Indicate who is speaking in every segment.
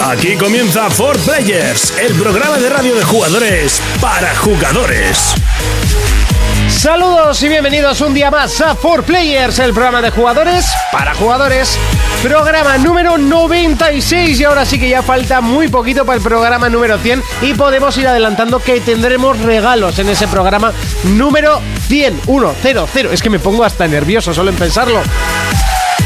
Speaker 1: Aquí comienza For Players, el programa de radio de jugadores para jugadores.
Speaker 2: Saludos y bienvenidos un día más a 4 Players, el programa de jugadores para jugadores. Programa número 96 y ahora sí que ya falta muy poquito para el programa número 100 y podemos ir adelantando que tendremos regalos en ese programa número 100. 1, 0, 0. Es que me pongo hasta nervioso solo en pensarlo.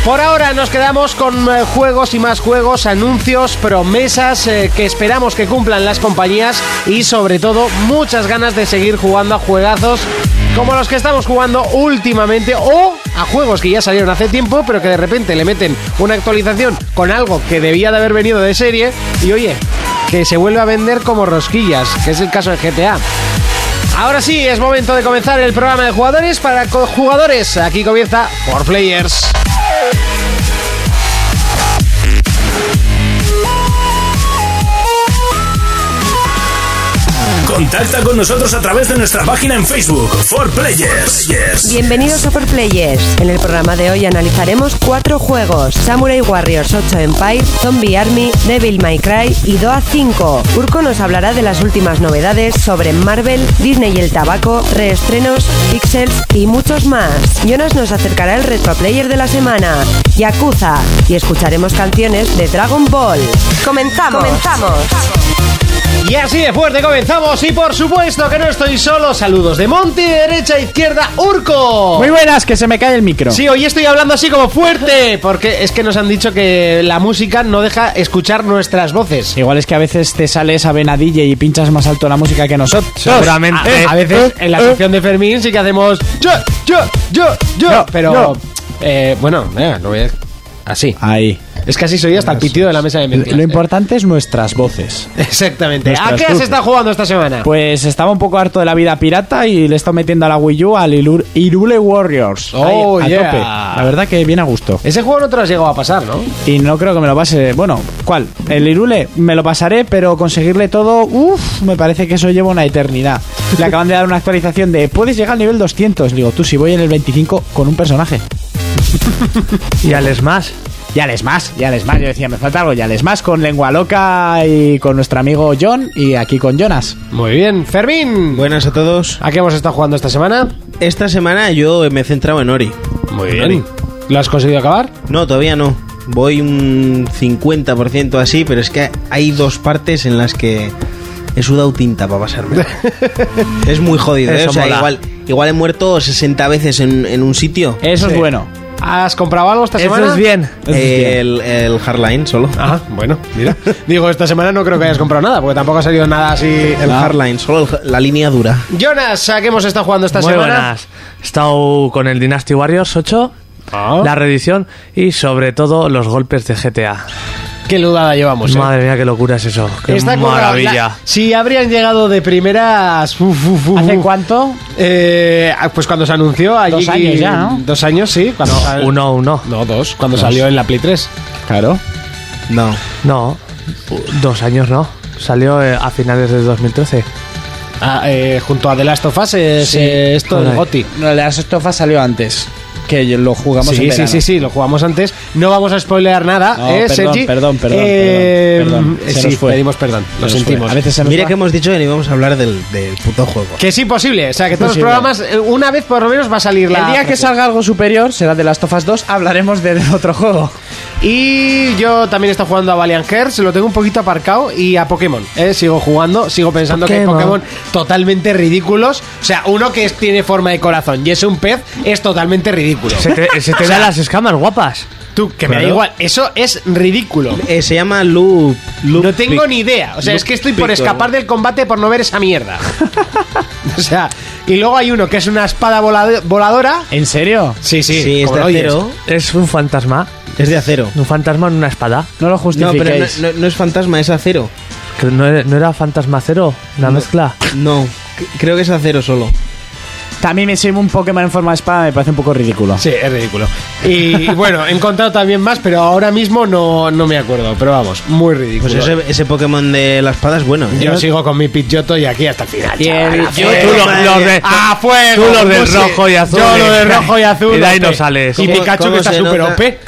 Speaker 2: Por ahora nos quedamos con eh, juegos y más juegos, anuncios, promesas eh, que esperamos que cumplan las compañías y sobre todo muchas ganas de seguir jugando a juegazos como los que estamos jugando últimamente o a juegos que ya salieron hace tiempo pero que de repente le meten una actualización con algo que debía de haber venido de serie y oye, que se vuelve a vender como rosquillas, que es el caso de GTA. Ahora sí, es momento de comenzar el programa de jugadores para co- jugadores. Aquí comienza For Players.
Speaker 1: Contacta con nosotros a través de nuestra página en Facebook, For Players.
Speaker 3: Bienvenidos a 4 Players. En el programa de hoy analizaremos cuatro juegos: Samurai Warriors 8 Empire, Zombie Army, Devil May Cry y Doa 5. Urko nos hablará de las últimas novedades sobre Marvel, Disney y el tabaco, reestrenos, pixels y muchos más. Jonas nos acercará el retro player de la semana, Yakuza, y escucharemos canciones de Dragon Ball. Comenzamos. Comenzamos.
Speaker 2: Y así de fuerte comenzamos y por supuesto que no estoy solo. Saludos de monte, derecha, izquierda, Urco.
Speaker 4: Muy buenas, que se me cae el micro.
Speaker 2: Sí, hoy estoy hablando así como fuerte, porque es que nos han dicho que la música no deja escuchar nuestras voces.
Speaker 4: Igual es que a veces te sale esa venadilla y pinchas más alto la música que nosotros.
Speaker 2: Seguramente.
Speaker 4: Ah,
Speaker 2: A, a
Speaker 4: Eh,
Speaker 2: veces en la sección de Fermín sí que hacemos yo, yo, yo, yo,
Speaker 4: No,
Speaker 2: pero
Speaker 4: no.
Speaker 2: eh, bueno, eh, no voy a- así.
Speaker 4: Ahí.
Speaker 2: Es que así soy hasta el pitido de la mesa de mentiras.
Speaker 4: Lo
Speaker 2: eh.
Speaker 4: importante es nuestras voces.
Speaker 2: Exactamente. ¿A
Speaker 4: Nuestras
Speaker 2: qué has
Speaker 4: luces.
Speaker 2: estado jugando esta semana?
Speaker 4: Pues estaba un poco harto de la vida pirata y le he estado metiendo a la Wii U al Ilur- Irule Warriors.
Speaker 2: Oh,
Speaker 4: Ahí, a
Speaker 2: yeah.
Speaker 4: tope. La verdad que bien a gusto.
Speaker 2: Ese juego no te lo has llegado a pasar, ¿no?
Speaker 4: Y no creo que me lo pase. Bueno, ¿cuál? El Irule me lo pasaré, pero conseguirle todo, uff, me parece que eso lleva una eternidad. Le acaban de dar una actualización de puedes llegar al nivel 200. Le digo, tú si voy en el 25 con un personaje.
Speaker 5: Y al Smash.
Speaker 4: Ya les más, ya les más. Yo decía, me falta algo, ya les más con lengua loca y con nuestro amigo John y aquí con Jonas.
Speaker 2: Muy bien, Fermín.
Speaker 5: Buenas a todos.
Speaker 2: ¿A qué hemos estado jugando esta semana?
Speaker 5: Esta semana yo me he centrado en Ori.
Speaker 2: Muy bien. ¿Lo has conseguido acabar?
Speaker 5: No, todavía no. Voy un 50% así, pero es que hay dos partes en las que he sudado tinta para pasarme. es muy jodido, ¿eh?
Speaker 4: Eso
Speaker 5: O sea,
Speaker 4: mola.
Speaker 5: igual, igual he muerto 60 veces en, en un sitio.
Speaker 4: Eso
Speaker 2: Sí.
Speaker 4: es bueno.
Speaker 2: ¿Has comprado algo esta semana? Eh,
Speaker 4: Eso es bien.
Speaker 5: el, el Hardline solo.
Speaker 2: Ah, bueno, mira. Digo, esta semana no creo que hayas comprado nada, porque tampoco ha salido nada así.
Speaker 5: El
Speaker 6: Ah.
Speaker 5: Hardline, solo el- la línea dura.
Speaker 2: Jonas, ¿a qué hemos estado jugando esta
Speaker 6: Muy
Speaker 2: semana?
Speaker 6: buenas. He estado con el Dynasty Warriors 8,
Speaker 2: Ah.
Speaker 6: la reedición y sobre todo los golpes de GTA.
Speaker 2: Qué ludada llevamos, eh.
Speaker 6: Madre mía, qué locura es eso. Qué
Speaker 2: Está currado.
Speaker 6: maravilla.
Speaker 2: La- si habrían llegado de primeras. uf, uf, uf,
Speaker 4: ¿Hace
Speaker 2: uf.
Speaker 4: cuánto?
Speaker 2: Eh, ah, pues cuando se anunció allí.
Speaker 4: Dos años ya, ¿no?
Speaker 2: Dos años, sí. Cuando sal-
Speaker 6: Uno, uno.
Speaker 2: No, dos. Cuando salió en la Play 3.
Speaker 4: Claro.
Speaker 5: No.
Speaker 6: No, u- dos años no. Salió eh, a finales de 2013.
Speaker 2: Ah, eh, junto a The Last of Us, es,
Speaker 4: Sí,
Speaker 2: eh, esto, el
Speaker 6: joder.
Speaker 2: Goti.
Speaker 4: No, el Last of Us salió antes. Que yo- lo jugamos en
Speaker 2: Sí, sí,
Speaker 4: verano.
Speaker 2: sí, sí, lo jugamos antes. No vamos a spoilear nada,
Speaker 4: No,
Speaker 2: ¿eh,
Speaker 4: perdón,
Speaker 2: Sergi?
Speaker 4: perdón, perdón,
Speaker 2: Eh,
Speaker 4: perdón, perdón. Se
Speaker 2: sí,
Speaker 4: nos fue.
Speaker 2: pedimos perdón,
Speaker 4: Se
Speaker 2: lo
Speaker 4: nos fue.
Speaker 2: sentimos.
Speaker 4: A veces se nos
Speaker 5: Mira
Speaker 4: va.
Speaker 5: que hemos dicho que no íbamos a hablar del, del puto juego.
Speaker 2: Que es imposible, o sea, que todos los
Speaker 4: Imposible.
Speaker 2: programas, eh, una vez por lo menos va a salir la...
Speaker 4: El día que salga algo superior será de Last of Us 2, hablaremos del otro juego.
Speaker 2: Y yo también estoy jugando a Valiant Hearts, lo tengo un poquito aparcado, y a Pokémon. ¿eh? Sigo jugando, sigo pensando que hay
Speaker 6: Pokémon.
Speaker 2: Pokémon totalmente ridículos. O sea, uno que es- tiene forma de corazón y es un pez, es totalmente ridículo.
Speaker 6: Se te, se te dan las escamas guapas.
Speaker 2: Tú, que me da
Speaker 5: Claro.
Speaker 2: igual, eso es ridículo.
Speaker 5: Eh, se llama Loop. Loop
Speaker 2: No tengo
Speaker 5: Pic-
Speaker 2: ni idea. O sea,
Speaker 5: Luke
Speaker 2: es que estoy por
Speaker 5: Pickle.
Speaker 2: escapar del combate por no ver esa mierda. o sea, y luego hay uno que es una espada volado- voladora.
Speaker 4: ¿En serio?
Speaker 2: Sí, sí,
Speaker 5: Sí, es
Speaker 2: como
Speaker 5: de
Speaker 2: lo oyes.
Speaker 5: acero.
Speaker 6: Es un fantasma.
Speaker 5: Es de acero.
Speaker 6: Un fantasma en una espada.
Speaker 4: No lo
Speaker 5: No, pero no,
Speaker 4: justifiquéis.
Speaker 5: no- no es fantasma, es acero.
Speaker 6: Que no, era- no era fantasma cero, la mezcla.
Speaker 5: No, c- creo que es acero solo.
Speaker 4: También me sirve un Pokémon en forma de espada, me parece un poco ridículo.
Speaker 2: Sí, es ridículo. Y, y bueno, he encontrado también más, pero ahora mismo no, no me acuerdo. Pero vamos, muy ridículo.
Speaker 5: Pues ese, ese Pokémon de la espada es bueno. ¿eh?
Speaker 2: yo, sigo con mi Pidgeotto y aquí hasta el final.
Speaker 4: Y el-
Speaker 2: chaval, a
Speaker 6: Yo,
Speaker 2: fuego.
Speaker 6: tú lo- los de-
Speaker 2: ¡A fuego!
Speaker 6: tú los del
Speaker 2: Pussy.
Speaker 6: rojo y azul.
Speaker 2: Yo los del rojo y azul.
Speaker 6: Y de ahí no
Speaker 2: OP.
Speaker 6: sales.
Speaker 2: Y
Speaker 5: ¿Cómo-
Speaker 2: Pikachu
Speaker 5: cómo
Speaker 2: que está
Speaker 5: se
Speaker 2: súper
Speaker 5: nota?
Speaker 2: OP.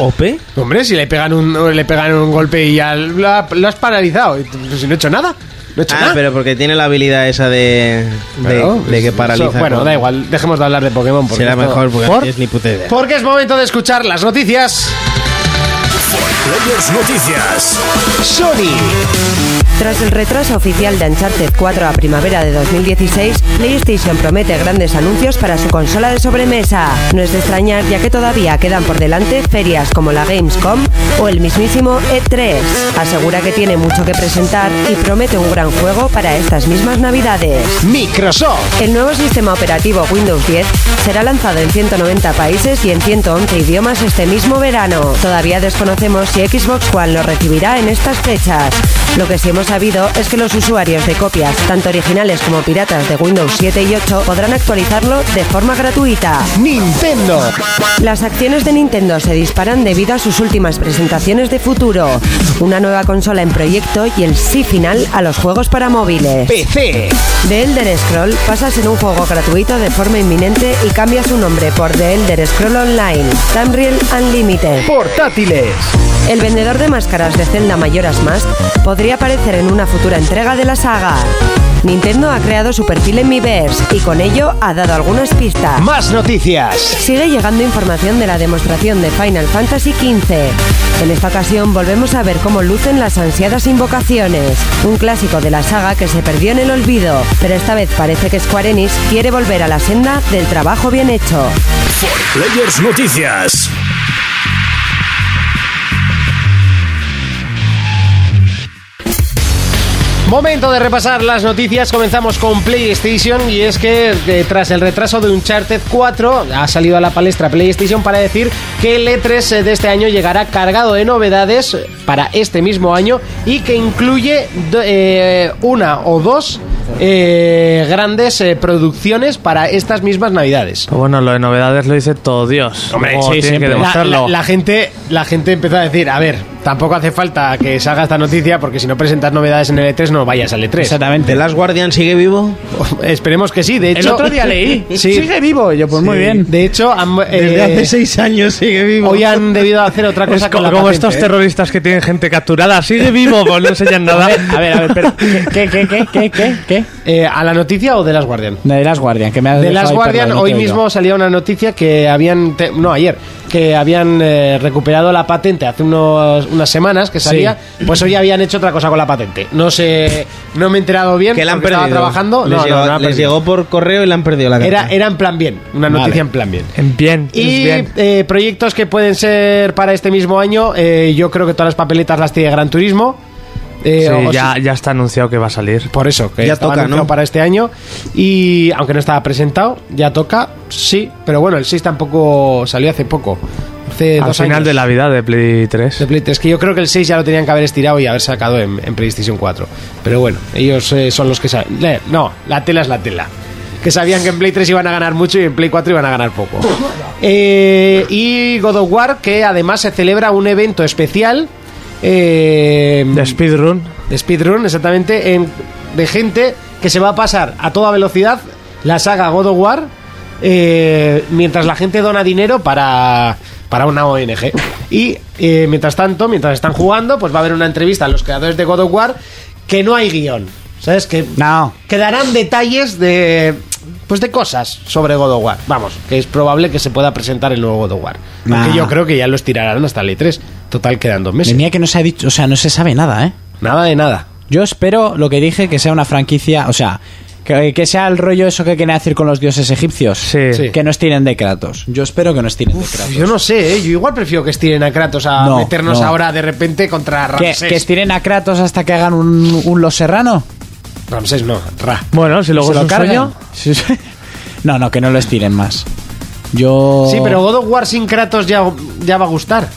Speaker 5: ¿Ope?
Speaker 2: Hombre, si le pegan un, le pegan un golpe y ya lo, ha- lo has paralizado. Y tú, pues, Si no he hecho nada. No he hecho
Speaker 5: Ah,
Speaker 2: nada.
Speaker 5: pero porque tiene la habilidad esa de, de,
Speaker 2: Claro, pues,
Speaker 5: de que
Speaker 2: eso-
Speaker 5: paraliza.
Speaker 2: bueno,
Speaker 5: con-
Speaker 2: da igual. Dejemos de hablar de Pokémon. porque
Speaker 5: Será
Speaker 2: esto-
Speaker 5: mejor porque
Speaker 2: ¿Por?
Speaker 5: no tienes ni puta idea.
Speaker 2: Porque es momento de escuchar las noticias.
Speaker 1: Players Noticias.
Speaker 2: Sony.
Speaker 3: Tras el retraso oficial de Uncharted 4 a primavera de 2016, PlayStation promete grandes anuncios para su consola de sobremesa. No es de extrañar ya que todavía quedan por delante ferias como la Gamescom o el mismísimo E3. Asegura que tiene mucho que presentar y promete un gran juego para estas mismas navidades.
Speaker 2: Microsoft.
Speaker 3: El nuevo sistema operativo Windows 10 será lanzado en 190 países y en 111 idiomas este mismo verano. Todavía desconocemos si Xbox One lo recibirá en estas fechas. Lo que sí hemos sabido es que los usuarios de copias, tanto originales como piratas de Windows 7 y 8, podrán actualizarlo de forma gratuita.
Speaker 2: Nintendo.
Speaker 3: Las acciones de Nintendo se disparan debido a sus últimas presentaciones de futuro, una nueva consola en proyecto y el sí final a los juegos para móviles.
Speaker 2: PC.
Speaker 3: The Elder Scroll pasa a ser un juego gratuito de forma inminente y cambia su nombre por The Elder Scroll Online, Tamriel Unlimited.
Speaker 2: Portátiles.
Speaker 3: El vendedor de máscaras de Zelda Mayoras Mask podría aparecer en una futura entrega de la saga. Nintendo ha creado su perfil en Miiverse y con ello ha dado algunas pistas.
Speaker 2: Más noticias.
Speaker 3: Sigue llegando información de la demostración de Final Fantasy XV. En esta ocasión volvemos a ver cómo lucen las ansiadas invocaciones, un clásico de la saga que se perdió en el olvido, pero esta vez parece que Square Enix quiere volver a la senda del trabajo bien hecho.
Speaker 1: Players Noticias.
Speaker 2: Momento de repasar las noticias. Comenzamos con PlayStation y es que eh, tras el retraso de Uncharted 4 ha salido a la palestra PlayStation para decir que el E3 de este año llegará cargado de novedades para este mismo año y que incluye do- eh, una o dos eh, grandes eh, producciones para estas mismas navidades.
Speaker 6: Pero Pues bueno, lo de novedades lo dice todo Dios.
Speaker 4: Oh,
Speaker 6: Luego tienen que
Speaker 2: La,
Speaker 6: demostrarlo.
Speaker 2: la- la gente, la gente empezó a decir, a ver, tampoco hace falta que salga esta noticia porque si no presentas novedades en el E3 no vayas al E3.
Speaker 5: ¿The
Speaker 4: Exactamente.
Speaker 5: Last Guardian sigue vivo?
Speaker 2: Esperemos que sí, de hecho.
Speaker 4: El otro día leí.
Speaker 2: Sí.
Speaker 4: Sigue vivo. Yo, pues muy
Speaker 2: Sí.
Speaker 4: bien.
Speaker 2: De hecho, han, eh,
Speaker 5: seis años sigue vivo.
Speaker 2: hoy han debido hacer otra
Speaker 6: Es
Speaker 2: cosa
Speaker 6: co-
Speaker 2: con la
Speaker 6: como
Speaker 2: patente,
Speaker 6: estos
Speaker 2: ¿eh?
Speaker 6: terroristas que tienen gente capturada. Sigue vivo, pues no enseñan nada.
Speaker 4: A ver, a ver, pero. ¿Qué, qué, qué, qué, qué? qué?
Speaker 2: Eh, ¿A la noticia o de las Guardian?
Speaker 4: De las Guardian, que me has
Speaker 2: De
Speaker 4: dejado
Speaker 2: las
Speaker 4: ahí,
Speaker 2: Guardian,
Speaker 4: perdón, no
Speaker 2: hoy
Speaker 4: te oigo.
Speaker 2: mismo salía una noticia que habían. te- no, ayer. Que habían eh, recuperado la patente hace unos, unas semanas que salía. Pues hoy habían hecho otra cosa con la patente. No sé. No me he enterado bien.
Speaker 5: Que la han
Speaker 2: porque
Speaker 5: perdido.
Speaker 2: Estaba trabajando.
Speaker 5: Les,
Speaker 2: No,
Speaker 5: llegó,
Speaker 2: no, no la han
Speaker 5: les
Speaker 2: perdido.
Speaker 5: llegó por correo y la han perdido la
Speaker 2: Era,
Speaker 5: carta.
Speaker 2: era en plan bien. Una noticia en plan bien.
Speaker 6: Bien,
Speaker 2: Y
Speaker 6: bien.
Speaker 2: eh, proyectos que pueden ser para este mismo año, eh, yo creo que todas las papeletas las tiene Gran Turismo. Eh,
Speaker 6: Sí,
Speaker 2: o-
Speaker 6: ya, ya está anunciado que va a salir.
Speaker 2: Por eso, que
Speaker 5: Ya
Speaker 2: estaba
Speaker 5: toca,
Speaker 2: anunciado
Speaker 5: ¿no?
Speaker 2: para este año. Y aunque no estaba presentado, ya toca, sí. Pero bueno, el 6 tampoco salió hace poco. Hace
Speaker 6: Al
Speaker 2: dos
Speaker 6: final
Speaker 2: años.
Speaker 6: de la vida de Play 3.
Speaker 2: De Play 3, que yo creo que el 6 ya lo tenían que haber estirado y haber sacado en, en PlayStation 4. Pero bueno, ellos eh, son los que saben. Eh, no, la tela es la tela. Que sabían que en Play 3 iban a ganar mucho y en Play 4 iban a ganar poco. Eh, y God of War, que además se celebra un evento especial. eh,
Speaker 6: De Speedrun.
Speaker 2: de speedrun, exactamente, en- de gente que se va a pasar a toda velocidad la saga God of War eh, mientras la gente dona dinero para, para una ONG. Y eh, mientras tanto, mientras están jugando, pues va a haber una entrevista a los creadores de God of War que no hay guión. ¿Sabes? Que,
Speaker 4: No.
Speaker 2: que darán detalles de. Pues de cosas sobre God of War. Vamos, que es probable que se pueda presentar el nuevo God of War.
Speaker 4: Nah.
Speaker 2: Aunque yo creo que ya lo estirarán hasta el E3. Total, quedan dos
Speaker 4: De
Speaker 2: meses.
Speaker 4: mía que no se ha dicho, o sea, no se sabe nada, ¿eh?
Speaker 2: Nada de nada.
Speaker 4: Yo espero lo que dije que sea una franquicia, o sea, que, que sea el rollo eso que quieren hacer con los dioses egipcios.
Speaker 6: Sí.
Speaker 2: Sí.
Speaker 4: Que no estiren de Kratos. Yo espero que no estiren de
Speaker 2: Uf,
Speaker 4: Kratos.
Speaker 2: Yo no sé, ¿eh? yo igual prefiero que estiren a Kratos a
Speaker 4: No,
Speaker 2: meternos
Speaker 4: no.
Speaker 2: ahora de repente contra
Speaker 4: Que,
Speaker 2: Ramsés.
Speaker 4: que estiren a Kratos hasta que hagan un, un Los Serrano.
Speaker 2: Ramsés no, Ra.
Speaker 6: Bueno, si luego
Speaker 4: ¿Se
Speaker 6: es
Speaker 4: lo
Speaker 6: un
Speaker 4: cargan?
Speaker 6: sueño.
Speaker 4: Sí, sí. No, no, que no lo estiren más. Yo.
Speaker 2: Sí, pero God of War sin Kratos ya, ya va a gustar.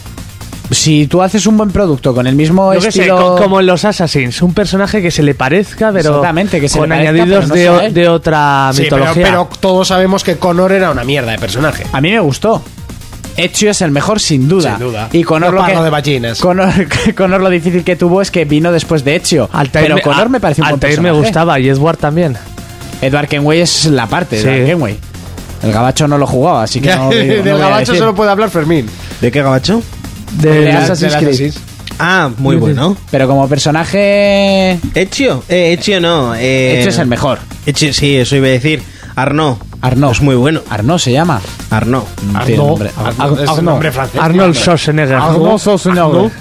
Speaker 4: Si tú haces un buen producto con el mismo
Speaker 6: Yo qué sé,
Speaker 4: estilo.
Speaker 6: co- como en los Assassins, un personaje que se le parezca, pero
Speaker 4: Exactamente, que se
Speaker 6: con
Speaker 4: le parezca,
Speaker 6: añadidos
Speaker 4: pero no
Speaker 6: de,
Speaker 4: sea
Speaker 6: o-
Speaker 4: él.
Speaker 6: de otra
Speaker 2: Sí, pero,
Speaker 6: mitología.
Speaker 2: pero todos sabemos que Connor era una mierda de personaje.
Speaker 4: Ah. A mí me gustó. Hecho es el mejor sin duda.
Speaker 2: Sin duda.
Speaker 4: Y Conor
Speaker 2: No
Speaker 4: lo que-
Speaker 2: parlo de ballenas.
Speaker 4: Conor, Conor lo difícil que tuvo es que vino después de Ezio.
Speaker 6: Altair
Speaker 4: pero
Speaker 6: me-
Speaker 4: Conor
Speaker 6: a-
Speaker 4: me parece un buen
Speaker 6: Altair me
Speaker 4: personaje.
Speaker 6: gustaba y Edward también.
Speaker 4: Edward Kenway es la parte
Speaker 6: Sí.
Speaker 4: de Edward Kenway. El gabacho no lo jugaba, así que no, no voy a
Speaker 2: Del
Speaker 4: decir.
Speaker 2: gabacho solo puede hablar Fermín.
Speaker 5: ¿De qué gabacho?
Speaker 4: del-
Speaker 2: de
Speaker 4: del
Speaker 2: Assassin's Creed.
Speaker 5: Ah, muy bueno.
Speaker 4: Pero como personaje.
Speaker 5: Ezio, eh, Ezio no. Eh,
Speaker 4: Este es el mejor.
Speaker 5: Ezio, sí, eso iba a decir. Arnaud.
Speaker 4: Arnaud.
Speaker 5: Es muy bueno.
Speaker 4: Arnaud se llama.
Speaker 5: Arnaud.
Speaker 4: No tiene nombre.
Speaker 2: Es un nombre francés.
Speaker 6: Ah, Arnold Schwarzenegger.
Speaker 7: Arnold Schwarzenegger.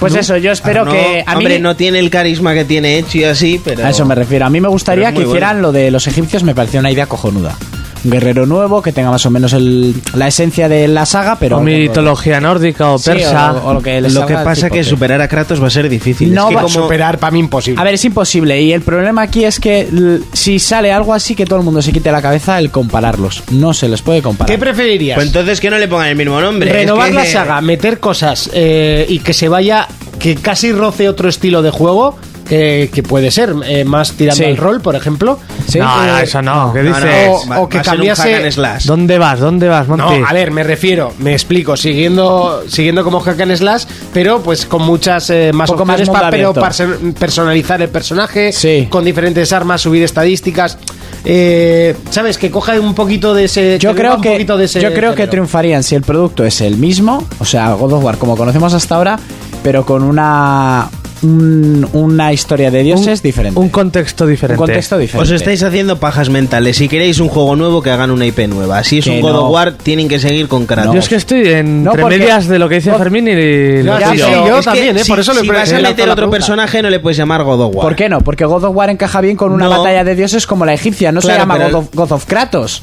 Speaker 4: Pues eso, yo espero
Speaker 5: Arnaud,
Speaker 4: que. A mí,
Speaker 5: hombre, no tiene el carisma que tiene Ezio así, pero.
Speaker 4: A eso me refiero. A mí me gustaría
Speaker 5: Pero es
Speaker 4: que
Speaker 5: muy
Speaker 4: hicieran lo de los egipcios, me pareció una idea cojonuda. Un guerrero nuevo que tenga más o menos el- la esencia de la saga, pero.
Speaker 6: O mitología nórdica o
Speaker 4: Sí,
Speaker 6: persa.
Speaker 4: o- o lo que, les
Speaker 5: Lo
Speaker 4: salga
Speaker 5: que
Speaker 4: del
Speaker 5: pasa
Speaker 4: chipote.
Speaker 5: que superar a Kratos va a ser difícil.
Speaker 4: No
Speaker 5: es que
Speaker 4: va a
Speaker 5: como-
Speaker 2: Superar para mí imposible.
Speaker 4: A ver, es imposible. Y el problema aquí es que l- si sale algo así, que todo el mundo se quite la cabeza el compararlos. No se les puede comparar.
Speaker 2: ¿Qué preferirías?
Speaker 5: Pues entonces que no le pongan el mismo nombre. es
Speaker 2: Renovar
Speaker 5: que-
Speaker 2: la saga, meter cosas eh, y que se vaya, que casi roce otro estilo de juego, eh, que puede ser eh, más tirando
Speaker 4: Sí.
Speaker 2: al rol, por ejemplo.
Speaker 4: Sí.
Speaker 6: No, no,
Speaker 2: Eh,
Speaker 6: eso no. ¿Qué
Speaker 5: No, no,
Speaker 6: dices?
Speaker 5: va- va
Speaker 2: o que
Speaker 5: a ser un
Speaker 2: cambiase-
Speaker 5: hack and slash.
Speaker 6: ¿Dónde vas? ¿Dónde vas,
Speaker 2: No,
Speaker 6: Monty?
Speaker 2: a ver, me refiero, me explico, siguiendo siguiendo como hack and slash, pero pues con muchas eh, más
Speaker 4: Poco más
Speaker 2: opciones
Speaker 4: mundo
Speaker 2: para pero
Speaker 4: abierto.
Speaker 2: para ser- personalizar el personaje,
Speaker 4: Sí.
Speaker 2: con diferentes armas, subir estadísticas. eh, ¿Sabes? Que coja un poquito de ese.
Speaker 4: Yo
Speaker 2: que beba
Speaker 4: creo
Speaker 2: un
Speaker 4: que,
Speaker 2: poquito de ese
Speaker 4: yo creo que
Speaker 2: género.
Speaker 4: triunfarían si el producto es el mismo, o sea, God of War como conocemos hasta ahora, pero con una un- una historia de dioses diferente,
Speaker 6: Un contexto
Speaker 4: Un
Speaker 6: diferente.
Speaker 4: contexto
Speaker 5: Os
Speaker 4: diferente.
Speaker 5: estáis haciendo pajas mentales. Si queréis un juego nuevo, que hagan una IP nueva. Si es
Speaker 4: Que
Speaker 5: un God
Speaker 4: no.
Speaker 5: of War, tienen que seguir con Kratos.
Speaker 6: Yo es que estoy en
Speaker 4: No,
Speaker 6: entre
Speaker 4: porque-
Speaker 6: medias de lo que dice Fermín y lo
Speaker 2: Ya, sí,
Speaker 6: tuyo.
Speaker 2: sí, yo también, ¿eh?
Speaker 5: si-
Speaker 2: Por eso le
Speaker 5: si
Speaker 2: pre-
Speaker 5: vas a
Speaker 2: he lanzado
Speaker 5: meter
Speaker 2: la
Speaker 5: otro
Speaker 2: pregunta.
Speaker 5: personaje, no le puedes llamar God of War.
Speaker 4: ¿Por qué no? Porque God of War encaja bien con una
Speaker 5: No.
Speaker 4: batalla de dioses como la egipcia, no se
Speaker 5: Claro,
Speaker 4: llama
Speaker 5: pero
Speaker 4: God
Speaker 5: el-
Speaker 4: of, God of Kratos.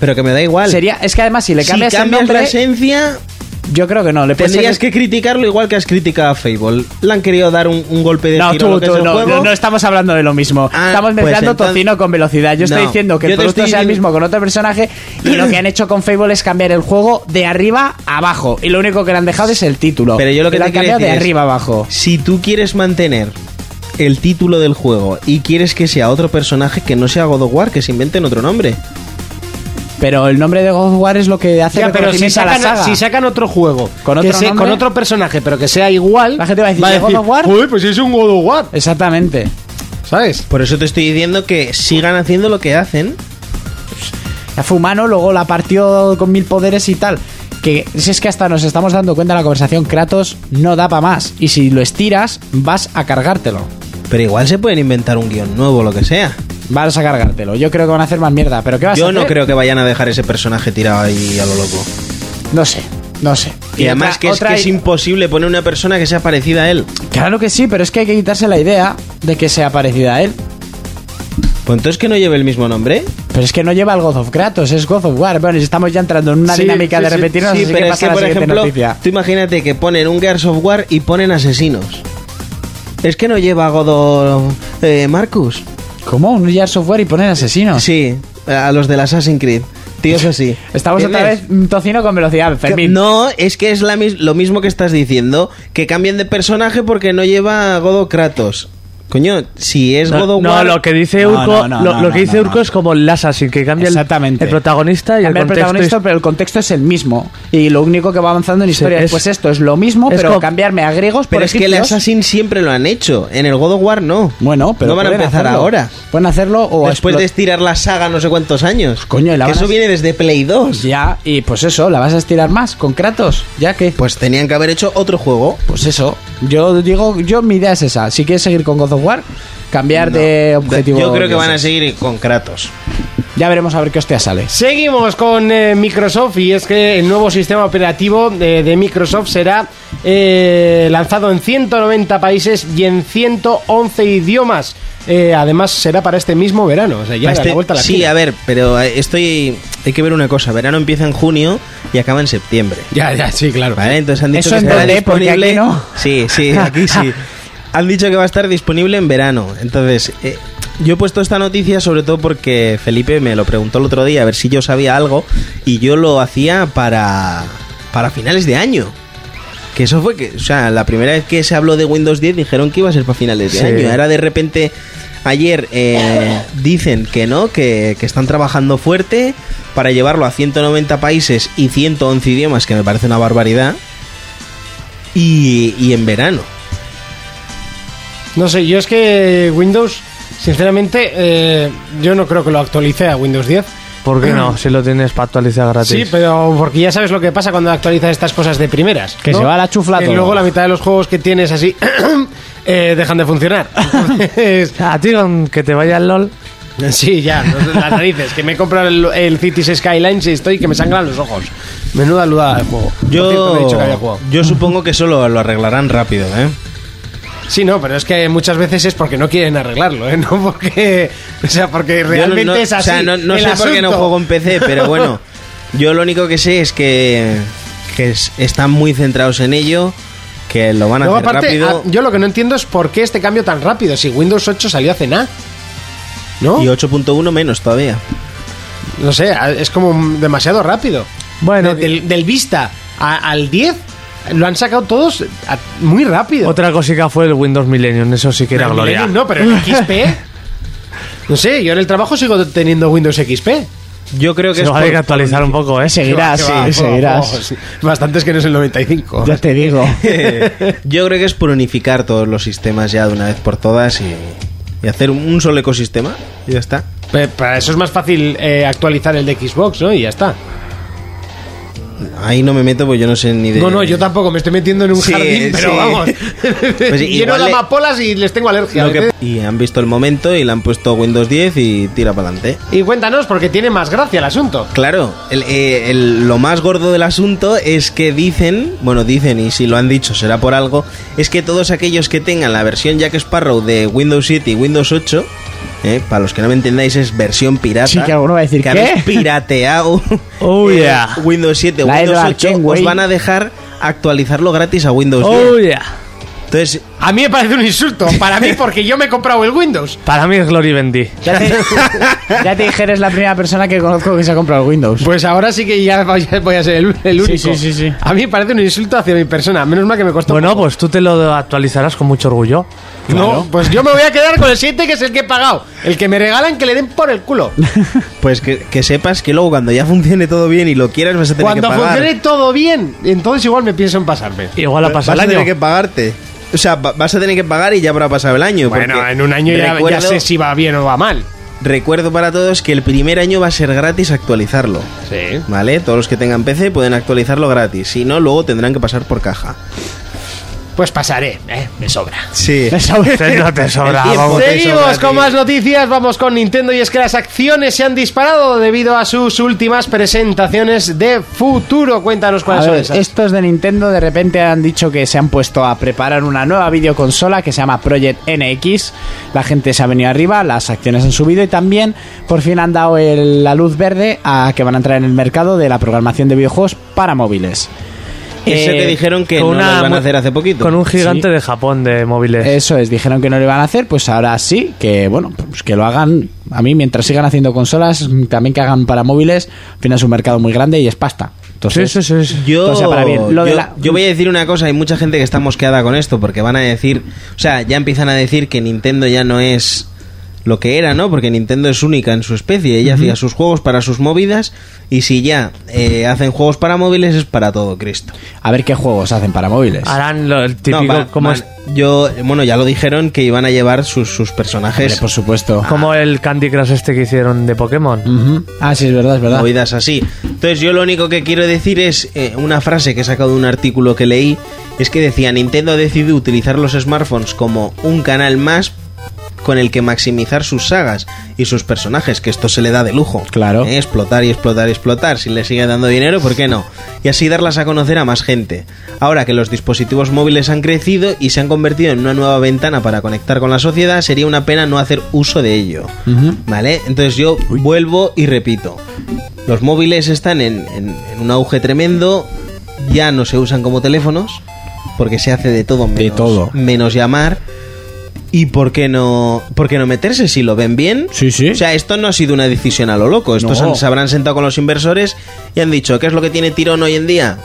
Speaker 5: Pero que me da igual.
Speaker 4: Sería, es que además si le
Speaker 5: si
Speaker 4: cambias,
Speaker 5: cambias
Speaker 4: el nombre,
Speaker 5: la esencia,
Speaker 4: yo creo que no, le puedes
Speaker 5: tendrías que criticarlo igual que has criticado a Fable. Le han querido dar un, un golpe de
Speaker 4: No,
Speaker 5: giro a
Speaker 4: tú,
Speaker 5: lo que
Speaker 4: tú,
Speaker 5: es el
Speaker 4: no,
Speaker 5: juego.
Speaker 4: no, no estamos hablando de lo mismo.
Speaker 5: Ah,
Speaker 4: estamos
Speaker 5: pues
Speaker 4: mezclando
Speaker 5: entonces-
Speaker 4: tocino con velocidad. Yo estoy
Speaker 5: No,
Speaker 4: diciendo que el
Speaker 5: yo te
Speaker 4: producto
Speaker 5: estoy
Speaker 4: sea el
Speaker 5: diciendo-
Speaker 4: mismo con otro personaje y lo que han hecho con Fable es cambiar el juego de arriba a abajo. Y lo único que le han dejado es el título.
Speaker 5: Pero yo lo que te
Speaker 4: han
Speaker 5: quiero
Speaker 4: cambiado de
Speaker 5: decir es-
Speaker 4: arriba a abajo.
Speaker 5: Si tú quieres mantener el título del juego y quieres que sea otro personaje que no sea God of War, que se inventen otro nombre.
Speaker 4: Pero el nombre de God of War es lo que hace
Speaker 2: Ya, pero si
Speaker 4: reconocimiento a la
Speaker 2: sacan,
Speaker 4: saga.
Speaker 2: si sacan otro juego
Speaker 4: ¿Con
Speaker 2: que
Speaker 4: otro
Speaker 2: sea-
Speaker 4: nombre?
Speaker 2: con otro personaje, pero que sea igual,
Speaker 4: La gente va a decir, ¿God of War?
Speaker 2: "Joder, pues es un God of War,
Speaker 4: Exactamente.
Speaker 2: ¿sabes?
Speaker 5: Por eso te estoy diciendo que sigan haciendo lo que hacen.
Speaker 4: La fue humano, luego la partió con mil poderes y tal. Que si es que hasta nos estamos dando cuenta en la conversación, Kratos no da para más. Y si lo estiras, vas a cargártelo.
Speaker 5: Pero igual se pueden inventar un guión nuevo, lo que sea.
Speaker 4: Vas a cargártelo. Yo creo que van a hacer más mierda. ¿Pero qué vas a
Speaker 5: Yo
Speaker 4: hacer?
Speaker 5: no creo que vayan a dejar ese personaje tirado ahí a lo loco.
Speaker 4: No sé, no sé.
Speaker 5: Y, además
Speaker 4: otra-
Speaker 5: que, es,
Speaker 4: otra-
Speaker 5: que es imposible poner una persona que sea parecida a él.
Speaker 4: Claro que sí, pero es que hay que quitarse la idea de que sea parecida a él.
Speaker 5: Pues entonces que no lleve el mismo nombre. ¿eh?
Speaker 4: Pero es que no lleva el God of Kratos, es God of War. Bueno, y estamos ya entrando en una
Speaker 2: Sí,
Speaker 4: dinámica
Speaker 2: sí,
Speaker 4: de
Speaker 2: sí,
Speaker 4: repetirnos, así que
Speaker 5: pero es
Speaker 4: pasa
Speaker 5: que,
Speaker 4: la
Speaker 5: por
Speaker 4: siguiente
Speaker 5: ejemplo,
Speaker 4: noticia.
Speaker 5: tú imagínate que ponen un Gears of War y ponen asesinos. Es que no lleva Godo eh, Marcus.
Speaker 4: ¿Cómo? ¿Un Gears Software y poner asesinos?
Speaker 5: Sí, a los del Assassin's Creed. Tíos así.
Speaker 4: Estamos otra
Speaker 5: ¿Entiendes?
Speaker 4: vez mm, tocino con velocidad,
Speaker 5: Que-
Speaker 4: Fermín.
Speaker 5: No, es que es la mis- lo mismo que estás diciendo, que cambien de personaje porque no lleva a Godo Kratos. Coño, si es
Speaker 6: No,
Speaker 5: Godo
Speaker 6: no,
Speaker 5: War-
Speaker 6: lo que dice
Speaker 4: No, no,
Speaker 6: Urco,
Speaker 4: no,
Speaker 6: lo,
Speaker 4: no,
Speaker 6: lo
Speaker 4: no,
Speaker 6: que dice
Speaker 4: no,
Speaker 6: Urco
Speaker 4: no.
Speaker 6: es como el Assassin, que cambia el,
Speaker 4: Exactamente.
Speaker 6: el protagonista y el
Speaker 4: Cambia el
Speaker 6: contexto.
Speaker 4: protagonista, pero el contexto es el mismo. Y lo único que va avanzando en historia
Speaker 6: es-
Speaker 4: es, pues esto, es lo mismo,
Speaker 6: es
Speaker 4: pero
Speaker 6: como-
Speaker 4: cambiarme a griegos por
Speaker 5: Pero es que el
Speaker 4: egipcios.
Speaker 5: Assassin siempre lo han hecho. En el God of War no.
Speaker 4: Bueno, pero
Speaker 5: No van a
Speaker 4: pueden
Speaker 5: empezar
Speaker 4: hacerlo.
Speaker 5: ahora.
Speaker 4: Pueden hacerlo o
Speaker 5: Después
Speaker 4: explo-
Speaker 5: de estirar la saga no sé cuántos años.
Speaker 4: Coño, y la
Speaker 5: Que
Speaker 4: van a-
Speaker 5: eso viene desde Play 2.
Speaker 4: Ya, y pues eso, la vas a estirar más con Kratos, ya que...
Speaker 5: Pues tenían que haber hecho otro juego.
Speaker 4: Pues eso, yo digo, yo mi idea es esa. Si quieres seguir con God of War, cambiar de objetivo.
Speaker 5: Yo creo que
Speaker 4: dioses.
Speaker 5: van a seguir con Kratos.
Speaker 4: Ya veremos a ver qué hostia sale.
Speaker 2: Seguimos con eh, Microsoft y es que el nuevo sistema operativo eh, de, de Microsoft será eh, lanzado en 190 países y en 111 idiomas. Eh, además será para este mismo verano, o sea, ya
Speaker 5: Para
Speaker 2: a
Speaker 5: este-
Speaker 2: la vuelta a la
Speaker 5: sí,
Speaker 2: esquina.
Speaker 5: a ver, pero eh, estoy. Hay que ver una cosa. Verano empieza en junio y acaba en septiembre.
Speaker 2: Ya, ya, sí, claro.
Speaker 5: Vale, entonces han dicho
Speaker 4: Eso
Speaker 5: que
Speaker 4: en
Speaker 5: estará
Speaker 4: donde, porque
Speaker 5: disponible.
Speaker 4: aquí no.
Speaker 5: Sí, sí, aquí sí. Han dicho que va a estar disponible en verano. Entonces, eh, yo he puesto esta noticia sobre todo porque Felipe me lo preguntó el otro día a ver si yo sabía algo y yo lo hacía para para finales de año. Que eso fue que, o sea, la primera vez que se habló de Windows 10 dijeron que iba a ser para finales de
Speaker 6: Sí.
Speaker 5: año. Ahora de repente ayer eh, dicen que no, que, que están trabajando fuerte para llevarlo a 190 países y 111 idiomas, que me parece una barbaridad. Y, y en verano.
Speaker 2: No sé, yo es que Windows, sinceramente, eh, yo no creo que lo actualice a Windows 10.
Speaker 6: ¿Por qué no? Si lo tienes para actualizar gratis.
Speaker 2: Sí, pero porque ya sabes lo que pasa cuando actualizas estas cosas de primeras.
Speaker 4: Que
Speaker 2: ¿no?
Speaker 4: se va la chufla
Speaker 2: Que
Speaker 4: todo.
Speaker 2: luego la mitad de los juegos que tienes así eh, dejan de funcionar. Entonces,
Speaker 6: A ti con que te vaya el LOL.
Speaker 2: sí, ya, los- las narices. Que me he comprado el, el Cities Skylines y estoy que me sangran los ojos. Menuda luda de juego. Por cierto,
Speaker 5: Yo,
Speaker 2: no he dicho que había jugado.
Speaker 5: yo supongo que eso lo, lo arreglarán rápido, ¿eh?
Speaker 2: Sí, no, pero es que muchas veces es porque no quieren arreglarlo, ¿eh? No porque. O sea, porque realmente
Speaker 5: Yo no- no-
Speaker 2: es así.
Speaker 5: O sea, no, no
Speaker 2: el
Speaker 5: sé por qué no
Speaker 2: asunto.
Speaker 5: juego en PC, pero bueno. yo lo único que sé es que, que es- están muy centrados en ello, que lo van a
Speaker 2: Luego,
Speaker 5: hacer
Speaker 2: aparte,
Speaker 5: rápido.
Speaker 2: ah, yo lo que no entiendo es por qué este cambio tan rápido. Si Windows 8 salió hace nada. ah, ¿No?
Speaker 5: Y 8.1 menos todavía.
Speaker 2: No sé, a- es como demasiado rápido.
Speaker 6: Bueno,
Speaker 2: De- del, del Vista a- al 10 lo han sacado todos a- muy rápido.
Speaker 6: Otra cosica fue el Windows Millennium, eso sí que era
Speaker 2: Pero
Speaker 6: gloria.
Speaker 2: Millennium No, pero el XP. no sé, yo en el trabajo sigo teniendo Windows XP.
Speaker 5: Yo creo que
Speaker 6: Se
Speaker 5: es
Speaker 6: lo hay
Speaker 5: por-
Speaker 6: que actualizar un poco, ¿eh?
Speaker 4: Seguirás,
Speaker 2: Que va,
Speaker 4: sí,
Speaker 2: que va,
Speaker 4: seguirás.
Speaker 2: oh, sí. Bastantes que no es el 95.
Speaker 4: Ya te digo.
Speaker 5: Yo creo que es por unificar todos los sistemas ya de una vez por todas y, y hacer un, un solo ecosistema y ya está.
Speaker 2: Pe- Para eso es más fácil eh, actualizar el de Xbox, ¿no? Y ya está.
Speaker 5: Ahí no me meto porque yo no sé ni de...
Speaker 2: No, no, yo tampoco me estoy metiendo en un
Speaker 5: Sí,
Speaker 2: jardín, pero
Speaker 5: sí.
Speaker 2: vamos.
Speaker 5: Pues
Speaker 2: Lleno
Speaker 5: igual
Speaker 2: de
Speaker 5: le-
Speaker 2: amapolas y les tengo alergia.
Speaker 5: Lo que- y han visto el momento y le han puesto Windows 10 y tira para adelante.
Speaker 2: Y cuéntanos, porque tiene más gracia el asunto.
Speaker 5: Claro, el- eh, el- lo más gordo del asunto es que dicen, bueno, dicen, y si lo han dicho será por algo, es que todos aquellos que tengan la versión Jack Sparrow de Windows 7 y Windows 8, eh, para los que no me entendáis, es versión pirata.
Speaker 4: Sí, que alguno va a decir,
Speaker 5: que
Speaker 4: ¿qué?
Speaker 5: habéis pirateado
Speaker 6: Oh,
Speaker 5: eh,
Speaker 6: yeah.
Speaker 5: Windows 7 o
Speaker 4: La he
Speaker 5: Windows
Speaker 4: dado al
Speaker 5: 8,
Speaker 4: Ken,
Speaker 5: os
Speaker 4: güey.
Speaker 5: van a dejar actualizarlo gratis a Windows 10.
Speaker 6: Oh, yeah.
Speaker 5: Entonces,
Speaker 2: A mí me parece un insulto. Para mí, porque yo me he comprado el Windows.
Speaker 6: Para mí es Glory Bendy.
Speaker 4: Ya te, ya te dije, eres la primera persona que conozco que se ha comprado el Windows.
Speaker 2: Pues ahora sí que ya voy a- voy a ser el, el único.
Speaker 4: sí, sí, sí.
Speaker 2: A mí me parece un insulto hacia mi persona. Menos mal que me costó.
Speaker 6: Bueno,
Speaker 2: poco.
Speaker 6: pues tú te lo actualizarás con mucho orgullo.
Speaker 2: No, pues yo me voy a quedar con el 7, que es el que he pagado. El que me regalan, que le den por el culo.
Speaker 5: pues que, que sepas que luego cuando ya funcione todo bien y lo quieras vas a tener
Speaker 2: Cuando
Speaker 5: que pagar.
Speaker 2: funcione todo bien, entonces igual me pienso en pasarme. Pues
Speaker 6: Igual ha
Speaker 5: vas
Speaker 6: pasado
Speaker 5: a
Speaker 6: el año.
Speaker 5: tener que pagarte. O sea, va- vas a tener que pagar y ya habrá pasado el año.
Speaker 2: Bueno,
Speaker 5: porque
Speaker 2: en un año ya,
Speaker 5: recuerdo,
Speaker 2: ya sé si va bien o va mal.
Speaker 5: Recuerdo para todos que el primer año va a ser gratis actualizarlo.
Speaker 2: Sí.
Speaker 5: ¿Vale? Todos los que tengan PC pueden actualizarlo gratis. Si no, luego tendrán que pasar por caja.
Speaker 2: Pues pasaré, ¿eh? me sobra.
Speaker 5: Sí.
Speaker 6: Te- no te sobra,
Speaker 5: El tiempo.
Speaker 6: vamos.
Speaker 5: te sobra a
Speaker 2: Seguimos
Speaker 5: ti.
Speaker 2: con más noticias, vamos con Nintendo y es que las acciones se han disparado debido a sus últimas presentaciones de futuro. Cuéntanos
Speaker 4: A
Speaker 2: cuáles son
Speaker 4: ver,
Speaker 2: esas.
Speaker 4: estos de Nintendo de repente han dicho que se han puesto a preparar una nueva videoconsola que se llama Project NX. La gente se ha venido arriba, las acciones han subido y también por fin han dado el- la luz verde a que van a entrar en el mercado de la programación de videojuegos para móviles.
Speaker 5: Eso
Speaker 4: Eh,
Speaker 5: que dijeron que no lo iban a
Speaker 6: mu-
Speaker 5: hacer hace poquito.
Speaker 6: Con un gigante de Japón de móviles.
Speaker 4: Eso es, dijeron que no lo iban a hacer, pues ahora sí, que bueno, pues que lo hagan. A mí, mientras sigan haciendo consolas, también que hagan para móviles, al final es un mercado muy grande y es pasta.
Speaker 6: Sí,
Speaker 4: Entonces,
Speaker 6: sí, sí, sí.
Speaker 5: Yo,
Speaker 4: O sea, para bien. Lo de
Speaker 5: yo-
Speaker 4: la-
Speaker 5: yo voy a decir una cosa, hay mucha gente que está mosqueada con esto, porque van a decir, o sea, ya empiezan a decir que Nintendo ya no es lo que era, ¿no? Porque Nintendo es única en su especie, ella hacía sus juegos para sus movidas, y si ya eh, hacen juegos para móviles es para todo Cristo.
Speaker 4: a ver qué juegos hacen para móviles.
Speaker 6: Harán lo, el típico.
Speaker 5: No, van-
Speaker 6: como,
Speaker 5: van-
Speaker 6: es-
Speaker 5: yo, bueno, ya lo dijeron que iban a llevar sus, sus personajes, Ah.
Speaker 4: Hombre, por supuesto.
Speaker 6: como el Candy Crush este que hicieron de Pokémon.
Speaker 4: Ujú. Ah, sí, es verdad, es verdad.
Speaker 5: movidas así. Entonces yo lo único que quiero decir es eh, una frase que he sacado de un artículo que leí, es que decía, Nintendo ha decidido utilizar los smartphones como un canal más con el que maximizar sus sagas y sus personajes, que esto se le da de lujo.
Speaker 4: Claro.
Speaker 5: Eh, explotar y explotar y explotar. Si le sigue dando dinero, ¿por qué no? Y así darlas a conocer a más gente. Ahora que los dispositivos móviles han crecido y se han convertido en una nueva ventana para conectar con la sociedad, sería una pena no hacer uso de ello. ¿Vale? Entonces yo vuelvo y repito. Los móviles están en, en- en un auge tremendo, ya no se usan como teléfonos, porque se hace de todo menos,
Speaker 4: todo.
Speaker 5: menos llamar. ¿Y por qué no, por qué no meterse si lo ven bien?
Speaker 4: Sí, sí.
Speaker 5: O sea, esto no ha sido una decisión a lo loco. Estos
Speaker 4: No.
Speaker 5: han- se habrán sentado con los inversores y han dicho, ¿qué es lo que tiene tirón hoy en día?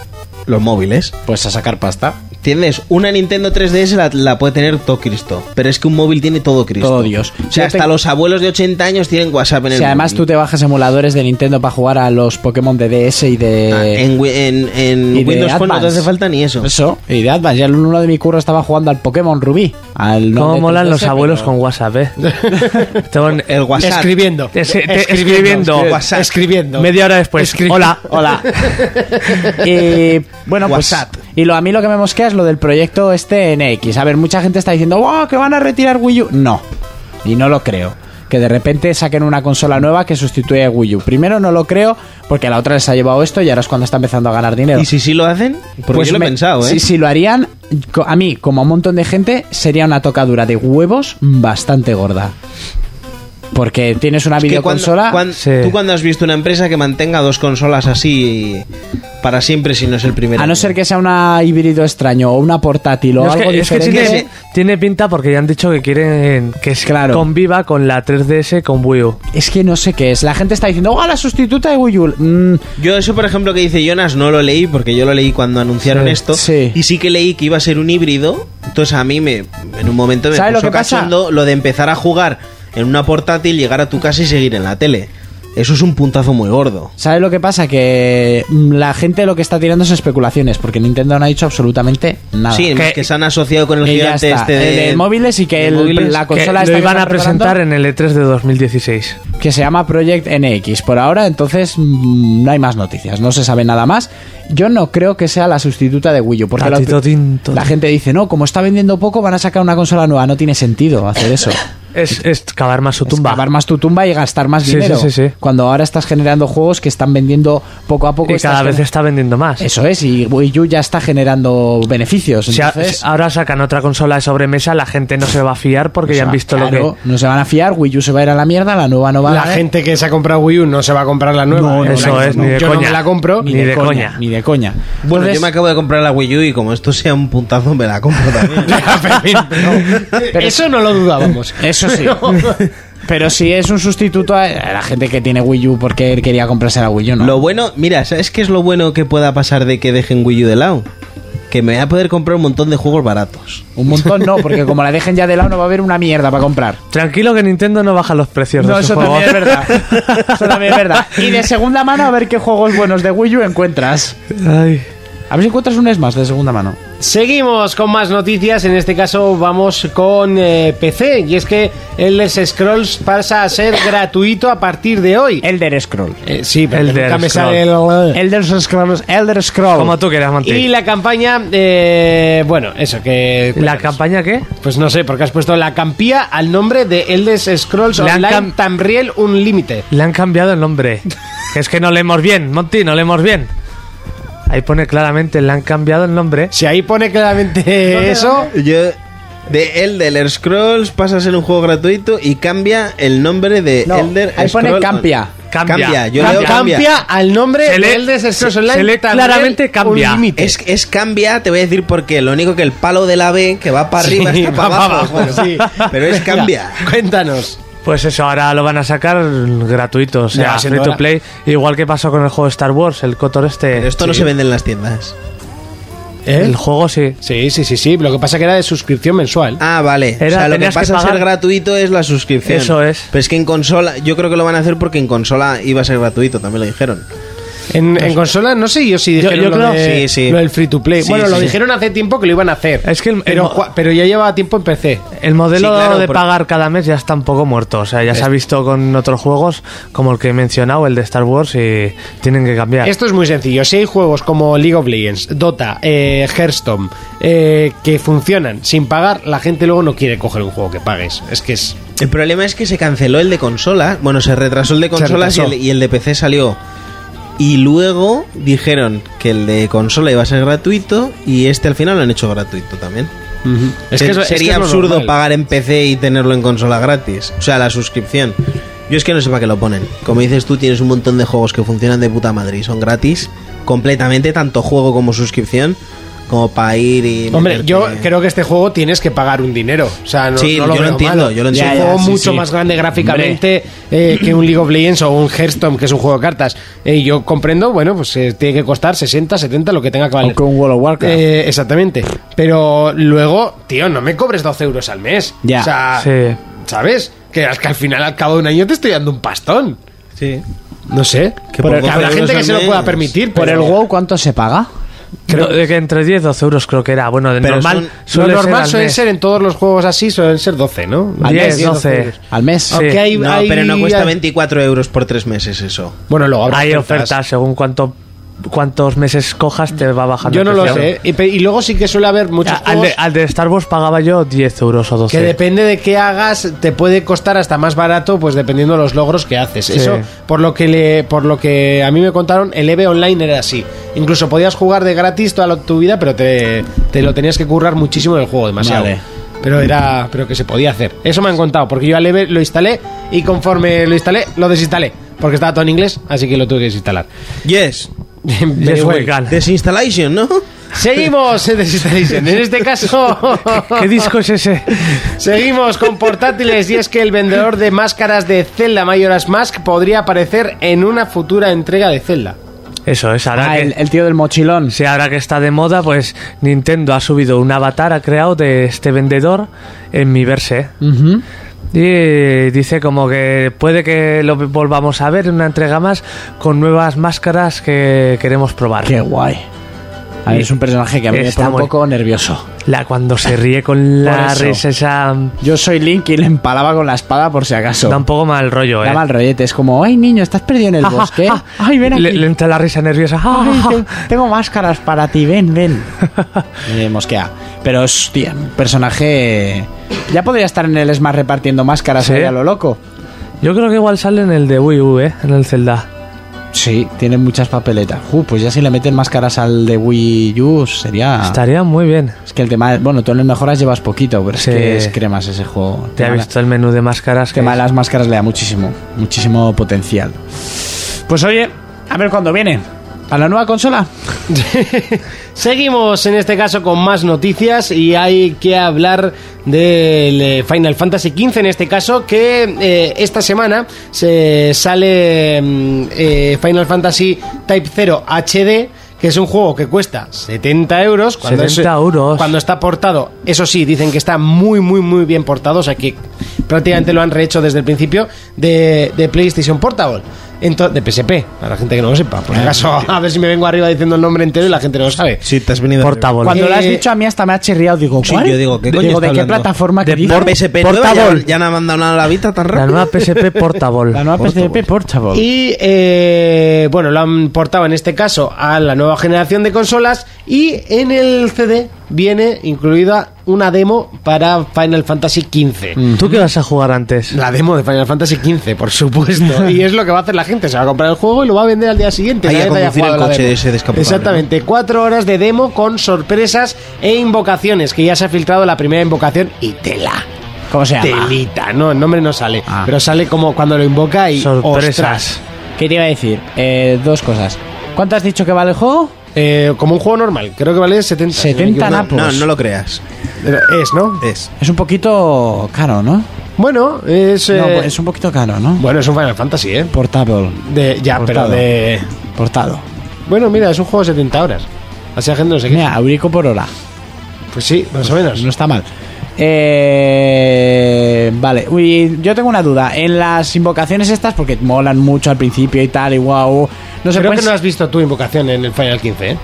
Speaker 5: Los móviles.
Speaker 4: Pues a sacar pasta.
Speaker 5: ¿Entiendes? Una Nintendo 3DS la, la puede tener todo Cristo. Pero es que un móvil tiene todo Cristo.
Speaker 4: Todo Dios.
Speaker 5: O sea,
Speaker 4: Yo
Speaker 5: hasta
Speaker 4: tengo-
Speaker 5: los abuelos de 80 años tienen WhatsApp en el
Speaker 4: Si además tú
Speaker 5: móvil.
Speaker 4: te bajas emuladores de Nintendo para jugar a los Pokémon de DS y de.
Speaker 5: Ah, en, wi- en- en
Speaker 4: y de
Speaker 5: Windows Phone no te
Speaker 4: Advance.
Speaker 5: hace falta ni eso.
Speaker 4: Eso, y de Advance. Ya en uno de mi curro estaba jugando al Pokémon Rubí. Al no
Speaker 6: ¿Cómo
Speaker 4: de
Speaker 6: molan
Speaker 4: 3DS,
Speaker 6: los abuelos
Speaker 4: pero-
Speaker 6: con WhatsApp, eh? Tengo en-
Speaker 5: El WhatsApp.
Speaker 2: Escribiendo.
Speaker 6: Es- te- escribiendo.
Speaker 2: WhatsApp. Escribiendo.
Speaker 6: media hora después.
Speaker 2: Escri-
Speaker 6: Hola.
Speaker 4: Hola. y bueno, pues.
Speaker 5: WhatsApp.
Speaker 4: Y lo, a mí lo que me mosquea es lo del proyecto este en X. A ver, mucha gente está diciendo, wow, que van a retirar Wii U. No. Y no lo creo. Que de repente saquen una consola nueva que sustituya a Wii U. Primero no lo creo, porque la otra les ha llevado esto y ahora es cuando está empezando a ganar dinero.
Speaker 5: Y si sí lo hacen, porque yo lo
Speaker 4: me-
Speaker 5: he pensado, ¿eh?
Speaker 4: Si, si lo harían, co- a mí, como a un montón de gente, sería una tocadura de huevos bastante gorda. Porque tienes una
Speaker 5: Que cuando-
Speaker 4: videoconsola.
Speaker 5: cuan-
Speaker 6: Sí.
Speaker 5: ¿Tú cuando has visto una empresa que mantenga dos consolas así para siempre si no es el primero?
Speaker 4: A no ser que sea una híbrido extraño o una portátil o
Speaker 6: No, es,
Speaker 4: algo
Speaker 6: que, es que
Speaker 4: diferente.
Speaker 6: tiene, tiene pinta porque ya han dicho que quieren que es
Speaker 4: Claro.
Speaker 6: conviva con la 3DS con Wii U.
Speaker 4: Es que no sé qué es. La gente está diciendo, ¡oh, la sustituta de Wii U! Mm,
Speaker 5: Yo eso, por ejemplo, que dice Jonas, no lo leí porque yo lo leí cuando anunciaron
Speaker 6: Sí,
Speaker 5: esto.
Speaker 4: sí.
Speaker 5: Y sí que leí que iba a ser un híbrido. Entonces a mí me, en un momento me
Speaker 4: ¿Sabes lo
Speaker 5: puso
Speaker 4: que pasa?
Speaker 5: cachondo lo de empezar a jugar en una portátil, llegar a tu casa y seguir en la tele. Eso es un puntazo muy gordo.
Speaker 4: ¿Sabes lo que pasa? Que mm, la gente lo que está tirando es especulaciones, porque Nintendo no ha dicho absolutamente nada.
Speaker 5: Sí,
Speaker 6: Que-
Speaker 5: que, se han asociado con el
Speaker 4: Y ya
Speaker 5: gigante
Speaker 4: está.
Speaker 5: este
Speaker 4: El
Speaker 5: de,
Speaker 4: de móviles y que
Speaker 5: de
Speaker 4: el-
Speaker 5: móviles.
Speaker 4: la
Speaker 6: Que
Speaker 4: consola esta
Speaker 6: lo
Speaker 4: que
Speaker 6: iban a
Speaker 4: están
Speaker 6: presentar
Speaker 4: preparando.
Speaker 6: en el E3 de 2016.
Speaker 4: que se llama Project NX. Por ahora, entonces, mm, no hay más noticias, no se sabe nada más. Yo no creo que sea la sustituta de Wii U, porque la,
Speaker 6: Tatito tinto.
Speaker 4: la gente dice, no, como está vendiendo poco, van a sacar una consola nueva. No tiene sentido hacer eso.
Speaker 6: Es, es cavar más su tumba.
Speaker 4: Excavar más tu tumba y gastar más
Speaker 6: Sí,
Speaker 4: dinero.
Speaker 6: sí, sí, sí.
Speaker 4: Cuando ahora estás generando juegos que están vendiendo poco a poco.
Speaker 6: y
Speaker 4: estás
Speaker 6: cada vez
Speaker 4: gener-
Speaker 6: está vendiendo más.
Speaker 4: Eso es, y Wii U ya está generando beneficios.
Speaker 6: Si a-
Speaker 4: pues Entonces,
Speaker 6: si ahora sacan otra consola de sobremesa, la gente no se va a fiar porque ya han visto lo
Speaker 4: claro,
Speaker 6: que.
Speaker 4: No se van a fiar, Wii U se va a ir a la mierda, la nueva no va
Speaker 2: La
Speaker 4: a
Speaker 2: gente que se ha comprado Wii U no se va a comprar la nueva.
Speaker 4: No,
Speaker 2: ¿eh?
Speaker 6: eso
Speaker 2: La-
Speaker 6: es, ni de
Speaker 2: yo no
Speaker 6: coña.
Speaker 2: me la compro.
Speaker 6: Ni de coña.
Speaker 4: Ni de coña.
Speaker 5: Bueno,
Speaker 4: Entonces-
Speaker 5: yo me acabo de comprar la Wii U y como esto sea un puntazo me la compro también.
Speaker 4: Pero-
Speaker 2: eso no lo dudábamos.
Speaker 4: Eso sí. Pero si es un sustituto a a la gente que tiene Wii U porque quería comprarse la Wii U, ¿no?
Speaker 5: Lo bueno, mira, ¿sabes qué es lo bueno que pueda pasar de que dejen Wii U de lado? Que me voy a poder comprar un montón de juegos baratos.
Speaker 4: Un montón no, porque como la dejen ya de lado no va a haber una mierda para comprar.
Speaker 6: Tranquilo que Nintendo no baja los precios de sus juegos.
Speaker 4: Eso también es verdad. Y de segunda mano a ver qué juegos buenos de Wii U encuentras.
Speaker 6: Ay.
Speaker 4: A ver si encuentras un Smash de segunda mano.
Speaker 2: Seguimos con más noticias, en este caso vamos con eh, PC, y es que el Scrolls pasa a ser gratuito a partir de hoy.
Speaker 4: Elder Scroll.
Speaker 2: Eh, sí, pero
Speaker 6: Elder
Speaker 2: nunca me
Speaker 6: Scroll.
Speaker 2: sale el...
Speaker 4: Elder Scrolls. Elder Scroll.
Speaker 6: Como tú quieras, Monty.
Speaker 2: Y la campaña, eh, bueno, eso que...
Speaker 6: ¿La campaña qué?
Speaker 2: Pues no sé, porque has puesto la campía al nombre de Elder Scrolls
Speaker 6: Le han
Speaker 2: Online
Speaker 6: cam-
Speaker 2: Tamriel Unlimited.
Speaker 6: Le han cambiado el nombre. Que es que no leemos bien, Monty, no leemos bien. Ahí pone claramente, le han cambiado el nombre.
Speaker 2: Si ahí pone claramente eso...
Speaker 5: Yo, de Elder Scrolls pasa a ser un juego gratuito y cambia el nombre de
Speaker 4: No,
Speaker 5: Elder
Speaker 4: ahí pone
Speaker 5: Scroll-
Speaker 4: Campia.
Speaker 6: Cambia.
Speaker 5: yo
Speaker 2: Cam-
Speaker 5: leo
Speaker 2: cambia.
Speaker 5: cambia.
Speaker 2: al nombre
Speaker 6: Se lee-
Speaker 2: de Elder Scrolls
Speaker 6: se-
Speaker 2: Online.
Speaker 6: se lee
Speaker 2: Tamriel
Speaker 6: claramente cambia.
Speaker 2: Unlimited.
Speaker 5: Es, es cambia, te voy a decir porque lo único que el palo de la B que va para
Speaker 2: Sí,
Speaker 5: arriba está para
Speaker 2: va pa'
Speaker 5: abajo.
Speaker 2: abajo, sí.
Speaker 5: Pero es cambia.
Speaker 2: Venga, Cuéntanos.
Speaker 6: Pues eso, ahora lo van a sacar gratuito, o sea,
Speaker 2: Ya, siendo
Speaker 6: free to
Speaker 2: ahora.
Speaker 6: play. Igual que pasó con el juego Star Wars, el Cotor este.
Speaker 5: Pero esto no
Speaker 6: Sí.
Speaker 5: se vende en las tiendas.
Speaker 6: El juego sí.
Speaker 2: ¿Eh? Sí, sí, sí, sí. Lo que pasa que era de suscripción mensual.
Speaker 5: Ah, vale.
Speaker 6: Era-
Speaker 5: o sea, lo que
Speaker 6: tenías que
Speaker 5: pasa a ser
Speaker 6: pagar-
Speaker 5: gratuito es la suscripción.
Speaker 6: Eso es.
Speaker 5: Pero es que en consola, yo creo que lo van a hacer porque en consola iba a ser gratuito, también lo dijeron.
Speaker 2: En, en consola no sé yo si dijeron
Speaker 6: yo
Speaker 2: lo,
Speaker 6: creo-
Speaker 2: de-
Speaker 5: Sí, sí.
Speaker 2: lo del free to play.
Speaker 5: Sí,
Speaker 2: bueno,
Speaker 5: sí,
Speaker 2: lo
Speaker 5: sí.
Speaker 2: dijeron hace tiempo que lo iban a hacer.
Speaker 6: Es que el-
Speaker 2: pero,
Speaker 6: el-
Speaker 2: Ju- pero ya llevaba tiempo en PC.
Speaker 6: El modelo
Speaker 5: Sí, claro,
Speaker 6: de
Speaker 5: por-
Speaker 6: pagar cada mes ya está un poco muerto. O sea, ya se ha visto con otros juegos como el que he mencionado, el de Star Wars, y tienen que cambiar.
Speaker 2: Esto es muy sencillo. Si hay juegos como League of Legends, Dota, eh, Hearthstone, eh, que funcionan sin pagar, la gente luego no quiere coger un juego que pagues. Es que es...
Speaker 5: El problema es que se canceló el de consola. Bueno, se retrasó el de consolas y
Speaker 2: retrasó.
Speaker 5: el, y el de PC salió. Y luego dijeron que el de consola iba a ser gratuito y este al final lo han hecho gratuito también.
Speaker 2: es
Speaker 5: Se-
Speaker 2: que es- es que
Speaker 5: sería
Speaker 2: es lo
Speaker 5: absurdo
Speaker 2: normal.
Speaker 5: pagar en PC y tenerlo en consola gratis. O sea, la suscripción. Yo es que no sé para qué lo ponen. Como dices tú, tienes un montón de juegos que funcionan de puta madre y son gratis. Completamente, tanto juego como suscripción. como para ir y.
Speaker 2: Hombre,
Speaker 5: meterte-
Speaker 2: yo creo que este juego tienes que pagar un dinero. O sea, no,
Speaker 5: Sí,
Speaker 2: no lo
Speaker 5: yo lo
Speaker 2: veo
Speaker 5: entiendo,
Speaker 2: malo.
Speaker 5: yo lo entiendo.
Speaker 2: Es un
Speaker 5: Ya,
Speaker 2: juego
Speaker 5: ya, sí,
Speaker 2: mucho
Speaker 5: sí.
Speaker 2: más grande gráficamente eh, que un League of Legends o un Hearthstone, que es un juego de cartas. Eh, yo comprendo, bueno, pues eh, tiene que costar 60, 70, lo que tenga que valer.
Speaker 4: O con World of Warcraft.
Speaker 2: Eh, exactamente. Pero luego, tío, no me cobres 12 euros al mes.
Speaker 4: Ya,
Speaker 2: O sea,
Speaker 6: sí.
Speaker 2: ¿sabes? Que, es que al final, al cabo de un año, te estoy dando un pastón.
Speaker 5: Sí.
Speaker 2: No sé.
Speaker 5: Que
Speaker 2: Por
Speaker 5: por
Speaker 2: el- que
Speaker 5: 12
Speaker 2: habrá gente
Speaker 5: euros
Speaker 2: que
Speaker 5: al
Speaker 2: se lo
Speaker 5: mes.
Speaker 2: pueda permitir.
Speaker 4: ¿Por el
Speaker 2: pero-
Speaker 4: WoW cuánto se paga?
Speaker 6: Creo que entre 10 y 12 euros creo que era. Bueno, de
Speaker 5: Pero
Speaker 6: normal
Speaker 5: son-
Speaker 2: Lo
Speaker 6: suele
Speaker 2: normal
Speaker 6: al
Speaker 2: suele
Speaker 6: mes.
Speaker 2: ser en todos los juegos así, suelen ser 12, ¿no?
Speaker 6: Al
Speaker 2: Diez,
Speaker 6: mes,
Speaker 2: diez,
Speaker 6: 12.
Speaker 2: euros.
Speaker 4: ¿Al mes?
Speaker 6: Sí.
Speaker 2: Aunque hay-
Speaker 5: No,
Speaker 2: hay-
Speaker 5: pero no cuesta
Speaker 2: hay-
Speaker 5: 24 euros por tres meses eso.
Speaker 2: Bueno, luego habrá
Speaker 6: Hay
Speaker 2: ofertas.
Speaker 6: ofertas según cuánto, cuántos meses cojas te va bajando.
Speaker 2: Yo
Speaker 6: el
Speaker 2: no lo
Speaker 6: precio.
Speaker 2: sé. Y, pe- y luego sí que suele haber muchos
Speaker 6: Ya, Al de,
Speaker 2: juegos
Speaker 6: al de Star Wars pagaba yo 10 euros o 12.
Speaker 2: que depende de qué hagas, te puede costar hasta más barato, pues dependiendo de los logros que haces. Eso, por lo que le, por lo que a mí me contaron, el EVE Online era así. Incluso podías jugar de gratis toda lo- tu vida, pero te, te lo tenías que currar muchísimo en el juego, demasiado.
Speaker 4: Vale.
Speaker 2: Pero era, pero que se podía hacer. Eso me han contado, porque yo al EVE lo instalé y conforme lo instalé, lo desinstalé. Porque estaba todo en inglés, así que lo tuve que desinstalar.
Speaker 5: Yes.
Speaker 6: Yes,
Speaker 2: Anyway.
Speaker 6: we can.
Speaker 5: Desinstallation, ¿no?
Speaker 2: Seguimos en Desistalition. En este caso,
Speaker 6: ¿Qué disco es ese?
Speaker 2: seguimos con portátiles. Y es que el vendedor de máscaras de Zelda Majora's Mask podría aparecer en una futura entrega de Zelda.
Speaker 6: Eso es, ahora
Speaker 4: Ah,
Speaker 6: que,
Speaker 4: el, el tío del mochilón.
Speaker 6: sí, ahora que está de moda, pues Nintendo ha subido un avatar, ha creado de este vendedor en mi verse.
Speaker 4: Ujú.
Speaker 6: Y dice como que puede que lo volvamos a ver en una entrega más con nuevas máscaras que queremos probar.
Speaker 4: Qué guay. A ver, es un personaje que a mí me
Speaker 6: Está
Speaker 4: pone un
Speaker 6: muy-
Speaker 4: poco nervioso.
Speaker 6: La cuando se ríe con la
Speaker 4: eso.
Speaker 6: risa esa
Speaker 4: Yo soy Link y le empalaba con la espada por si acaso.
Speaker 6: da un poco mal rollo, eh.
Speaker 4: Da mal rollete. Es como, ay niño, estás perdido en el
Speaker 6: Ah, ah,
Speaker 4: bosque.
Speaker 6: ah.
Speaker 4: ay, ven aquí.
Speaker 6: Le, le entra la risa nerviosa. Ah,
Speaker 4: Ay,
Speaker 6: ah,
Speaker 4: te- tengo máscaras para ti, ven, ven. Eh, mosquea. Pero hostia, un personaje. Ya podría estar en el Smash repartiendo máscaras
Speaker 6: Sí.
Speaker 4: ahí a lo loco.
Speaker 6: ah. Yo creo que igual sale en el de Wii U, eh, en el Zelda.
Speaker 4: Sí, tiene muchas papeletas. Uh, pues ya si le meten máscaras al de Wii U sería.
Speaker 6: Estaría muy bien.
Speaker 4: Es que el tema. Bueno, tú en las mejoras llevas poquito, pero
Speaker 6: Sí.
Speaker 4: es que es cremas ese juego.
Speaker 6: Te ha
Speaker 4: Mala-
Speaker 6: visto el menú de máscaras
Speaker 4: El
Speaker 6: que
Speaker 4: tema de
Speaker 6: es-
Speaker 4: las máscaras le da muchísimo, muchísimo potencial. Pues oye, a ver cuándo viene. ¿A la nueva consola?
Speaker 2: Seguimos en este caso con más noticias y hay que hablar del eh, Final Fantasy XV en este caso que eh, esta semana se sale mm, eh, Final Fantasy Type 0 HD que es un juego que cuesta 70 euros cuando, es-
Speaker 6: 70 euros.
Speaker 2: cuando está portado eso sí dicen que está muy muy muy bien portado o sea que prácticamente lo han rehecho desde el principio de, de PlayStation Portable Ento- de PSP para la gente que no lo sepa
Speaker 6: Ah,
Speaker 2: por si acaso a ver si me vengo arriba diciendo el nombre entero y la gente no lo sabe
Speaker 5: Sí, te has venido.
Speaker 6: Portable.
Speaker 4: Cuando lo has
Speaker 2: Eh,
Speaker 4: dicho a mí hasta me ha chirriado. Digo,
Speaker 5: Sí,
Speaker 4: ¿cuál?
Speaker 5: yo digo, ¿qué coño
Speaker 4: Digo, ¿de
Speaker 5: está
Speaker 4: qué
Speaker 5: hablando?
Speaker 4: plataforma? que
Speaker 5: De
Speaker 4: dice?
Speaker 5: por PSP nueva, ya, ya no han mandado nada a la vista tan
Speaker 6: La
Speaker 5: rápido.
Speaker 6: nueva PSP Portable.
Speaker 4: La nueva PSP
Speaker 2: Ah,
Speaker 4: Portable.
Speaker 2: Y eh, bueno, lo han portado en este caso a la nueva generación de consolas y en el CD viene incluida una demo para Final Fantasy XV.
Speaker 6: ¿Tú qué vas a jugar antes?
Speaker 2: Mm. La demo de Final Fantasy XV, por supuesto. Y es lo que va a hacer la gente. Se va a comprar el juego y lo va a vender al día siguiente.
Speaker 5: Ahí
Speaker 2: una
Speaker 5: a
Speaker 2: vez haya
Speaker 5: conducir el
Speaker 2: jugado la
Speaker 5: coche
Speaker 2: demo.
Speaker 5: ese descapotable,
Speaker 2: Exactamente. Cuatro horas de demo con sorpresas e invocaciones. Que ya se ha filtrado la primera invocación y tela.
Speaker 4: ¿Cómo se llama?
Speaker 2: Telita. No, el nombre no sale.
Speaker 4: Ah.
Speaker 2: Pero sale como cuando lo invoca y...
Speaker 6: Sorpresas.
Speaker 2: ostras.
Speaker 4: ¿Qué te iba a decir? Eh, dos cosas. ¿Cuánto has dicho que vale el juego?
Speaker 2: Eh, como un juego normal, creo que vale 70. si no me
Speaker 4: 70
Speaker 2: equivoco.
Speaker 4: napos.
Speaker 5: No, no lo creas.
Speaker 2: Pero Es, ¿no?
Speaker 5: Es.
Speaker 4: Es un poquito caro, ¿no?
Speaker 2: Bueno, es. eh,
Speaker 4: No, es un poquito caro, ¿no?
Speaker 2: Bueno, es un Final Fantasy, ¿eh?
Speaker 4: Portable.
Speaker 2: De, ya,
Speaker 4: Portado.
Speaker 2: pero
Speaker 4: Eh.
Speaker 2: de.
Speaker 4: Portado.
Speaker 2: Bueno, mira, es un juego de 70 horas. Así la gente no sé qué.
Speaker 4: Mira, aurico por hora.
Speaker 2: Pues sí, más o menos.
Speaker 4: No está mal. Eh, vale, uy, yo tengo una duda. En las invocaciones estas, porque molan mucho al principio y tal, y wow. No sé,
Speaker 2: Creo
Speaker 4: pues-
Speaker 2: que no has visto tu invocación en el Final 15, ¿eh?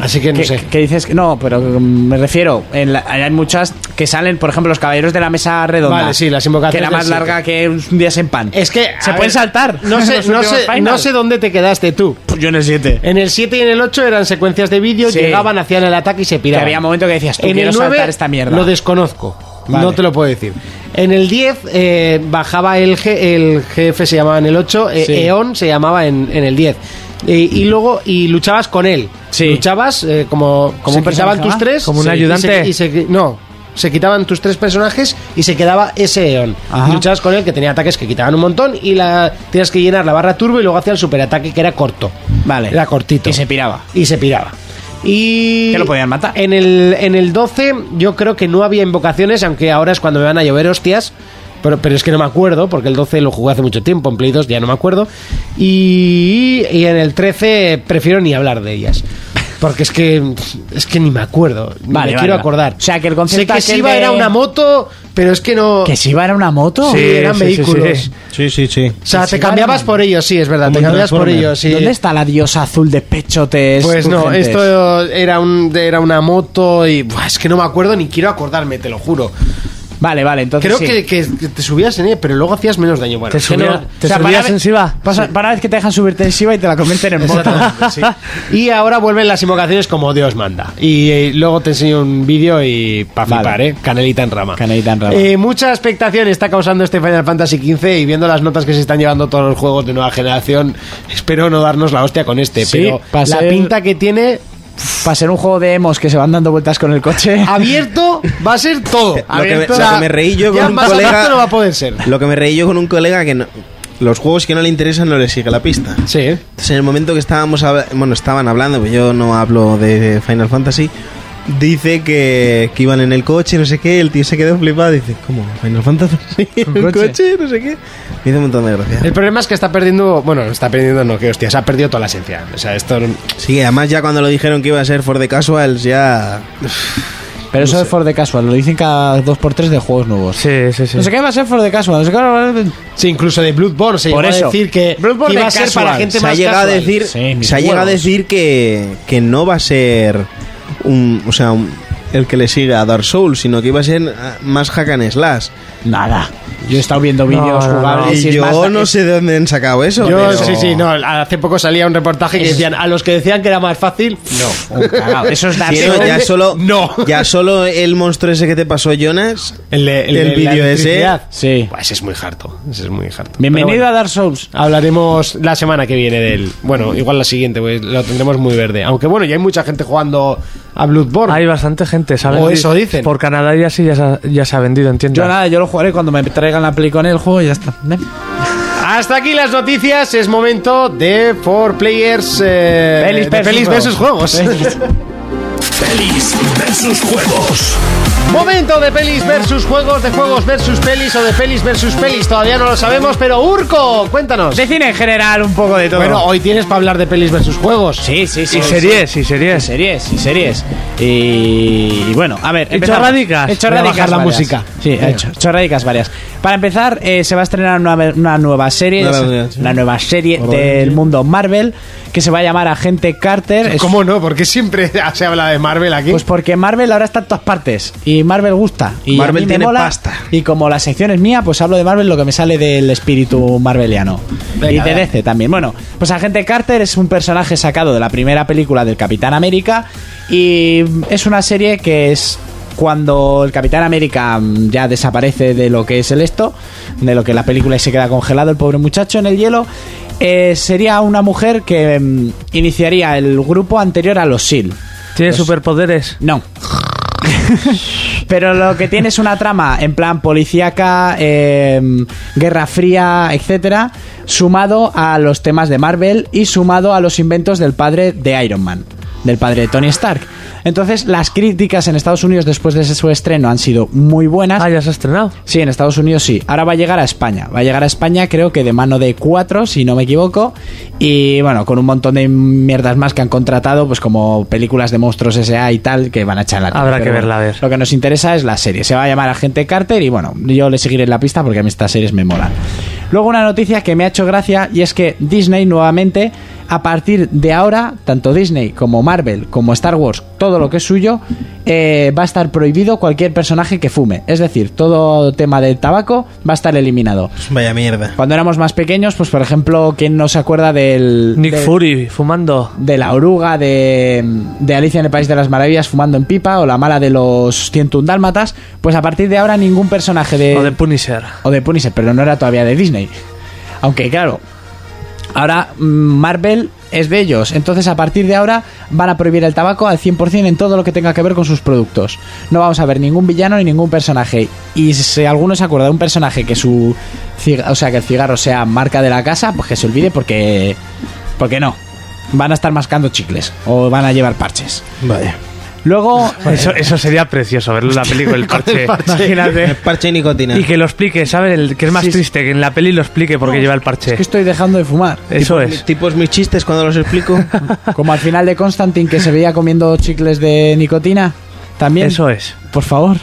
Speaker 2: Así que no
Speaker 4: que-
Speaker 2: sé.
Speaker 4: que dices que no, pero mm, me refiero. en la- hay muchas que salen, por ejemplo, los caballeros de la mesa redonda.
Speaker 2: Vale, sí, Eh, las invocaciones
Speaker 4: Que era
Speaker 2: del
Speaker 4: más
Speaker 2: siete.
Speaker 4: larga que un día en pan.
Speaker 2: Es que.
Speaker 4: Se
Speaker 2: a
Speaker 4: pueden
Speaker 2: ver,
Speaker 4: saltar.
Speaker 2: No sé,
Speaker 4: Los
Speaker 2: no,
Speaker 4: últimos
Speaker 2: sé,
Speaker 4: final.
Speaker 2: no sé dónde te quedaste tú.
Speaker 4: Pues yo en el 7.
Speaker 2: En el 7 y en el 8 eran secuencias de vídeo,
Speaker 4: Sí.
Speaker 2: llegaban, hacían el ataque y se
Speaker 4: Que
Speaker 2: piraban.
Speaker 4: había momentos que decías, tú
Speaker 2: En
Speaker 4: quiero
Speaker 2: el 9
Speaker 4: saltar esta mierda.
Speaker 2: lo desconozco.
Speaker 4: Vale.
Speaker 2: No te lo puedo decir. En el 10 eh, bajaba el, G- el jefe, se llamaba en el 8, eh,
Speaker 4: Sí.
Speaker 2: Eon se llamaba en, en el 10. Eh, y luego, y luchabas con él.
Speaker 4: Sí.
Speaker 2: Luchabas eh, como, como
Speaker 4: ¿Se
Speaker 2: empezaban
Speaker 4: quitaba?
Speaker 2: tus tres.
Speaker 6: ¿Como un
Speaker 2: Sí.
Speaker 6: ayudante?
Speaker 2: Y se- y se- no, se quitaban tus tres personajes y se quedaba ese Eon.
Speaker 4: Ajá.
Speaker 2: Y luchabas con él, que tenía ataques que quitaban un montón. Y la tenías que llenar la barra turbo y luego hacía el superataque, que era corto.
Speaker 4: Vale.
Speaker 2: Era cortito.
Speaker 4: Y se piraba.
Speaker 2: Y se piraba. Y
Speaker 4: Que lo podían matar.
Speaker 2: En el, en el 12 yo creo que no había invocaciones, aunque ahora es cuando me van a llover hostias. Pero, pero es que no me acuerdo, porque el 12 lo jugué hace mucho tiempo, en Play 2 ya no me acuerdo. Y, y en el 13 prefiero ni hablar de ellas. Porque es que es que ni me acuerdo,
Speaker 4: Vale,
Speaker 2: ni me
Speaker 4: vale,
Speaker 2: quiero
Speaker 4: vale.
Speaker 2: acordar.
Speaker 4: O sea, que el concepto
Speaker 2: Sé que
Speaker 4: aquel
Speaker 2: Siva
Speaker 4: de-
Speaker 2: era una moto, pero es que no...
Speaker 4: ¿Que si iba era una moto?
Speaker 2: Sí, eran vehículos.
Speaker 5: Sí, sí, sí.
Speaker 2: O sea,
Speaker 4: que
Speaker 2: te
Speaker 4: Siva
Speaker 2: cambiabas
Speaker 4: era-
Speaker 2: por ellos, sí, es verdad,
Speaker 5: Como
Speaker 2: te
Speaker 5: un
Speaker 2: cambiabas por
Speaker 5: Transformer.
Speaker 2: ellos. Sí.
Speaker 4: ¿Dónde está la diosa azul de pechotes?
Speaker 2: Pues no,
Speaker 4: urgentes?
Speaker 2: esto era, un, era una moto y buah, es que no me acuerdo ni quiero acordarme, te lo juro.
Speaker 4: Vale, vale, entonces.
Speaker 2: Creo
Speaker 4: sí.
Speaker 2: que, que- que te subías en ella, pero luego hacías menos daño. Bueno,
Speaker 6: Te
Speaker 2: es que
Speaker 6: subía-
Speaker 2: no-
Speaker 6: te subías
Speaker 4: para la ve-
Speaker 6: en Siva.
Speaker 4: Pasa, Para la vez que te dejan subirte en Siva y te la convierten en moto.
Speaker 2: Exactamente, sí. Ah, Y ahora vuelven las invocaciones como Dios manda. Y eh, luego te enseño un vídeo y para
Speaker 4: Vale.
Speaker 2: flipar, ¿eh? Canelita en rama.
Speaker 4: Canelita
Speaker 5: Ah,
Speaker 4: en rama.
Speaker 2: Eh, mucha expectación está causando este Final Fantasy XV y viendo las notas que se están llevando todos los juegos de nueva generación, espero no darnos la hostia con este,
Speaker 4: Sí,
Speaker 2: pero
Speaker 4: para
Speaker 2: la
Speaker 4: ser-
Speaker 2: pinta que tiene
Speaker 4: Para ser un juego de emos que se van dando vueltas con el coche.
Speaker 2: abierto va a ser
Speaker 5: Lo
Speaker 2: todo.
Speaker 5: que me-
Speaker 2: Abierto,
Speaker 5: lo que me reí yo con
Speaker 2: ya
Speaker 5: un
Speaker 2: más
Speaker 5: colega-
Speaker 2: abierto no va a poder ser.
Speaker 5: Lo que me reí yo con un colega que no- los juegos que no le interesan no le sigue la pista.
Speaker 2: Sí.
Speaker 5: Entonces, en el momento que estábamos habla- bueno, estaban hablando, pero yo no hablo de Final Fantasy. Dice que, que iban en el coche, no sé qué, el tío se quedó flipado, dice, ¿cómo? ¿Final Fantasy? ¿En
Speaker 4: ¿Un
Speaker 5: un
Speaker 4: coche?
Speaker 5: coche? No sé qué. Me hizo un montón de gracia.
Speaker 2: El problema es que está perdiendo, bueno, está perdiendo no, que hostias, ha perdido toda la esencia. O sea, esto
Speaker 5: Sí, además ya cuando lo dijeron que iba a ser For the Casuals, ya...
Speaker 4: Pero eso es for de casual, lo dicen cada 2x3 de juegos nuevos.
Speaker 6: Sí, sí, sí.
Speaker 4: No sé qué va a ser for de casual, no sé qué va a ser-
Speaker 2: Sí, incluso de Bloodborne se
Speaker 4: Por
Speaker 2: llegó a
Speaker 4: eso.
Speaker 2: decir que,
Speaker 4: Bloodborne
Speaker 2: que iba
Speaker 4: de
Speaker 2: a ser
Speaker 4: casual.
Speaker 2: para gente
Speaker 5: se ha
Speaker 2: más
Speaker 5: llegado a
Speaker 2: casual.
Speaker 5: decir,
Speaker 4: Sí, mis
Speaker 5: se ha llegado a
Speaker 4: huevos.
Speaker 5: decir que, que no va a ser un, o sea, un- el que le sigue a Dark Souls, sino que iba a ser ah, más hack and slash.
Speaker 4: Nada. Yo he estado viendo vídeos
Speaker 6: no, no.
Speaker 4: jugables
Speaker 5: y
Speaker 4: es
Speaker 5: yo
Speaker 4: más-
Speaker 5: no
Speaker 4: es-
Speaker 5: sé de dónde han sacado eso.
Speaker 2: Yo,
Speaker 5: pero-
Speaker 2: sí, sí, no, hace poco salía un reportaje que decían, a los que decían que era más fácil, no.
Speaker 4: un cagao. Eso es dar
Speaker 5: Sí, no, ya solo,
Speaker 2: No.
Speaker 5: ya solo el monstruo ese que te pasó Jonas,
Speaker 2: El, de- el,
Speaker 5: El
Speaker 2: de
Speaker 5: vídeo ese.
Speaker 2: la electricidad.
Speaker 4: Sí.
Speaker 2: Buah, ese es muy harto, ese es muy harto.
Speaker 4: Bienvenido
Speaker 2: Pero
Speaker 4: a
Speaker 2: bueno,
Speaker 4: Dark Souls.
Speaker 2: Hablaremos la semana que viene del... Bueno, igual la siguiente, pues lo tendremos muy verde. Aunque bueno, ya hay mucha gente jugando a Bloodborne.
Speaker 6: Hay bastante gente, ¿sabes?
Speaker 2: O eso dicen.
Speaker 6: Por Canadá ya sí ya se ha, ya se ha vendido, entiendo.
Speaker 4: Yo nada, yo lo jugaré cuando me traigan la peli con el juego y ya está. Ven.
Speaker 2: Eh, Hasta aquí las noticias, es momento de For Players... Eh,
Speaker 4: Pelis
Speaker 2: de
Speaker 4: versus
Speaker 2: Pelis versus
Speaker 4: juegos.
Speaker 2: Juegos.
Speaker 1: Pelis versus juegos.
Speaker 2: Momento de pelis versus juegos, de juegos versus pelis o de pelis versus pelis. Todavía no lo sabemos, pero Urco, cuéntanos.
Speaker 4: De cine en general, un poco de todo.
Speaker 2: Bueno, hoy tienes para hablar de pelis versus juegos.
Speaker 4: sí, sí, sí.
Speaker 6: y
Speaker 4: sí.
Speaker 6: series, y series.
Speaker 4: series y series. Y, y bueno, a ver,
Speaker 6: Hecho
Speaker 4: empezamos.
Speaker 6: radicas.
Speaker 4: Hecho
Speaker 6: Voy a
Speaker 4: radicas
Speaker 6: bajar la
Speaker 4: varias.
Speaker 6: música.
Speaker 4: Sí,
Speaker 6: Venga.
Speaker 4: hecho, hecho radicas varias. Para empezar, eh, se va a estrenar una, una nueva serie,
Speaker 5: Nueva
Speaker 4: es-
Speaker 5: serie, sí.
Speaker 4: la nueva serie del mundo Marvel que se va a llamar Agente Carter. Es- Ah,
Speaker 2: ¿Cómo no? Porque siempre se habla de Marvel aquí.
Speaker 4: Pues porque Marvel ahora está en todas partes y Marvel gusta y a
Speaker 5: Marvel
Speaker 4: mí me
Speaker 5: tiene
Speaker 4: mola.
Speaker 5: pasta.
Speaker 4: Y como la sección es mía, pues hablo de Marvel lo que me sale del espíritu marveliano
Speaker 2: Venga,
Speaker 4: y de
Speaker 2: dale.
Speaker 4: DC también. Bueno, pues Agente Carter es un personaje sacado de la primera película del Capitán América y es una serie que es cuando el Capitán América mm, ya desaparece de lo que es el esto, de lo que la película y se queda congelado el pobre muchacho en el hielo. eh, sería una mujer que mm, iniciaría el grupo anterior a los SEAL.
Speaker 6: ¿Tiene
Speaker 4: Los-
Speaker 6: superpoderes?
Speaker 4: No. Pero lo que tiene es una trama en plan policíaca, eh, guerra fría, etcétera, sumado a los temas de Marvel y sumado a los inventos del padre de Iron Man, del padre de Tony Stark. Entonces, las críticas en Estados Unidos después de ese su estreno han sido muy buenas.
Speaker 6: Ah, ya se ha estrenado.
Speaker 4: Sí, en Estados Unidos sí. Ahora va a llegar a España. Va a llegar a España, creo que de mano de cuatro, si no me equivoco. Y bueno, con un montón de mierdas más que han contratado, pues como películas de monstruos S.A. y tal, que van a echar en la tele.
Speaker 6: Habrá que
Speaker 4: Pero
Speaker 6: verla, a ver.
Speaker 4: Lo que nos interesa es la serie. Se va a llamar Agente Carter y bueno, yo le seguiré la pista porque a mí estas series me molan. Luego una noticia que me ha hecho gracia y es que Disney nuevamente, a partir de ahora, tanto Disney como Marvel, como Star Wars, todo lo que es suyo, eh, va a estar prohibido cualquier personaje que fume. Es decir, todo tema del tabaco va a estar eliminado.
Speaker 5: vaya mierda.
Speaker 4: Cuando éramos más pequeños, pues por ejemplo, ¿quién no se acuerda del...
Speaker 6: Nick
Speaker 4: del-
Speaker 6: Fury fumando.
Speaker 4: de la oruga de, de Alicia en el País de las Maravillas fumando en pipa o la mala de los 101 dálmatas, pues a partir de ahora ningún personaje de...
Speaker 6: O de Punisher.
Speaker 4: o de Punisher, pero no era todavía de Disney. Aunque claro, ahora mm, Marvel es de ellos, entonces a partir de ahora van a prohibir el tabaco al 100% en todo lo que tenga que ver con sus productos. No vamos a ver ningún villano ni ningún personaje. Y si alguno se acuerda de un personaje que su ciga- o sea, que el cigarro sea marca de la casa, pues que se olvide porque porque no. van a estar mascando chicles o van a llevar parches.
Speaker 5: Vaya.
Speaker 4: Luego,
Speaker 6: Eso, eso sería precioso, verlo en la película, el parche. Imagínate.
Speaker 5: Parche y nicotina.
Speaker 6: Y que lo explique, ¿sabes? El, que es más
Speaker 4: Sí, sí.
Speaker 6: triste, que en la peli lo explique porque lleva el parche.
Speaker 4: es que estoy dejando de fumar.
Speaker 6: Eso
Speaker 5: Mi-
Speaker 6: es.
Speaker 5: Tipos mis chistes cuando los explico.
Speaker 4: Como al final de Constantine que se veía comiendo chicles de nicotina. También,
Speaker 6: Eso es.
Speaker 4: por favor,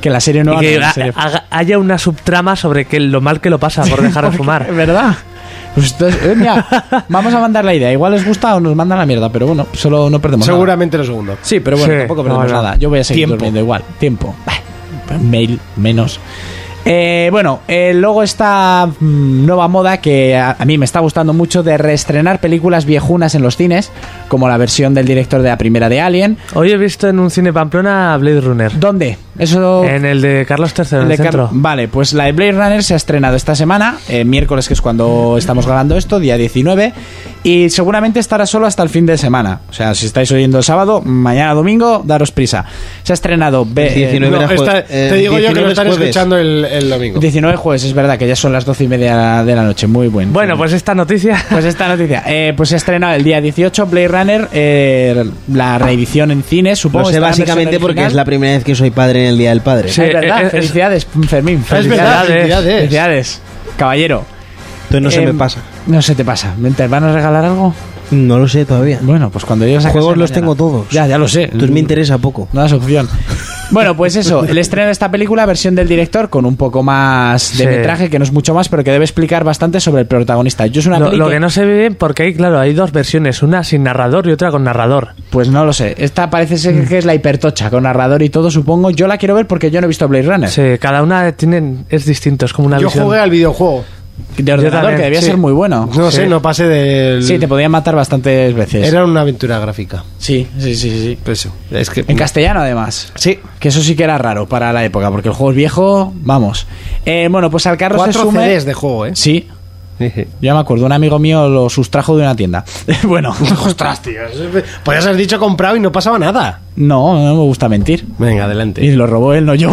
Speaker 4: que la serie
Speaker 6: y
Speaker 4: nueva
Speaker 6: que
Speaker 4: no, la
Speaker 6: ha-
Speaker 4: serie-
Speaker 6: haga- haya una subtrama sobre que lo mal que lo pasa por dejar de fumar.
Speaker 4: Es verdad. Pues entonces, eh, mira, vamos a mandar la idea. Igual les gusta o nos mandan la mierda, pero bueno, solo no perdemos nada.
Speaker 2: Seguramente lo segundo.
Speaker 4: Sí, pero bueno,
Speaker 6: Sí,
Speaker 4: tampoco perdemos
Speaker 6: no, no.
Speaker 4: nada. Yo voy a seguir
Speaker 6: Tiempo.
Speaker 4: durmiendo igual. Tiempo. Bah, Mail menos. Eh, bueno, eh, luego esta mm, nueva moda que a, a mí me está gustando mucho de reestrenar películas viejunas en los cines, como la versión del director de la primera de Alien.
Speaker 6: Hoy he visto en un cine Pamplona Blade Runner.
Speaker 4: ¿Dónde? Eso
Speaker 6: En el de Carlos III, en
Speaker 4: El
Speaker 6: el,
Speaker 4: de Car-
Speaker 6: centro.
Speaker 4: Vale, pues la de Blade Runner se ha estrenado esta semana, eh, miércoles, que es cuando estamos grabando esto, día 19, y seguramente estará solo hasta el fin de semana. O sea, si estáis oyendo el sábado, mañana domingo, daros prisa. Se ha estrenado Be-
Speaker 5: El 19
Speaker 4: eh,
Speaker 5: era
Speaker 4: no,
Speaker 5: jue-
Speaker 4: esta-
Speaker 2: Esta-
Speaker 5: eh,
Speaker 2: te digo yo
Speaker 5: 19
Speaker 2: que lo están
Speaker 5: es jueves.
Speaker 2: escuchando el, el domingo.
Speaker 4: 19 jueves, es verdad que ya son las 12 y media de la noche, muy bueno.
Speaker 6: Bueno, pues esta noticia.
Speaker 4: Pues esta noticia, eh, pues se ha estrenado el día 18 Blade Runner, eh, la reedición en cines,
Speaker 5: Lo
Speaker 4: supongo.
Speaker 5: sé
Speaker 4: estará en
Speaker 5: básicamente
Speaker 4: versión
Speaker 5: porque
Speaker 4: original.
Speaker 5: es la primera vez que soy padre en el Día del Padre.
Speaker 6: Sí.
Speaker 4: es verdad,
Speaker 6: Eh, eh, es-
Speaker 4: felicidades, Fermín.
Speaker 2: Es verdad,
Speaker 6: Felicidades.
Speaker 2: felicidades.
Speaker 4: Felicidades, caballero.
Speaker 5: Entonces no se
Speaker 4: Em,
Speaker 5: me pasa.
Speaker 4: No se te pasa. ¿Te van a regalar algo?
Speaker 5: No lo sé todavía.
Speaker 4: Bueno, pues cuando llegues a casa
Speaker 5: Juegos los
Speaker 4: mañana.
Speaker 5: tengo todos.
Speaker 4: Ya, ya lo sé.
Speaker 5: Entonces me interesa poco.
Speaker 4: No das opción. Bueno, pues eso, el estreno de esta película, versión del director, con un poco más de
Speaker 6: Sí.
Speaker 4: metraje, que no es mucho más, pero que debe explicar bastante sobre el protagonista. Yo es una
Speaker 6: Lo,
Speaker 4: peli
Speaker 6: lo
Speaker 4: que-
Speaker 6: que no se ve bien, porque hay, claro, hay dos versiones, una sin narrador y otra con narrador.
Speaker 4: Pues no lo sé. Esta parece
Speaker 6: Mm.
Speaker 4: ser que es la hipertocha, con narrador y todo, supongo. Yo la quiero ver porque yo no he visto Blade Runner.
Speaker 6: Sí, cada una tienen, es distinto, es como una
Speaker 2: Yo
Speaker 6: visión.
Speaker 2: jugué al videojuego.
Speaker 4: De ordenador,
Speaker 6: también,
Speaker 4: que debía
Speaker 6: sí.
Speaker 4: ser muy bueno.
Speaker 2: No sé, no pasé del.
Speaker 4: Sí, te podían matar bastantes veces.
Speaker 2: Era una aventura gráfica.
Speaker 4: Sí, sí, sí, sí.
Speaker 2: Pues eso. Es que.
Speaker 4: En castellano, además.
Speaker 2: Sí.
Speaker 4: Que eso sí que era raro para la época, porque el juego es viejo, vamos. Eh, bueno, pues al carro se
Speaker 2: Cuatro
Speaker 4: sume...
Speaker 2: CDs de juego, ¿eh?
Speaker 4: Sí, yo me acuerdo, un amigo mío lo sustrajo de una tienda. bueno,
Speaker 2: Ostras, tío. eso es- Podías haber dicho comprado y no pasaba nada.
Speaker 4: no, no me gusta mentir.
Speaker 2: Venga,
Speaker 4: Y
Speaker 2: adelante.
Speaker 4: lo robó él, no yo.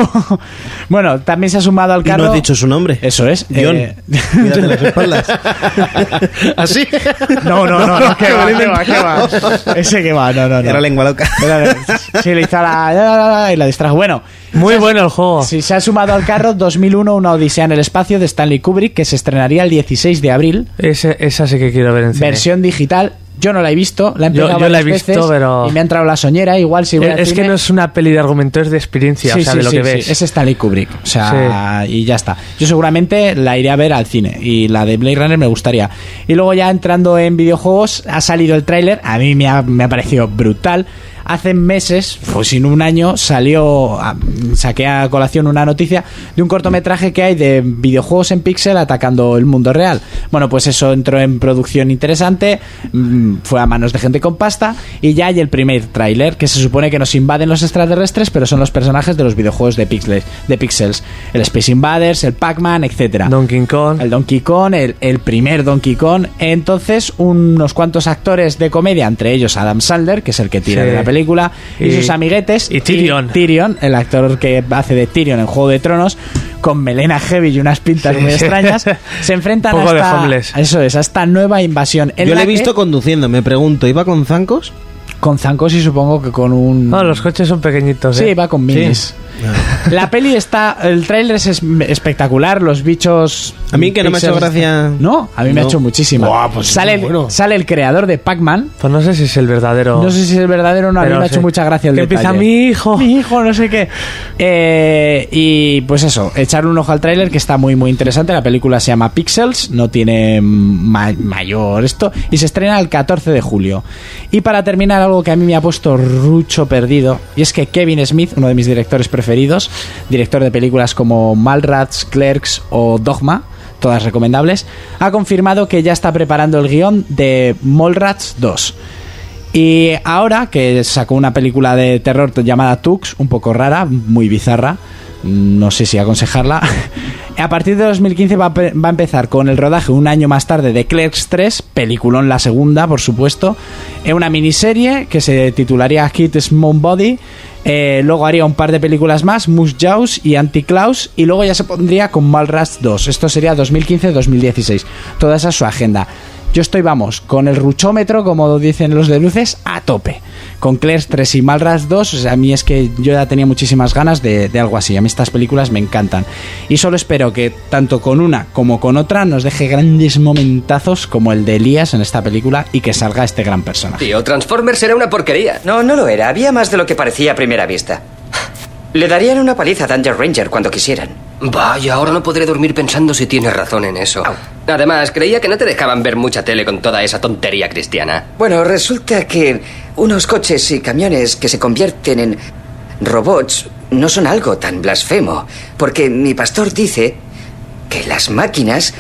Speaker 4: bueno, también se ha sumado al
Speaker 5: Y
Speaker 4: carro...
Speaker 5: no has dicho su nombre.
Speaker 4: Eso es.
Speaker 5: John.
Speaker 4: eh,
Speaker 5: Cuídate las espaldas.
Speaker 2: ¿Así?
Speaker 4: No, no, no, no, que va,
Speaker 2: Me lo he
Speaker 4: que va, que va. Ese que va, no, no, no.
Speaker 5: Era lengua loca.
Speaker 4: Era- Sí, le hizo la- la- la- la- y la distrajo. Bueno,
Speaker 6: Muy bueno el juego.
Speaker 4: Si se ha sumado al carro 2001 Una Odisea en el Espacio de Stanley Kubrick que se estrenaría el 16 de abril,
Speaker 6: Ese- esa sí que quiero ver en cine.
Speaker 4: versión digital. Yo no la he visto, la he
Speaker 6: Yo-
Speaker 4: empezado
Speaker 6: yo la he
Speaker 4: varias
Speaker 6: visto,
Speaker 4: veces
Speaker 6: pero-
Speaker 4: y me ha entrado la soñera, igual si voy
Speaker 6: Eh,
Speaker 4: al
Speaker 6: es
Speaker 4: cine-
Speaker 6: que no es una peli de argumento, es de experiencia,
Speaker 4: Sí,
Speaker 6: o sea,
Speaker 4: sí,
Speaker 6: de lo
Speaker 4: sí,
Speaker 6: que
Speaker 4: sí,
Speaker 6: ves.
Speaker 4: Es Stanley Kubrick, o sea, y ya está. Yo seguramente la iré a ver al cine y la de Blade Runner me gustaría. Y luego ya entrando en videojuegos, ha salido el tráiler, a mí me ha, me ha parecido brutal. Hace meses, pues sin un año, salió, a- saqué a colación una noticia de un cortometraje que hay de videojuegos en pixel atacando el mundo real. Bueno, pues eso entró en producción interesante, mm, fue a manos de gente con pasta y ya hay el primer tráiler que se supone que nos invaden los extraterrestres, pero son los personajes de los videojuegos de pixels, de pixels, el Space Invaders, el Pac-Man, etcétera.
Speaker 6: Donkey Kong.
Speaker 4: El Donkey Kong, el, el primer Donkey Kong. Entonces, unos cuantos actores de comedia, entre ellos Adam Sandler, que es el que tira
Speaker 6: Sí.
Speaker 4: de la película, y,
Speaker 6: Y-
Speaker 4: sus amiguetes.
Speaker 6: y Tyrion.
Speaker 4: Tyrion, el actor que hace de Tyrion en Juego de Tronos, con melena heavy y unas pintas muy extrañas, se enfrentan
Speaker 6: Poco
Speaker 4: a,
Speaker 6: de
Speaker 4: esta,
Speaker 6: homeless.
Speaker 4: a eso es, a esta nueva invasión. en
Speaker 5: Yo
Speaker 4: la
Speaker 5: le he
Speaker 4: que-
Speaker 5: visto conduciendo, me pregunto, ¿iba con zancos?
Speaker 4: con zancos y supongo que con un.
Speaker 6: No, los coches son pequeñitos.
Speaker 4: Sí,
Speaker 6: eh.
Speaker 4: va con minis. La peli está. El tráiler es es- espectacular, los bichos.
Speaker 5: A mí que no me ha hecho
Speaker 4: pixels-
Speaker 5: gracia.
Speaker 4: No, a mí me ha
Speaker 5: No.
Speaker 4: hecho muchísima.
Speaker 2: Buah, pues
Speaker 4: sale,
Speaker 2: muy bueno.
Speaker 4: sale el creador de Pac-Man.
Speaker 6: Pues no sé si es el verdadero.
Speaker 4: No sé si es el verdadero o no, a mí
Speaker 6: pero
Speaker 4: me ha
Speaker 6: sí.
Speaker 4: hecho mucha gracia el
Speaker 6: Que
Speaker 4: detalle.
Speaker 6: empieza mi hijo.
Speaker 4: Mi hijo, no sé qué. Eh, y pues eso, echar un ojo al tráiler que está muy, muy interesante. La película se llama Pixels, no tiene ma- mayor esto. Y se estrena el 14 de julio. Y para terminar, algo que a mí me ha puesto rucho perdido. Y es que Kevin Smith, uno de mis directores preferidos, director de películas como Malrats, Clerks o Dogma, todas recomendables, ha confirmado que ya está preparando el guión de Mallrats 2. Y ahora que sacó una película de terror llamada Tux, un poco rara, muy bizarra, no sé si aconsejarla. A partir de 2015 va a, pe- va a empezar con el rodaje un año más tarde de Clerks 3, peliculón la segunda, por supuesto. Es una miniserie que se titularía Hit Small Body. Eh, luego haría un par de películas más, Moose Jaws y Anticlaus, y luego ya se pondría con Malrats 2. Esto sería 2015-2016. Toda esa es su agenda. Yo estoy, vamos, con el ruchómetro, como dicen los de luces, a tope. Con Claire's 3 y Malras 2, o sea, a mí es que yo ya tenía muchísimas ganas de, de algo así. A mí estas películas me encantan. Y solo espero que tanto con una como con otra nos deje grandes momentazos como el de Elías en esta película y que salga este gran personaje.
Speaker 7: Tío, Transformers era una porquería. No, no lo era. Había más de lo que parecía a primera vista. Le darían una paliza a Danger Ranger cuando quisieran.
Speaker 8: Vaya, ahora no podré dormir pensando si tienes razón en eso. Además, creía que no te dejaban ver mucha tele con toda esa tontería cristiana.
Speaker 7: Bueno, resulta que unos coches y camiones que se convierten en robots no son algo tan blasfemo, porque mi pastor dice que las máquinas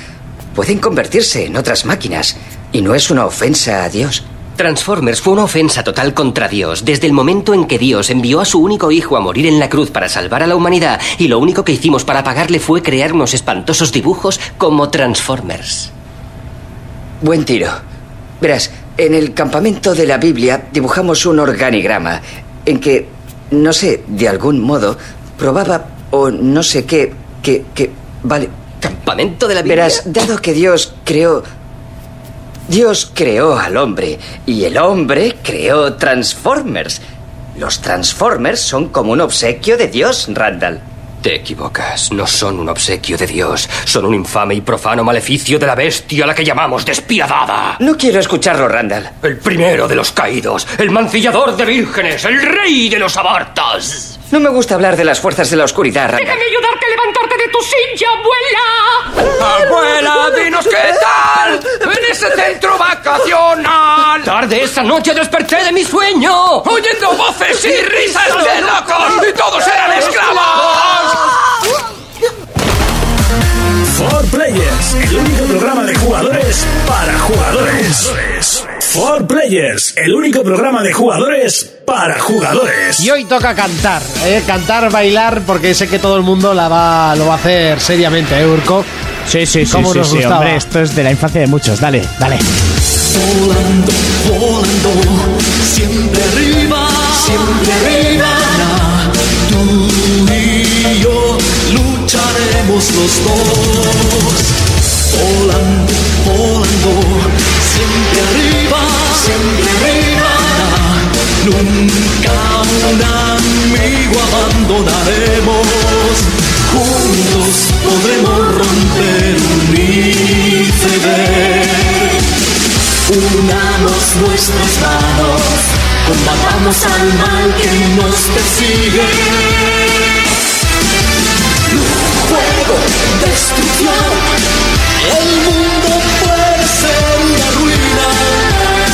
Speaker 7: pueden convertirse en otras máquinas y no es una ofensa a Dios.
Speaker 8: Transformers fue una ofensa total contra Dios desde el momento en que Dios envió a su único hijo a morir en la cruz para salvar a la humanidad y lo único que hicimos para pagarle fue crear unos espantosos dibujos como Transformers.
Speaker 7: Buen tiro. Verás, en el campamento de la Biblia dibujamos un organigrama en que, no sé, de algún modo, probaba o no sé qué, que, que, vale.
Speaker 8: ¿Campamento de la Biblia?
Speaker 7: Verás, dado que Dios creó... Dios creó al hombre y el hombre creó Transformers. Los Transformers son como un obsequio de Dios, Randall.
Speaker 8: Te equivocas, no son un obsequio de Dios, son un infame y profano maleficio de la bestia a la que llamamos despiadada.
Speaker 7: No quiero escucharlo, Randall.
Speaker 8: El primero de los caídos, el mancillador de vírgenes, el rey de los abartas.
Speaker 7: No me gusta hablar de las fuerzas de la oscuridad, Randall.
Speaker 9: ayudarte a levantarte de tu silla, abuela.
Speaker 8: ¡Abuela, dinos qué tal! ¡En ese centro vacacional! Tarde esa noche desperté de mi sueño, oyendo voces y risas de locos, y todos eran esclavos.
Speaker 1: For Players, el único programa de jugadores para jugadores. For Players, el único programa de jugadores para jugadores.
Speaker 2: Y hoy toca cantar, ¿eh? cantar, bailar, porque sé que todo el mundo la va, lo va a hacer seriamente, ¿eh, Urco?
Speaker 4: Sí, sí, sí,
Speaker 2: ¿Cómo
Speaker 4: sí,
Speaker 2: nos
Speaker 4: sí,
Speaker 2: gustaba?
Speaker 4: hombre, esto es de la infancia de muchos. Dale, dale.
Speaker 10: Volando, volando, siempre arriba, siempre arriba. Tú y yo lucharemos los dos. Volando, volando, siempre arriba, siempre arriba. Nunca un amigo abandonaremos. Juntos podremos romper un iceberg. Unamos nuestras manos, combatamos al mal que nos persigue. Luz, fuego, destrucción, el mundo puede ser una ruina,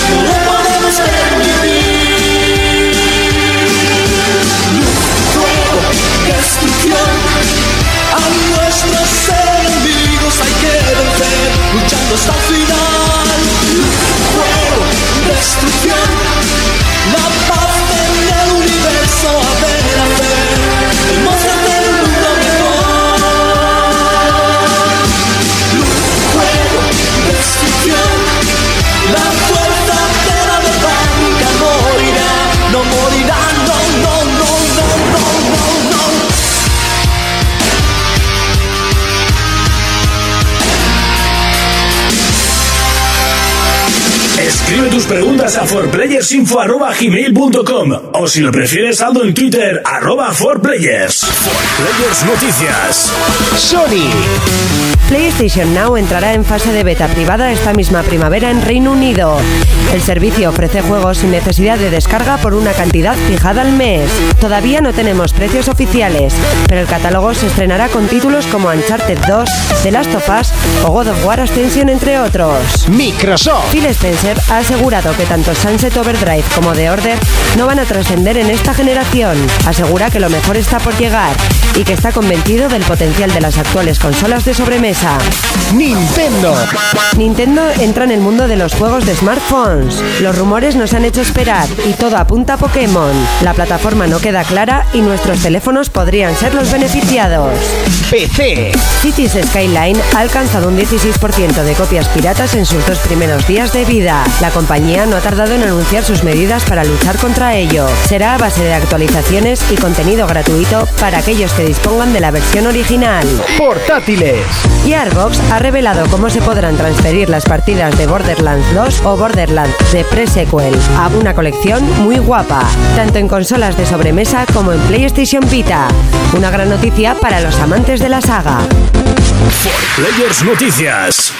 Speaker 10: no lo podemos permitir. Luz, fuego, destrucción, a nuestros enemigos hay que vencer, luchando hasta el final. Fuego, destrucción, la paz del universo a ver, a ver, hemos de hacer un mundo mejor. Luz, fuego, destrucción, la fuerza de la verdad nunca morirá, no morirá, no, no, no, no, no, no, no.
Speaker 1: Escribe tus preguntas a forplayersinfo.gmail.com o si lo prefieres, saldo en Twitter, arroba forplayers. Forplayers Noticias.
Speaker 2: Sony,
Speaker 3: PlayStation Now entrará en fase de beta privada esta misma primavera en Reino Unido. El servicio ofrece juegos sin necesidad de descarga por una cantidad fijada al mes. Todavía no tenemos precios oficiales, pero el catálogo se estrenará con títulos como Uncharted 2, The Last of Us o God of War Ascension, entre otros.
Speaker 2: Microsoft,
Speaker 3: Phil Spencer ha asegurado que tanto Sunset Overdrive como The Order no van a trascender en esta generación. Asegura que lo mejor está por llegar y que está convencido del potencial de las actuales consolas de sobremesa.
Speaker 2: Nintendo,
Speaker 3: Nintendo entra en el mundo de los juegos de smartphones. Los rumores nos han hecho esperar y todo apunta a Pokémon. La plataforma no queda clara y nuestros teléfonos podrían ser los beneficiados.
Speaker 2: PC,
Speaker 3: Cities Skyline ha alcanzado un 16% de copias piratas en sus dos primeros días de vida. La compañía compañía no ha tardado en anunciar sus medidas para luchar contra ello. Será a base de actualizaciones y contenido gratuito para aquellos que dispongan de la versión original.
Speaker 2: Portátiles.
Speaker 3: Gearbox ha revelado cómo se podrán transferir las partidas de Borderlands 2 o Borderlands The Pre-Sequel a una colección muy guapa, tanto en consolas de sobremesa como en PlayStation Vita. Una gran noticia para los amantes de la saga.
Speaker 1: Players Noticias.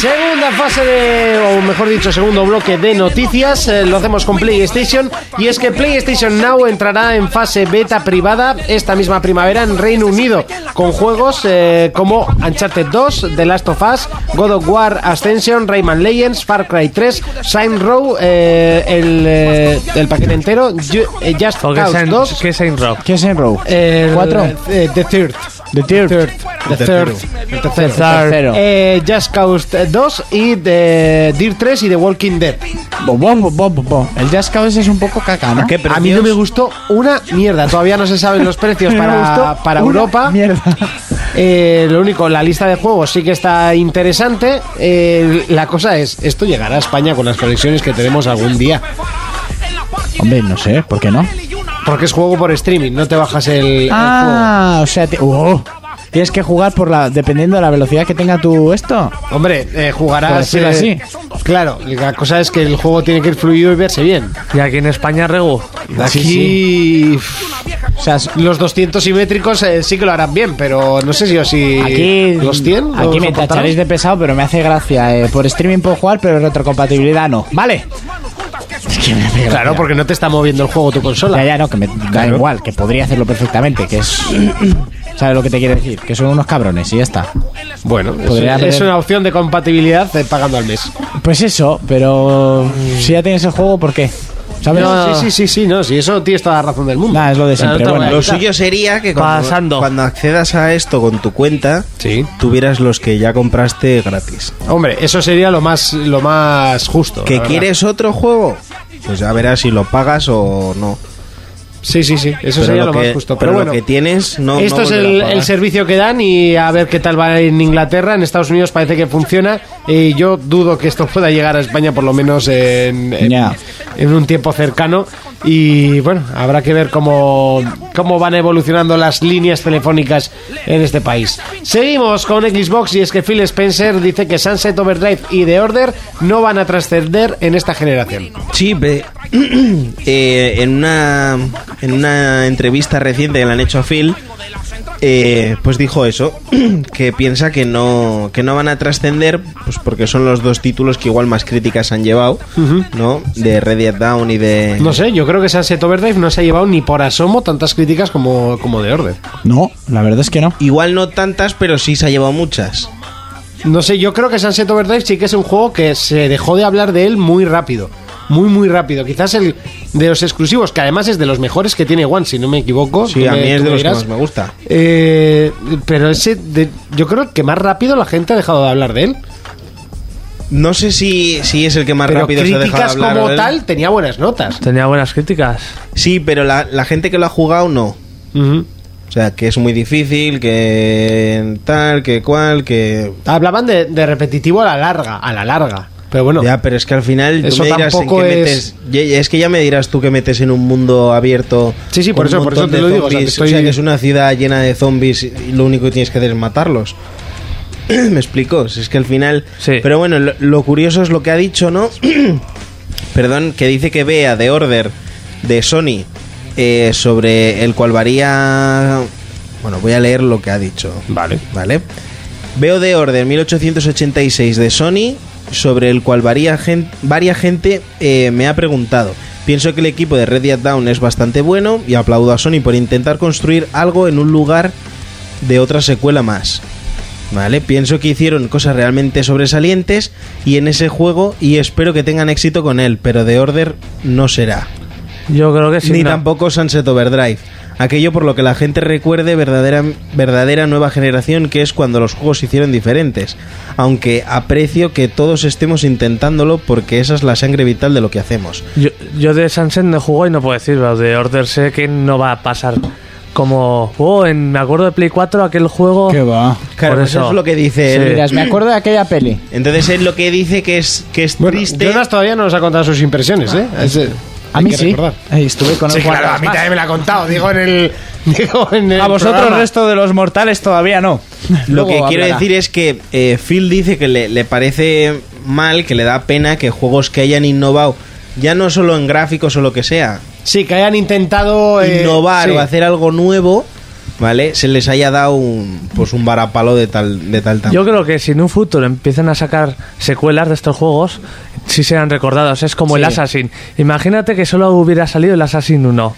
Speaker 2: Segunda fase de, o mejor dicho, segundo bloque de noticias, eh, lo hacemos con PlayStation y es que PlayStation Now entrará en fase beta privada esta misma primavera en Reino Unido con juegos eh, como Uncharted 2, The Last of Us, God of War Ascension, Rayman Legends, Far Cry 3, Sign Row, eh, el, eh, el paquete entero, Ju- eh, Just
Speaker 6: ¿O qué
Speaker 2: Cause
Speaker 6: es en-
Speaker 2: 2,
Speaker 6: qué es en rock?
Speaker 4: ¿Qué es en Row?
Speaker 2: el,
Speaker 4: ¿Cuatro?
Speaker 2: eh, The Third.
Speaker 4: The Third.
Speaker 2: The Third. El tercero.
Speaker 4: Tercero.
Speaker 2: Eh, Just Cause 2 y The Deer 3 y The Walking Dead.
Speaker 4: Bom, bom, bom, bom, bom. El Jazz Cause es un poco caca, ¿no?
Speaker 2: A mí no me gustó una mierda. Todavía no se saben los precios
Speaker 4: Me
Speaker 2: para,
Speaker 4: gustó
Speaker 2: para
Speaker 4: una
Speaker 2: Europa.
Speaker 4: Mierda.
Speaker 2: Eh, lo único, la lista de juegos sí que está interesante. Eh, la cosa es, esto llegará a España con las conexiones que tenemos algún día.
Speaker 4: Hombre, no sé, ¿por qué no?
Speaker 2: Porque es juego por streaming, no te bajas el, el
Speaker 4: Ah, o sea, ti- ¡Oh! tienes que jugar por la dependiendo de la velocidad que tenga tu esto.
Speaker 2: juego. Hombre, eh, jugarás...
Speaker 4: Por decirlo
Speaker 2: eh, Claro, la cosa es que el juego tiene que ir fluido y verse bien.
Speaker 6: Y aquí en España, Regu.
Speaker 2: Aquí...
Speaker 4: O sea, s-
Speaker 2: Los 200 simétricos eh, sí que lo harán bien, pero no sé si o si...
Speaker 4: aquí
Speaker 2: ¿Los 100? ¿Los
Speaker 4: Aquí me
Speaker 2: soportarán?
Speaker 4: tacharéis de pesado, pero me hace gracia. eh, por streaming puedo jugar, pero retrocompatibilidad no. Vale. Es que me hace gracia.
Speaker 2: Claro, porque no te está moviendo el juego tu consola.
Speaker 4: Ya, ya, no, que me da igual, que podría hacerlo perfectamente, que es... ¿Sabes lo que te quiero decir? Que son unos cabrones y ya está.
Speaker 2: Bueno, es-
Speaker 4: Podría
Speaker 2: es,
Speaker 4: haber-
Speaker 2: una opción de compatibilidad eh, pagando al mes.
Speaker 4: Pues eso, pero... Si ya tienes el juego, ¿por qué? ¿Sabes?
Speaker 2: No, sí, sí, sí, sí, no, sí, eso tienes toda la razón del mundo.
Speaker 4: Nah, es lo de
Speaker 2: O sea,
Speaker 4: siempre,
Speaker 2: te voy a
Speaker 4: bueno.
Speaker 5: Lo
Speaker 2: quitar.
Speaker 5: suyo sería que cuando,
Speaker 6: Pasando.
Speaker 5: cuando accedas a esto con tu cuenta,
Speaker 2: Sí.
Speaker 5: tuvieras los que ya compraste gratis.
Speaker 2: Hombre, eso sería lo más, lo más justo. la
Speaker 5: ¿Que
Speaker 2: verdad.
Speaker 5: quieres otro juego? Pues ya verás si lo pagas o no.
Speaker 2: Sí, sí, sí, eso
Speaker 5: Pero
Speaker 2: sería
Speaker 5: lo
Speaker 2: lo,
Speaker 5: que-
Speaker 2: más justo.
Speaker 5: Pero,
Speaker 2: Pero, bueno,
Speaker 5: lo que tienes no.
Speaker 2: esto
Speaker 5: no
Speaker 2: es
Speaker 5: volverá
Speaker 2: el,
Speaker 5: a pagar.
Speaker 2: el servicio que dan y a ver qué tal va en Inglaterra. En Estados Unidos parece que funciona y yo dudo que esto pueda llegar a España por lo menos en, en-
Speaker 4: Ya.
Speaker 2: en un tiempo cercano. Y bueno, habrá que ver cómo, cómo van evolucionando las líneas telefónicas en este país. Seguimos con Xbox y es que Phil Spencer dice que Sunset Overdrive y The Order no van a trascender en esta generación.
Speaker 5: Sí, ve- eh, en, una, en una entrevista reciente que le han hecho a Phil, eh, pues dijo eso, que piensa que no, que no van a trascender, pues porque son los dos títulos que igual más críticas han llevado, ¿no? De Red Dead Down y de...
Speaker 2: No sé, yo creo que Sunset Overdrive no se ha llevado ni por asomo tantas críticas como, como The Order.
Speaker 4: No, la verdad es que no.
Speaker 5: Igual no tantas, pero sí se ha llevado muchas.
Speaker 2: No sé, yo creo que Sunset Overdrive sí que es un juego que se dejó de hablar de él muy rápido. Muy, muy rápido. Quizás el de los exclusivos, que además es de los mejores que tiene One, si no me equivoco.
Speaker 5: Sí,
Speaker 2: Tú
Speaker 5: a
Speaker 2: me-
Speaker 5: mí es
Speaker 2: tú
Speaker 5: de
Speaker 2: me
Speaker 5: los que
Speaker 2: dirás.
Speaker 5: más me gusta.
Speaker 2: Eh, pero ese, de- yo creo que más rápido la gente ha dejado de hablar de él.
Speaker 5: No sé si, si es el que más
Speaker 2: pero
Speaker 5: rápido se ha dejado
Speaker 2: críticas
Speaker 5: hablar,
Speaker 2: como
Speaker 5: ¿verdad?
Speaker 2: tal tenía buenas notas.
Speaker 6: Tenía buenas críticas.
Speaker 5: Sí, pero la, la gente que lo ha jugado no. O sea, que es muy difícil, que tal, que cual, que...
Speaker 2: Hablaban de, de repetitivo a la larga, a la larga. Pero bueno,
Speaker 5: Ya, pero es que al final tú
Speaker 2: Eso
Speaker 5: me dirás en
Speaker 2: tampoco
Speaker 5: qué
Speaker 2: es-
Speaker 5: metes... Ya- ya, Es que ya me dirás tú que metes en un mundo abierto...
Speaker 2: Sí, sí,
Speaker 5: con
Speaker 2: por eso-
Speaker 5: un
Speaker 2: por eso
Speaker 5: montón
Speaker 2: te
Speaker 5: de
Speaker 2: lo digo, o sea,
Speaker 5: zombies,
Speaker 2: que
Speaker 5: O sea,
Speaker 2: estoy-
Speaker 5: que es una ciudad llena de zombies y lo único que tienes que hacer es matarlos. me explico, si es que al final...
Speaker 6: Sí.
Speaker 5: Pero bueno, lo, lo curioso es lo que ha dicho, ¿no? Perdón, que dice que vea The Order de Sony eh, sobre el cual varía... Bueno, voy a leer lo que ha dicho.
Speaker 1: Vale.
Speaker 5: Vale. Veo de Order 1886 de Sony, sobre el cual varia gen- varia gente eh, me ha preguntado. Pienso que el equipo de Red Dead Down es bastante bueno y aplaudo a Sony por intentar construir algo en un lugar de otra secuela más. Vale, pienso que hicieron cosas realmente sobresalientes y en ese juego y espero que tengan éxito con él, pero de Order no será
Speaker 6: Yo creo que sí.
Speaker 5: ni
Speaker 6: no.
Speaker 5: tampoco Sunset Overdrive. Aquello por lo que la gente recuerde verdadera, verdadera nueva generación que es cuando los juegos se hicieron diferentes. Aunque aprecio que todos estemos intentándolo porque esa es la sangre vital de lo que hacemos.
Speaker 6: Yo, yo de Sunset no juego y no puedo decir, pero de Order sé que no va a pasar. Como, oh, en- me acuerdo de Play 4 aquel juego
Speaker 4: ¿Qué va?
Speaker 5: Claro,
Speaker 6: Por
Speaker 5: pues eso.
Speaker 6: eso.
Speaker 5: es lo que dice
Speaker 6: Sí.
Speaker 5: él.
Speaker 11: Miras, me acuerdo de aquella peli.
Speaker 5: Entonces es lo que dice que es, que es triste.
Speaker 2: Jonas todavía no nos ha contado sus impresiones, ¿eh? Ese-
Speaker 11: A
Speaker 2: hay
Speaker 11: mí
Speaker 2: que
Speaker 11: sí.
Speaker 2: recordar.
Speaker 11: Ahí estuve con
Speaker 2: Sí,
Speaker 11: él cuatro
Speaker 2: claro, a
Speaker 11: horas
Speaker 2: mí
Speaker 11: más.
Speaker 2: también me la ha contado. Digo en el. Digo en el
Speaker 11: A vosotros,
Speaker 2: programa.
Speaker 11: resto de los mortales, todavía no.
Speaker 5: Lo
Speaker 11: Luego
Speaker 5: que quiero
Speaker 11: hablará.
Speaker 5: decir es que eh, Phil dice que le, le parece mal, que le da pena que juegos que hayan innovado, ya no solo en gráficos o lo que sea,
Speaker 2: Sí, que hayan intentado. eh,
Speaker 5: innovar
Speaker 2: sí.
Speaker 5: o hacer algo nuevo, ¿vale? Se les haya dado un, pues un varapalo de tal, de tal tamaño.
Speaker 6: Yo creo que si en un futuro empiezan a sacar secuelas de estos juegos, sí serán recordados. Es como el Assassin. Imagínate que solo hubiera salido el Assassin 1.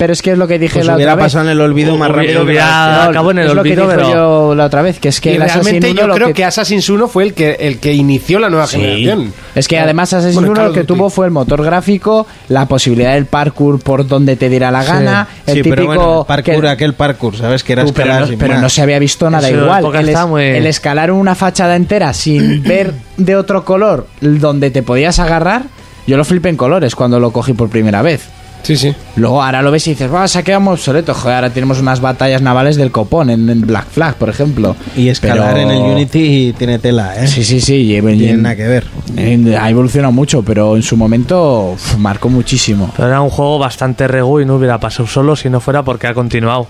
Speaker 4: Pero es que es lo que dije
Speaker 5: Pues
Speaker 4: la
Speaker 5: hubiera
Speaker 4: otra vez.
Speaker 5: pasado en el olvido más
Speaker 6: Hubiera-
Speaker 5: rápido que
Speaker 6: hubiera
Speaker 5: la hostia.
Speaker 6: dado cabo en el
Speaker 4: es lo que
Speaker 6: olvido,
Speaker 4: dije
Speaker 6: pero-
Speaker 4: yo la otra vez, que es que
Speaker 2: Y
Speaker 4: el Assassin
Speaker 2: realmente
Speaker 4: 1
Speaker 2: yo
Speaker 4: lo
Speaker 2: creo que... Assassin's 1 fue el que, el que inició la nueva generación.
Speaker 4: Es que además Assassin's
Speaker 2: Bueno,
Speaker 4: 1
Speaker 2: Call
Speaker 4: lo
Speaker 2: of
Speaker 4: que
Speaker 2: Duty.
Speaker 4: tuvo fue el motor gráfico, la posibilidad del parkour por donde te diera la gana, el
Speaker 5: Sí,
Speaker 4: típico
Speaker 5: pero bueno, el
Speaker 4: que-
Speaker 5: parkour, aquel parkour, ¿sabes? Que era
Speaker 4: Tú, pero,
Speaker 5: escalar
Speaker 4: no,
Speaker 5: sin
Speaker 4: pero
Speaker 5: más.
Speaker 4: no se había visto nada
Speaker 6: Eso
Speaker 4: igual.
Speaker 6: época
Speaker 4: El, es-
Speaker 6: está muy-
Speaker 4: el escalar una fachada entera sin ver de otro color donde te podías agarrar, yo lo flipé en colores cuando lo cogí por primera vez.
Speaker 2: Sí, sí.
Speaker 4: Luego ahora lo ves y dices, va, se ha quedado muy obsoleto. Joder, ahora tenemos unas batallas navales del copón en, en Black Flag, por ejemplo.
Speaker 5: Y escalar en
Speaker 4: Pero-
Speaker 5: el Unity tiene tela, ¿eh?
Speaker 4: Sí, sí, sí. y- y-
Speaker 5: Tiene nada que ver.
Speaker 4: en- ha evolucionado mucho, pero en su momento uf, marcó muchísimo.
Speaker 6: Pero era un juego bastante regu y no hubiera pasado solo si no fuera porque ha continuado.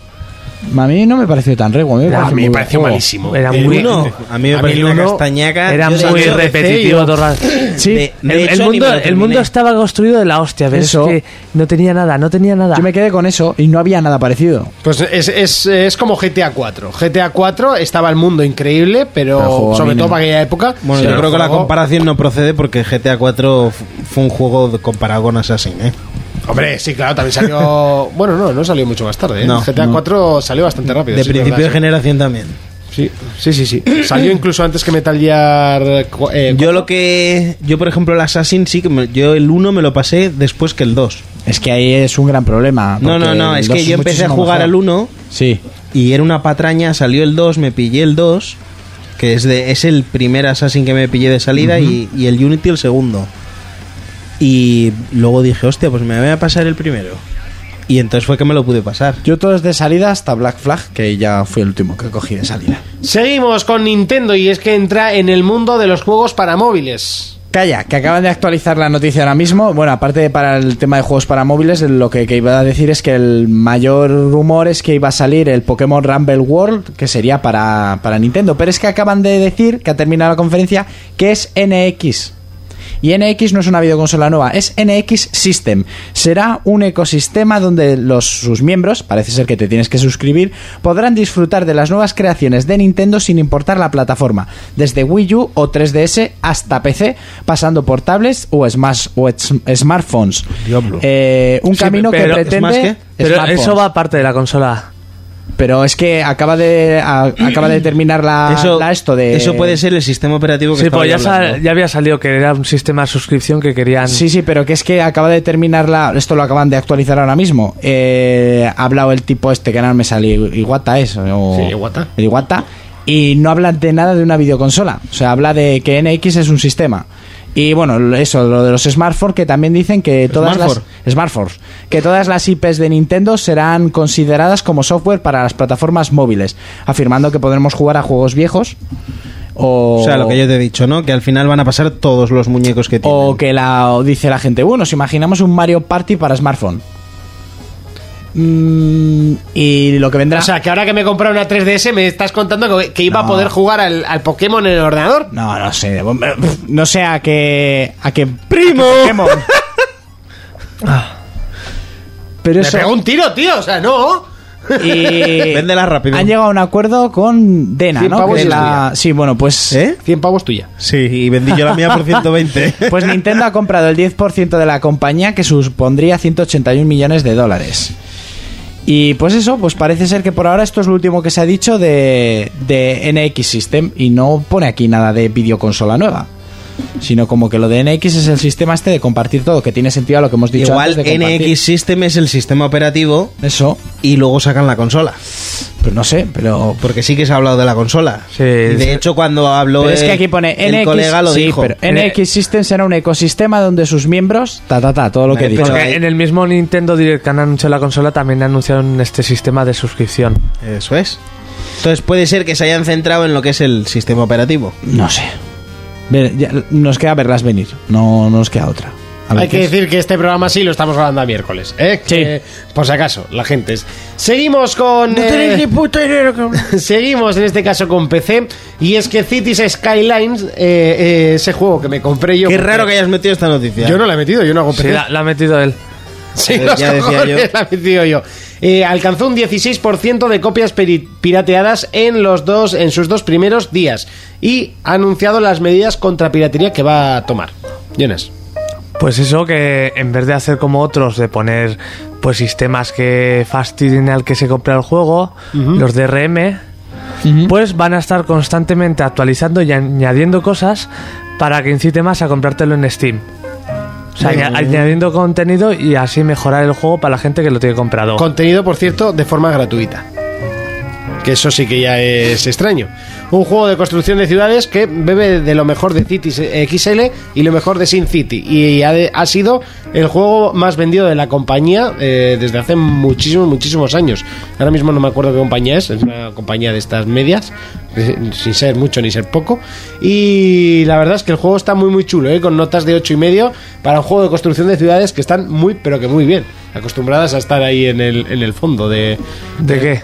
Speaker 4: A mí no me pareció tan rego.
Speaker 2: A mí me
Speaker 4: pareció
Speaker 2: pareció
Speaker 4: muy buen juego.
Speaker 2: malísimo.
Speaker 6: Era
Speaker 5: El
Speaker 6: muy,
Speaker 5: uno, a mí me
Speaker 6: eh, el
Speaker 5: pareció una
Speaker 6: uno
Speaker 5: castañaca.
Speaker 6: Era
Speaker 5: Yo, de
Speaker 6: muy
Speaker 5: hecho,
Speaker 6: repetitivo.
Speaker 5: yo-
Speaker 6: todo el rato.
Speaker 4: Sí.
Speaker 5: De- de
Speaker 6: el, el
Speaker 5: hecho, ni me
Speaker 6: mundo,
Speaker 5: lo
Speaker 6: el
Speaker 5: terminé.
Speaker 6: mundo estaba construido de la hostia, pero
Speaker 4: Eso.
Speaker 6: es que no tenía nada, no tenía nada.
Speaker 4: Yo me quedé con eso y no había nada parecido.
Speaker 2: Pues es, es, es como GTA 4. GTA 4 estaba el mundo increíble, pero
Speaker 4: Pero juego a
Speaker 2: sobre
Speaker 4: mí
Speaker 2: todo
Speaker 4: no.
Speaker 2: para aquella época.
Speaker 5: Bueno,
Speaker 2: pero
Speaker 5: yo creo que la
Speaker 2: juego-
Speaker 5: comparación no procede porque GTA 4 f- fue un juego de- comparado con Assassin, ¿eh?
Speaker 2: Hombre, sí, claro, también salió. bueno, no, no salió mucho más tarde. ¿eh?
Speaker 5: No,
Speaker 2: GTA
Speaker 5: no.
Speaker 2: 4 salió bastante rápido.
Speaker 5: de
Speaker 2: sí,
Speaker 5: principio de
Speaker 2: verdad,
Speaker 5: generación también.
Speaker 2: sí. sí, sí, sí, sí. Salió incluso antes que Metal Gear. eh, cu- eh,
Speaker 5: Yo lo que... Yo, por ejemplo, el Assassin sí que... me- yo el 1 me lo pasé después que el 2.
Speaker 4: Es que ahí es un gran problema.
Speaker 5: No, no,
Speaker 4: porque
Speaker 5: no.
Speaker 4: el
Speaker 5: Es
Speaker 4: dos
Speaker 5: que yo empecé a
Speaker 4: muchísimo
Speaker 5: jugar
Speaker 4: mejor.
Speaker 5: al 1
Speaker 4: Sí.
Speaker 5: y era una patraña. Salió el 2, me pillé el 2, que es, de, es el primer Assassin que me pillé de salida, y- y, el Unity el segundo. Y luego dije, hostia, pues me voy a pasar el primero. Y entonces fue que me lo pude pasar.
Speaker 4: Yo todos de salida hasta Black Flag, Ah, que ya fue el último que cogí de salida.
Speaker 2: Seguimos con Nintendo y es que entra en el mundo de los juegos para móviles.
Speaker 4: Calla, que acaban de actualizar la noticia ahora mismo. Bueno, aparte de para el tema de juegos para móviles, lo que, que iba a decir es que el mayor rumor es que iba a salir el Pokémon Rumble World, que sería para, para Nintendo. Pero es que acaban de decir, que ha terminado la conferencia, que es NX. Y NX no es una videoconsola nueva, es NX System. Será un ecosistema donde los, sus miembros, parece ser que te tienes que suscribir, podrán disfrutar de las nuevas creaciones de Nintendo sin importar la plataforma, desde Wii U o 3DS hasta PC, pasando por tablets o, smash, o es- smartphones. Eh, un
Speaker 6: Sí,
Speaker 4: camino que
Speaker 6: pero-
Speaker 4: pretende...
Speaker 5: ¿smash qué?
Speaker 6: pero
Speaker 4: smartphones.
Speaker 6: eso va aparte de la consola.
Speaker 4: Pero es que acaba de, a- acaba de terminar la, la esto de...
Speaker 5: eso puede ser el sistema operativo que
Speaker 6: Sí,
Speaker 5: estaba
Speaker 6: pues
Speaker 5: yo
Speaker 6: ya, sa-
Speaker 5: hablando.
Speaker 6: ya había salido que era un sistema de suscripción que querían.
Speaker 4: Sí, sí, pero que es que acaba de terminar la. Esto lo acaban de actualizar ahora mismo. Eh, ha hablado el tipo este que no me sale. Iguata es. O,
Speaker 2: Sí, Iwata.
Speaker 4: el Iwata, Y no hablan de nada de una videoconsola. O sea, habla de que NX es un sistema. Y bueno, eso, lo de los smartphones que también dicen que todas las smartphones, que todas las IPs de Nintendo serán consideradas como software para las plataformas móviles, afirmando que podremos jugar a juegos viejos o
Speaker 5: O sea, lo que yo te he dicho, ¿no? Que al final van a pasar todos los muñecos que tienen.
Speaker 4: o que la o dice la gente, bueno, nos imaginamos un Mario Party para smartphone. Mm, y lo que vendrá.
Speaker 2: O sea, que ahora que me he comprado una 3DS me estás contando que, que iba a
Speaker 4: No.
Speaker 2: poder jugar al, al Pokémon en el ordenador.
Speaker 4: no, no sé. No sé a qué. A qué. ¡Primo! Pero
Speaker 2: Le
Speaker 4: eso.
Speaker 2: pegó un tiro, tío. O sea, no.
Speaker 4: Y
Speaker 5: Véndela rápido.
Speaker 4: Han llegado a un acuerdo con Dena,
Speaker 2: Cien
Speaker 4: ¿no?
Speaker 2: pavos
Speaker 4: Que es
Speaker 2: y
Speaker 4: la- Sí, bueno, pues.
Speaker 5: ¿Eh?
Speaker 2: 100 pavos tuya.
Speaker 5: Sí, y vendí yo la mía por 120.
Speaker 4: Pues Nintendo ha comprado el 10% de la compañía que supondría 181 millones de dólares. Y pues eso, pues parece ser que por ahora esto es lo último que se ha dicho de, de NX System y no pone aquí nada de videoconsola nueva. Sino como que lo de NX es el sistema este de compartir todo, que tiene sentido a lo que hemos dicho
Speaker 5: Igual
Speaker 4: antes de compartir.
Speaker 5: NX System es el sistema operativo
Speaker 4: Eso,
Speaker 5: y luego sacan la consola.
Speaker 4: pues no sé, pero...
Speaker 5: Porque sí que se ha hablado de la consola.
Speaker 6: Sí,
Speaker 5: Y de
Speaker 6: sí.
Speaker 5: hecho, cuando habló
Speaker 4: pero es que
Speaker 5: el-
Speaker 4: aquí pone NX,
Speaker 5: el colega lo
Speaker 4: sí,
Speaker 5: dijo.
Speaker 4: pero NX System será un ecosistema donde sus miembros, ta ta ta, todo lo que he
Speaker 5: Vale,
Speaker 4: dicho.
Speaker 5: pero-
Speaker 6: Porque en el mismo Nintendo Direct que han anunciado la consola también anunciaron este sistema de suscripción.
Speaker 5: Eso es. Entonces puede ser que se hayan centrado en lo que es el sistema operativo.
Speaker 4: No sé. Ver, ya, nos queda verlas venir. No nos queda otra. A ver
Speaker 2: Hay
Speaker 4: qué
Speaker 2: que
Speaker 4: es.
Speaker 2: decir que este programa sí lo estamos grabando a miércoles. ¿eh? Que, por si acaso, la gente es. Seguimos con. eh, Seguimos en este caso con PC. Y es que Cities Skylines, eh, eh, ese juego que me compré yo.
Speaker 5: Qué
Speaker 2: porque
Speaker 5: raro que hayas metido esta noticia.
Speaker 2: Yo no la he metido, yo no hago
Speaker 6: Sí,
Speaker 2: PC.
Speaker 6: la, la ha metido él.
Speaker 2: Sí,
Speaker 5: Eh,
Speaker 2: los
Speaker 5: ya decía
Speaker 2: cojones,
Speaker 5: yo.
Speaker 2: la he metido yo. Eh, alcanzó un 16% de copias peri- pirateadas en los dos en sus dos primeros días y ha anunciado las medidas contra piratería que va a tomar. Jonas.
Speaker 6: Pues eso que en vez de hacer como otros de poner pues sistemas que fastidien al que se compra el juego, los DRM, pues van a estar constantemente actualizando y añadiendo cosas para que incite más a comprártelo en Steam. O sea, aña- añadiendo contenido y así mejorar el juego para la gente que lo tiene comprado.
Speaker 2: Contenido, por cierto, de forma gratuita. Que eso sí que ya es extraño. Un juego de construcción de ciudades que bebe de lo mejor de Cities XL y lo mejor de Sin City. Y ha, de- ha sido el juego más vendido de la compañía eh, desde hace muchísimos, muchísimos años. Ahora mismo no me acuerdo qué compañía es. Es una compañía de estas medias, eh, sin ser mucho ni ser poco. Y la verdad es que el juego está muy, muy chulo, ¿eh? con notas de ocho y medio para un juego de construcción de ciudades que están muy, pero que muy bien. Acostumbradas a estar ahí en el, en el fondo de,
Speaker 6: ¿De qué?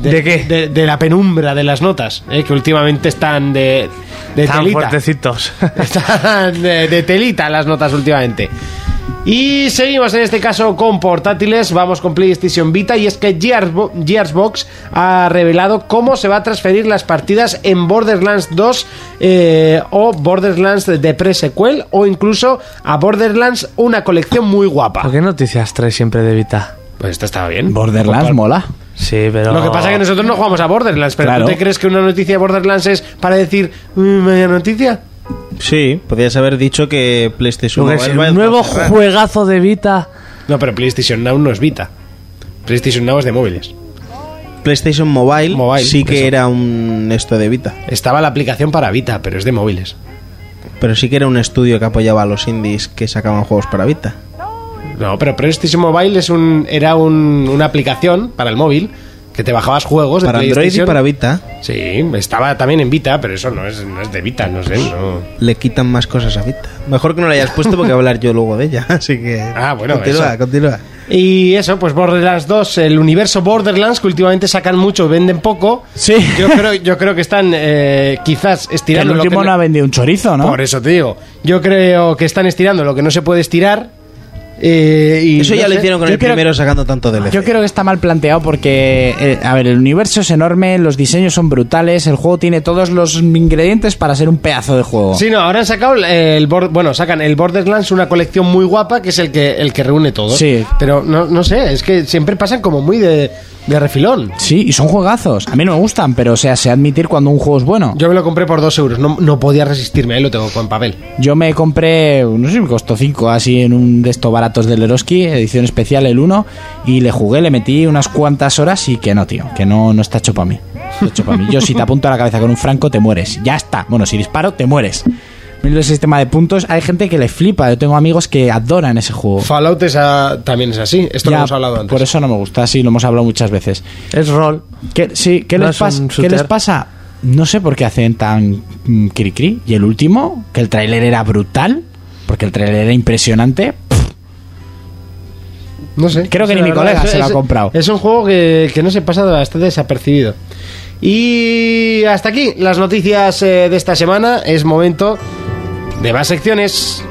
Speaker 2: de,
Speaker 6: ¿De qué?
Speaker 2: De, de la penumbra de las notas, eh, que últimamente están de, de
Speaker 6: Tan
Speaker 2: telita.
Speaker 6: fuertecitos.
Speaker 2: Están de, de telita las notas últimamente. Y seguimos en este caso con portátiles, vamos con PlayStation Vita y es que Gearsbo- Gearsbox ha revelado cómo se va a transferir las partidas en Borderlands 2 eh, o Borderlands de pre-sequel o incluso a Borderlands una colección muy guapa.
Speaker 6: ¿Por qué noticias traes siempre de Vita?
Speaker 2: Pues esta estaba bien.
Speaker 4: Borderlands mola.
Speaker 6: Sí, pero...
Speaker 2: Lo que pasa es que nosotros no jugamos a Borderlands, pero
Speaker 4: Claro.
Speaker 2: ¿tú te crees que una noticia de Borderlands es para decir "Mm, media noticia?
Speaker 5: Sí, podrías haber dicho que PlayStation
Speaker 6: Lo que es
Speaker 5: Mobile
Speaker 6: el
Speaker 5: va a
Speaker 6: nuevo
Speaker 5: cerrar.
Speaker 6: juegazo de Vita.
Speaker 2: No, pero PlayStation Now no es Vita. PlayStation Now es de móviles.
Speaker 5: PlayStation Mobile,
Speaker 2: Mobile,
Speaker 5: sí que
Speaker 2: eso.
Speaker 5: era un esto de Vita,
Speaker 2: Estaba la aplicación para Vita, pero es de móviles.
Speaker 5: pero sí que era un estudio que apoyaba a los indies que sacaban juegos para Vita.
Speaker 2: No, pero PlayStation Mobile es un, era un- una aplicación para el móvil que te bajabas juegos de
Speaker 5: Para Android y
Speaker 2: PlayStation.
Speaker 5: para Vita
Speaker 2: Sí, estaba también en Vita, pero eso no es, no es de Vita, no sé. no.
Speaker 5: le quitan más cosas a Vita. Mejor que no la hayas puesto porque voy a hablar yo luego de ella, así que
Speaker 2: Ah, bueno,
Speaker 5: continúa,
Speaker 2: eso.
Speaker 5: continúa.
Speaker 2: Y eso, pues Borderlands 2, el universo Borderlands, que últimamente sacan mucho, venden poco.
Speaker 4: Sí.
Speaker 2: Yo creo, yo creo que están eh, quizás
Speaker 4: Que
Speaker 2: estirando
Speaker 4: el
Speaker 2: lo que
Speaker 4: último
Speaker 2: no-
Speaker 4: no ha vendido un chorizo, ¿no?
Speaker 2: Por eso te digo. Yo creo que están estirando lo que no se puede estirar. eh, y
Speaker 5: Eso
Speaker 2: no
Speaker 5: ya lo
Speaker 2: sé.
Speaker 5: hicieron con
Speaker 4: yo
Speaker 5: el
Speaker 4: quiero-
Speaker 5: primero sacando tanto DLC.
Speaker 4: Yo creo que está mal planteado porque, eh, a ver, el universo es enorme, los diseños son brutales, el juego tiene todos los ingredientes para ser un pedazo de juego.
Speaker 2: Sí, no, ahora han sacado eh, el Bor- bueno, sacan el Borderlands, una colección muy guapa que es el que el que reúne todo.
Speaker 4: Sí.
Speaker 2: Pero no, no sé, es que siempre pasan como muy de, de refilón.
Speaker 4: Sí, y son juegazos. A mí no me gustan, pero o sea, sé admitir cuando un juego es bueno. Yo,
Speaker 2: Yo me lo compré por dos euros, no, no podía resistirme, ahí lo tengo con papel.
Speaker 4: me compré, no sé, me costó 5 así en un de estos baratos del Eroski, edición especial el 1, y le jugué, le metí unas cuantas horas y que no, tío, que no, no está hecho para mí. No está hecho pa' mí. Yo si te apunto a la cabeza con un franco, te mueres. Ya está. Bueno, si disparo, te mueres. Mira el sistema de puntos, hay gente que le flipa, yo tengo amigos que adoran ese juego.
Speaker 2: Fallout es a- también es así, esto
Speaker 4: Ya,
Speaker 2: lo hemos hablado antes.
Speaker 4: Por eso no me gusta, sí, lo hemos hablado muchas veces.
Speaker 6: Es rol.
Speaker 4: ¿Qué, sí, ¿qué,
Speaker 6: No
Speaker 4: les
Speaker 6: es un
Speaker 4: pas- qué
Speaker 6: shooter.
Speaker 4: les pasa? No sé por qué hacen tan mm, cri-cri. Y el último, que el tráiler era brutal, porque el tráiler era impresionante.
Speaker 2: No sé.
Speaker 4: Creo que
Speaker 2: Sí,
Speaker 4: ni
Speaker 2: la
Speaker 4: mi
Speaker 2: verdad,
Speaker 4: colega
Speaker 2: es-
Speaker 4: se lo ha
Speaker 2: es-
Speaker 4: comprado.
Speaker 2: Es un juego que, que no se pasa bastante desapercibido. Y hasta aquí las noticias eh, de esta semana. Es momento de más secciones.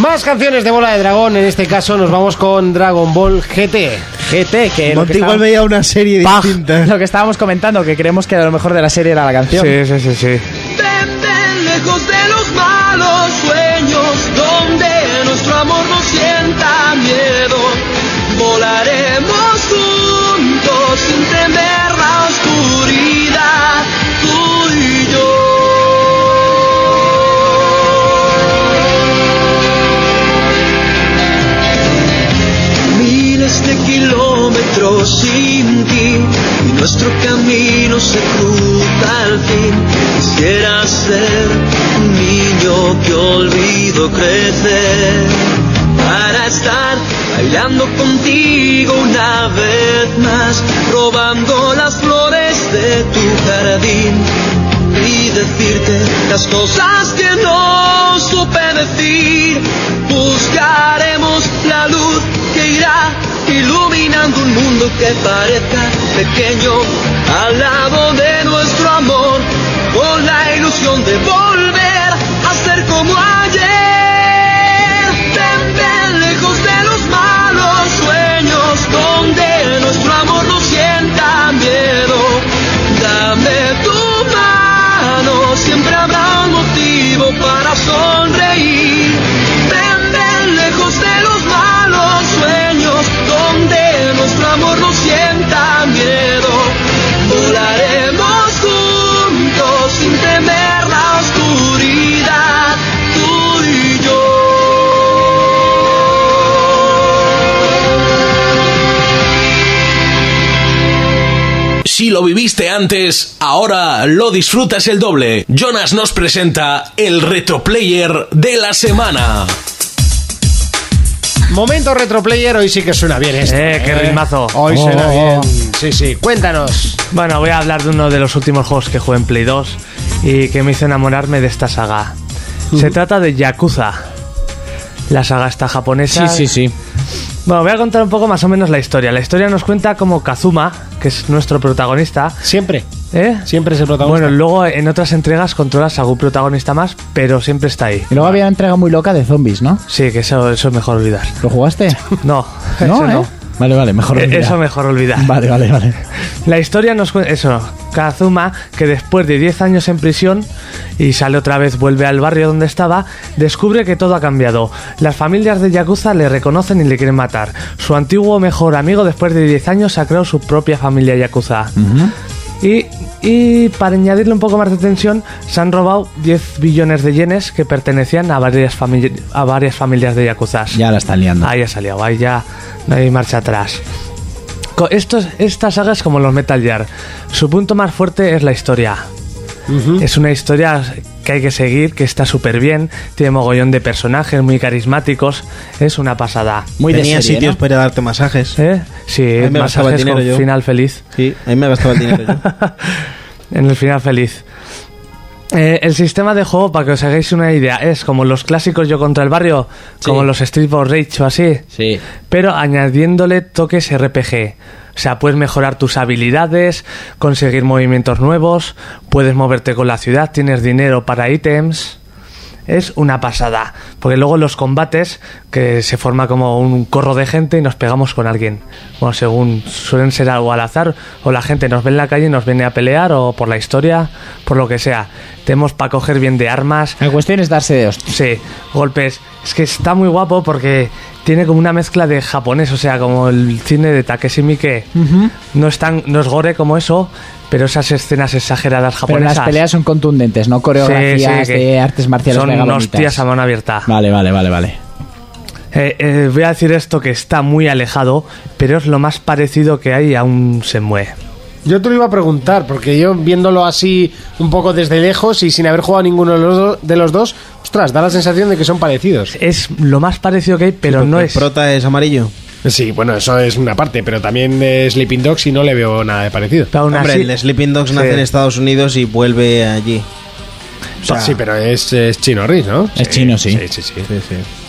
Speaker 2: Más canciones de bola de dragón. En este caso nos vamos con Dragon Ball GT.
Speaker 4: GT, que Eh, lo que,
Speaker 5: Monty igual
Speaker 4: estábamos,
Speaker 5: veía una serie
Speaker 4: Paj,
Speaker 5: distinta.
Speaker 4: lo que estábamos comentando, que creemos que lo mejor de la serie era la canción.
Speaker 6: Sí, sí, sí, sí.
Speaker 12: Ven, ven, lejos de los malos sueños, donde nuestro amor no sienta miedo. Volaremos juntos sin temer la oscuridad, tú y yo. Miles de kilómetros sin ti y nuestro camino se cruza al fin. Quisiera ser un niño que olvido crecer para estar bailando contigo una vez más, robando las flores de tu jardín y decirte las cosas que no supe decir. Buscaremos la luz que irá iluminando un mundo que parezca pequeño al lado de nuestro amor, con la ilusión de volver a ser como ayer. Ven, ven, lejos de los malos sueños, donde nuestro amor no sienta miedo. Dame tu mano, siempre habrá un motivo para sonreír. Ven, ven, lejos de los malos sueños, donde nuestro amor no sienta miedo. Volaremos juntos sin temer la oscuridad, tú y
Speaker 13: Si lo viviste antes, ahora lo disfrutas el doble. Jonas nos presenta el retroplayer de la semana.
Speaker 2: Momento retroplayer, hoy sí que suena bien este.
Speaker 6: Eh, qué ritmazo.
Speaker 2: Hoy
Speaker 6: Oh.
Speaker 2: suena bien. Sí, sí. Cuéntanos.
Speaker 6: Bueno, voy a hablar de uno de los últimos juegos que jugué en Play 2 y que me hizo enamorarme de esta saga. Se trata de Yakuza. La saga está japonesa.
Speaker 4: Sí, sí, sí.
Speaker 6: Bueno, voy a contar un poco más o menos la historia. La historia nos cuenta como Kazuma, que es nuestro protagonista.
Speaker 2: Siempre.
Speaker 6: ¿Eh?
Speaker 2: Siempre es el protagonista.
Speaker 6: Bueno, luego en otras entregas controlas a algún protagonista más, pero siempre está ahí.
Speaker 4: Y luego había una entrega muy loca de zombies, ¿no?
Speaker 6: Sí, que eso, eso es mejor olvidar.
Speaker 4: ¿Lo jugaste?
Speaker 6: No,
Speaker 4: No,
Speaker 6: eso
Speaker 4: ¿eh?
Speaker 6: no.
Speaker 4: Vale, vale, mejor
Speaker 6: Eh,
Speaker 4: olvidar.
Speaker 6: Eso mejor olvidar.
Speaker 4: Vale, vale, vale.
Speaker 6: La historia nos cuenta eso, Kazuma, que después de 10 años en prisión y sale otra vez, vuelve al barrio donde estaba, descubre que todo ha cambiado. Las familias de Yakuza le reconocen y le quieren matar. Su antiguo mejor amigo, después de 10 años, ha creado su propia familia Yakuza. Y, y para añadirle un poco más de tensión, se han robado 10 billones de yenes que pertenecían a varias, famili- a varias familias de Yakuza.
Speaker 4: Ya la están liando.
Speaker 6: Ahí ha salido, ahí ya no hay marcha atrás. Co- Esto es- esta saga es como los Metal Gear. Su punto más fuerte es la historia. Es una historia que hay que seguir, que está súper bien, tiene mogollón de personajes muy carismáticos, es una pasada.
Speaker 4: Muy de
Speaker 5: Tenía
Speaker 4: serie,
Speaker 5: sitios
Speaker 4: ¿no?
Speaker 5: para darte masajes.
Speaker 6: ¿Eh? Sí,
Speaker 5: A mí me gastaba el
Speaker 6: masajes
Speaker 5: dinero
Speaker 6: con
Speaker 5: yo.
Speaker 6: final feliz.
Speaker 5: Sí, a mí me gastaba el dinero yo.
Speaker 6: En el final feliz. Eh, el sistema de juego, para que os hagáis una idea, es como los clásicos Yo contra el barrio, como los Street for Rage o así.
Speaker 4: Sí.
Speaker 6: pero añadiéndole toques RPG. O sea, puedes mejorar tus habilidades, conseguir movimientos nuevos, puedes moverte con la ciudad, tienes dinero para ítems. Es una pasada, porque luego los combates, que se forma como un corro de gente y nos pegamos con alguien. Bueno, según suelen ser algo al azar, o la gente nos ve en la calle y nos viene a pelear, o por la historia, por lo que sea. Tenemos para coger bien de armas,
Speaker 4: La cuestión es darse de hostias.
Speaker 6: Sí, golpes. Es que está muy guapo porque tiene como una mezcla de japonés, o sea, como el cine de Takeshi Miike.
Speaker 4: Mm.
Speaker 6: No es tan, no es gore como eso, pero esas escenas exageradas
Speaker 4: Pero
Speaker 6: japonesas.
Speaker 4: las peleas son contundentes, no coreografías
Speaker 6: Sí, sí, que
Speaker 4: de artes marciales
Speaker 6: son
Speaker 4: mega
Speaker 6: unos
Speaker 4: bonitas.
Speaker 6: tías a mano abierta.
Speaker 4: Vale, vale, vale, vale.
Speaker 6: Eh, eh, voy a decir esto que está muy alejado, pero es lo más parecido que hay a un Senmue.
Speaker 2: Yo te lo iba a preguntar, porque yo viéndolo así un poco desde lejos y sin haber jugado a ninguno de los, do- de los dos, ostras, da la sensación de que son parecidos.
Speaker 6: Es lo más parecido que hay, pero no
Speaker 5: El
Speaker 6: es.
Speaker 5: prota es amarillo.
Speaker 2: Sí, bueno, eso es una parte, pero también eh, Sleeping Dogs y no le veo nada de parecido.
Speaker 6: pero aún
Speaker 5: Hombre,
Speaker 6: así-
Speaker 5: el Sleeping Dogs nace
Speaker 6: Sí.
Speaker 5: en Estados Unidos y vuelve allí. O sea,
Speaker 2: sí, pero es, es chino Riz, ¿no?
Speaker 4: Es chino, sí.
Speaker 2: Sí, sí, sí.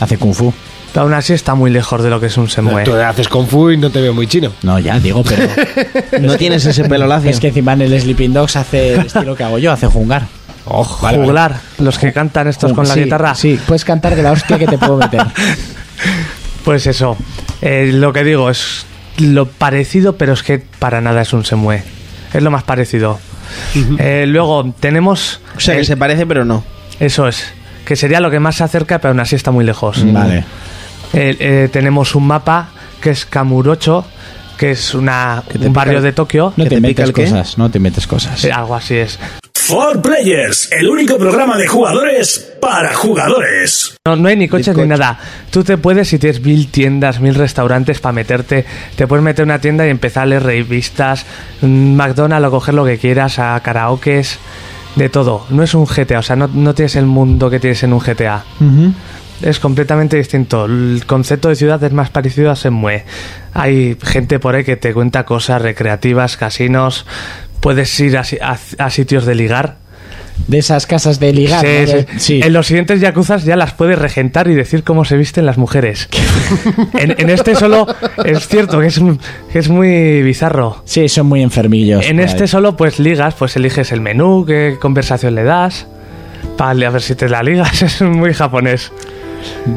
Speaker 4: Hace kung fu.
Speaker 6: pero aún así está muy lejos de lo que es un Senmue.
Speaker 2: Tú haces Kung Fu y no te veo muy chino.
Speaker 4: No, ya, digo, pero.
Speaker 5: no tienes ese pelo lacio.
Speaker 4: es que encima en el Sleeping Dogs hace el estilo que hago yo, hace jungar.
Speaker 2: Vale, vale.
Speaker 6: Juglar, Oh, los que cantan estos con la
Speaker 4: Sí,
Speaker 6: guitarra.
Speaker 4: Sí, puedes cantar de la hostia que te puedo meter.
Speaker 6: Pues eso, eh, lo que digo es lo parecido, pero es que para nada es un Semue. Es lo más parecido. Eh, luego tenemos.
Speaker 5: o sea, que
Speaker 6: el-
Speaker 5: se parece, pero no.
Speaker 6: Eso es, que sería lo que más se acerca, pero aún así está muy lejos.
Speaker 4: Vale.
Speaker 6: Eh, eh, tenemos un mapa que es Kamurocho, que es una,
Speaker 4: te
Speaker 6: un
Speaker 4: pica
Speaker 6: barrio
Speaker 4: el-
Speaker 6: de Tokio.
Speaker 4: No
Speaker 5: ¿Que
Speaker 4: te,
Speaker 5: te pica
Speaker 4: metes
Speaker 5: el qué?
Speaker 4: cosas, no te metes cosas.
Speaker 6: Eh, Algo así es.
Speaker 1: For Players, el único programa de jugadores para jugadores.
Speaker 6: No, no hay ni coches ni nada. Tú te puedes, si tienes mil tiendas, mil restaurantes para meterte, te puedes meter en una tienda y empezar a leer revistas, mm, McDonald's o coger lo que quieras, a karaokes, de todo. No es un GTA, o sea, no, no tienes el mundo que tienes en un GTA. es completamente distinto. El concepto de ciudad es más parecido a Semue. Hay gente por ahí que te cuenta cosas recreativas, casinos. Puedes ir a, si- a- a sitios de ligar.
Speaker 14: De esas casas de ligar.
Speaker 6: Sí,
Speaker 14: ¿no?
Speaker 6: sí.
Speaker 14: De- sí.
Speaker 6: En los siguientes yakuzas ya las puedes regentar y decir cómo se visten las mujeres. en, en este solo es cierto que es, un- que es muy bizarro.
Speaker 14: Sí, son muy enfermillos.
Speaker 6: En
Speaker 14: por
Speaker 6: este
Speaker 14: ahí.
Speaker 6: solo pues ligas, pues eliges el menú, qué conversación le das. Vale, a ver si te la ligas, es muy japonés.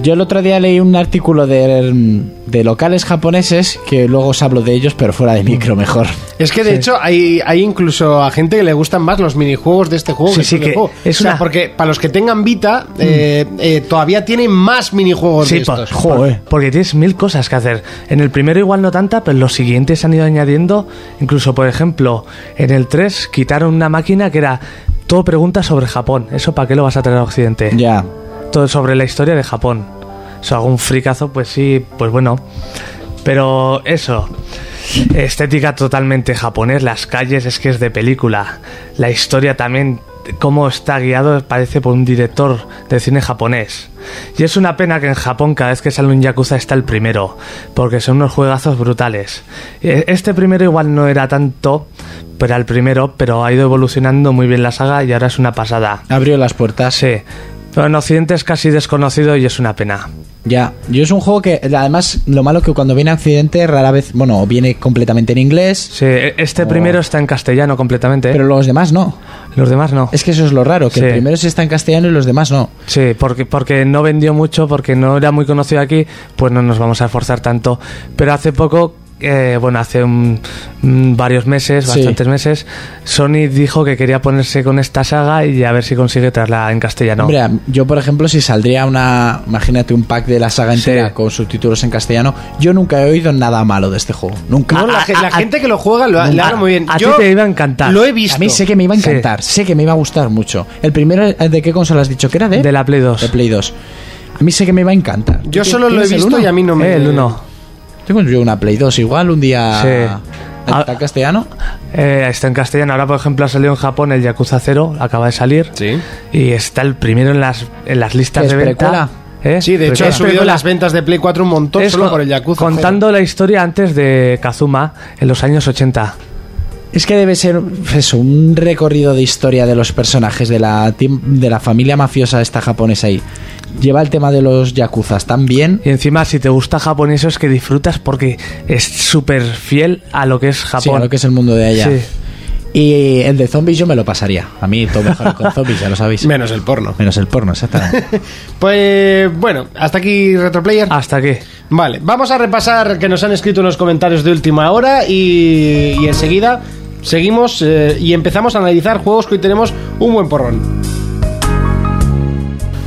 Speaker 14: Yo el otro día leí un artículo de, mm, de locales japoneses que luego os hablo de ellos, pero fuera de micro mejor.
Speaker 2: Es que de
Speaker 14: Sí.
Speaker 2: hecho hay, hay incluso a gente que le gustan más los minijuegos de este juego
Speaker 14: Sí,
Speaker 2: que
Speaker 14: sí,
Speaker 2: el
Speaker 14: que
Speaker 2: juego.
Speaker 14: es
Speaker 2: O sea,
Speaker 14: una-
Speaker 2: porque para los que tengan Vita eh,
Speaker 6: Mm.
Speaker 2: eh, todavía tienen más minijuegos de
Speaker 6: Sí, por-
Speaker 2: estos.
Speaker 6: por- porque tienes mil cosas que hacer. En el primero igual no tanta, pero los siguientes se han ido añadiendo. Incluso, por ejemplo, en el 3 quitaron una máquina que era todo preguntas sobre Japón. ¿Eso para qué lo vas a traer a Occidente? Ya. Todo sobre la historia de Japón. Eso, algún fricazo, pues sí, pues bueno. Pero eso. Estética totalmente japonés, las calles es que es de película. La historia también, cómo está guiado, parece por un director de cine japonés. Y es una pena que en Japón cada vez que sale un Yakuza está el primero, porque son unos juegazos brutales. E- Este primero igual no era tanto, pero era el primero, pero ha ido evolucionando muy bien la saga y ahora es una pasada.
Speaker 14: Abrió las puertas.
Speaker 6: Sí. Pero en Occidente es casi desconocido y es una pena.
Speaker 14: Ya, yo es un juego que además lo malo que cuando viene a Occidente rara vez, bueno, o viene completamente en inglés,
Speaker 6: Sí, e- este primero está en castellano completamente. ¿eh?
Speaker 14: pero los demás no.
Speaker 6: Los demás no.
Speaker 14: Es que eso es lo raro, que
Speaker 6: Sí.
Speaker 14: el primero sí está en castellano y los demás no.
Speaker 6: Sí, porque, porque no vendió mucho, porque no era muy conocido aquí, pues no nos vamos a esforzar tanto. Pero hace poco, eh, bueno, hace un- mm, varios meses,
Speaker 14: Sí.
Speaker 6: bastantes meses, Sony dijo que quería ponerse con esta saga y a ver si consigue traerla en castellano.
Speaker 14: Hombre, yo por ejemplo, si saldría una, imagínate un pack de la saga entera con subtítulos en castellano, yo nunca he oído nada malo de este juego. Nunca.
Speaker 2: No, la, ge- la gente que lo juega lo, le
Speaker 14: Nunca.
Speaker 2: habla muy bien.
Speaker 14: A- a
Speaker 2: Yo
Speaker 14: ti te
Speaker 6: iba a encantar.
Speaker 2: Lo he visto.
Speaker 14: A mí sé que me iba a encantar, sé que me iba a gustar mucho. El primero, eh, ¿de qué consola has dicho que era? De,
Speaker 6: De la Play 2.
Speaker 14: De Play 2. A mí sé que me iba a encantar.
Speaker 2: Yo
Speaker 14: ¿Tú
Speaker 2: solo lo he
Speaker 14: tienes el
Speaker 2: visto
Speaker 14: uno?
Speaker 2: y a mí no me.
Speaker 6: Eh, el uno.
Speaker 14: Tengo yo una Play 2 igual, un día...
Speaker 6: Sí. Ah.
Speaker 14: ¿Está en castellano?
Speaker 6: Eh, está en castellano. Ahora, por ejemplo, ha salido en Japón el Yakuza 0, acaba de salir. Y está el primero en las, en las listas
Speaker 2: ¿Es
Speaker 6: de venta.
Speaker 2: precuela?
Speaker 6: ¿Eh?
Speaker 2: Sí, de hecho
Speaker 6: Precuela.
Speaker 2: ha subido
Speaker 6: Precuela.
Speaker 2: las ventas de Play 4 un montón
Speaker 6: Es
Speaker 2: solo
Speaker 6: con-
Speaker 2: por el Yakuza.
Speaker 6: Contando la historia antes de Kazuma, en los años 80.
Speaker 14: Es que debe ser eso, un recorrido de historia de los personajes de la, tim- de la familia mafiosa esta japonesa ahí. Lleva el tema de los yakuzas también.
Speaker 6: Y encima, si te gusta Japón, eso es que disfrutas porque es súper fiel a lo que es Japón.
Speaker 14: Sí, a lo que es el mundo de allá.
Speaker 6: Sí.
Speaker 14: Y el de zombies yo me lo pasaría. A mí todo mejor con zombies, ya lo sabéis.
Speaker 2: Menos el porno.
Speaker 14: Menos el porno, exactamente.
Speaker 2: Pues bueno, hasta aquí Retroplayer.
Speaker 6: Hasta aquí.
Speaker 2: Vale, vamos a repasar que nos han escrito en los comentarios de última hora y, y enseguida seguimos eh, y empezamos a analizar juegos que hoy tenemos un buen porrón.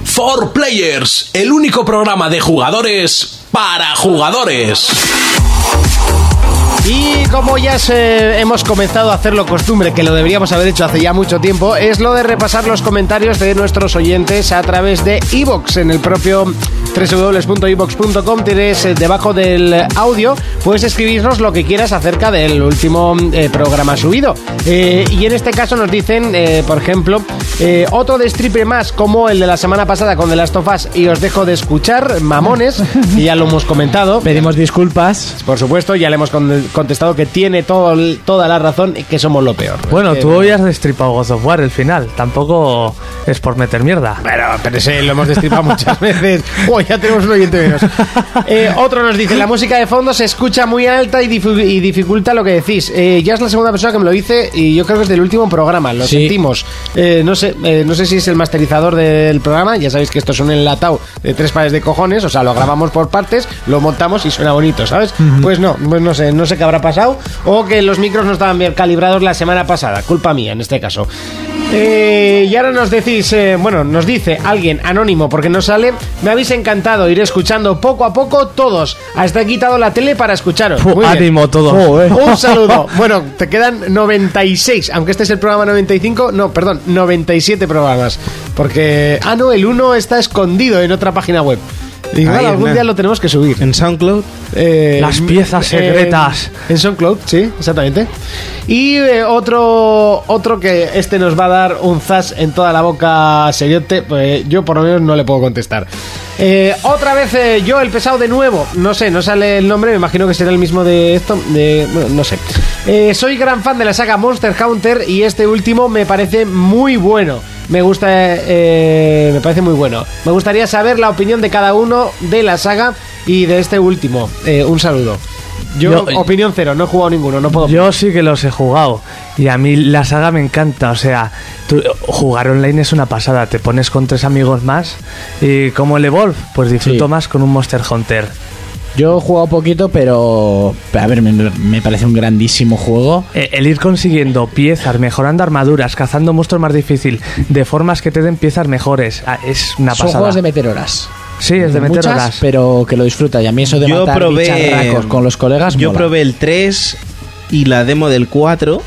Speaker 13: For Players, el único programa de jugadores para jugadores.
Speaker 2: Y como ya se- hemos comenzado a hacerlo costumbre, que lo deberíamos haber hecho hace ya mucho tiempo, es lo de repasar los comentarios de nuestros oyentes a través de iVox en el propio www.ivox.com tienes eh, debajo del audio puedes escribirnos lo que quieras acerca del último eh, programa subido Eh, y en este caso nos dicen eh, por ejemplo eh, otro de stripper más como el de la semana pasada con The Last of Us y os dejo de escuchar mamones y ya lo hemos comentado
Speaker 14: pedimos disculpas
Speaker 2: por supuesto ya le hemos con- contestado que tiene todo, el- toda la razón y que somos lo peor
Speaker 6: Bueno,
Speaker 2: Eh,
Speaker 6: tú hoy has destripado God of War el final. Tampoco es por meter mierda.
Speaker 2: Pero, pero ese lo hemos destripado muchas veces. Uy, ya tenemos un oyente menos. Eh, otro nos dice, la música de fondo se escucha muy alta y, difu- y dificulta lo que decís. Eh, ya es la segunda persona que me lo dice y yo creo que es del último programa, lo
Speaker 14: Sí.
Speaker 2: sentimos. Eh, no, sé, eh, no sé si es el masterizador del programa, ya sabéis que esto es un enlatado de tres pares de cojones, o sea, lo grabamos por partes, lo montamos y suena bonito, ¿sabes? Pues no, pues no sé, no sé qué habrá pasado o que los micros no estaban bien calibrados la semana pasada, culpa mía en este caso. Eh, y ahora nos decís, eh, bueno, nos dice alguien anónimo porque no sale, me habéis encantado ir escuchando poco a poco todos. Hasta he quitado la tele para escucharos.
Speaker 6: Fu,
Speaker 2: Muy bien. eh.
Speaker 6: ánimo todos.
Speaker 2: Un saludo. Bueno, te quedan 96, aunque este es el programa 95, no, perdón, 97 programas. Porque, ah, no, el 1 está escondido en otra página web. Igual
Speaker 5: Ahí,
Speaker 2: algún
Speaker 5: Hernán.
Speaker 2: día lo tenemos que subir.
Speaker 5: En SoundCloud.
Speaker 2: Eh,
Speaker 6: Las piezas
Speaker 2: eh,
Speaker 6: secretas.
Speaker 2: en SoundCloud, sí, exactamente. Y eh, otro otro que este nos va a dar un zas en toda la boca, seriote, pues yo por lo menos no le puedo contestar. Eh, otra vez eh, yo el pesado de nuevo. No sé, no sale el nombre. Me imagino que será el mismo de esto. De, bueno, no sé. Eh, soy gran fan de la saga Monster Hunter y este último me parece muy bueno. Me gusta, eh, me parece muy bueno. Me gustaría saber la opinión de cada uno de la saga y de este último. Eh, un saludo. Yo,
Speaker 6: Yo-
Speaker 2: opinión cero, no he jugado ninguno, no puedo.
Speaker 6: Yo sí que los he jugado y a mí la saga me encanta, o sea, tú- jugar online es una pasada, te pones con tres amigos más y como el Evolve, pues disfruto más con un Monster Hunter.
Speaker 14: Yo he jugado poquito, pero. A ver, me, me parece un grandísimo juego.
Speaker 6: Eh, El ir consiguiendo piezas, mejorando armaduras, cazando monstruos más difícil, de formas que te den piezas mejores, ah, es una
Speaker 14: Son
Speaker 6: pasada.
Speaker 14: juegos de meter horas.
Speaker 6: Sí, es de meter
Speaker 14: Muchas,
Speaker 6: horas.
Speaker 14: Pero que lo disfruta. Y a mí eso de
Speaker 5: Yo
Speaker 14: matar
Speaker 5: probé.
Speaker 14: bicharracos con los colegas.
Speaker 5: Yo
Speaker 14: mola.
Speaker 5: probé el 3 y la demo del 4.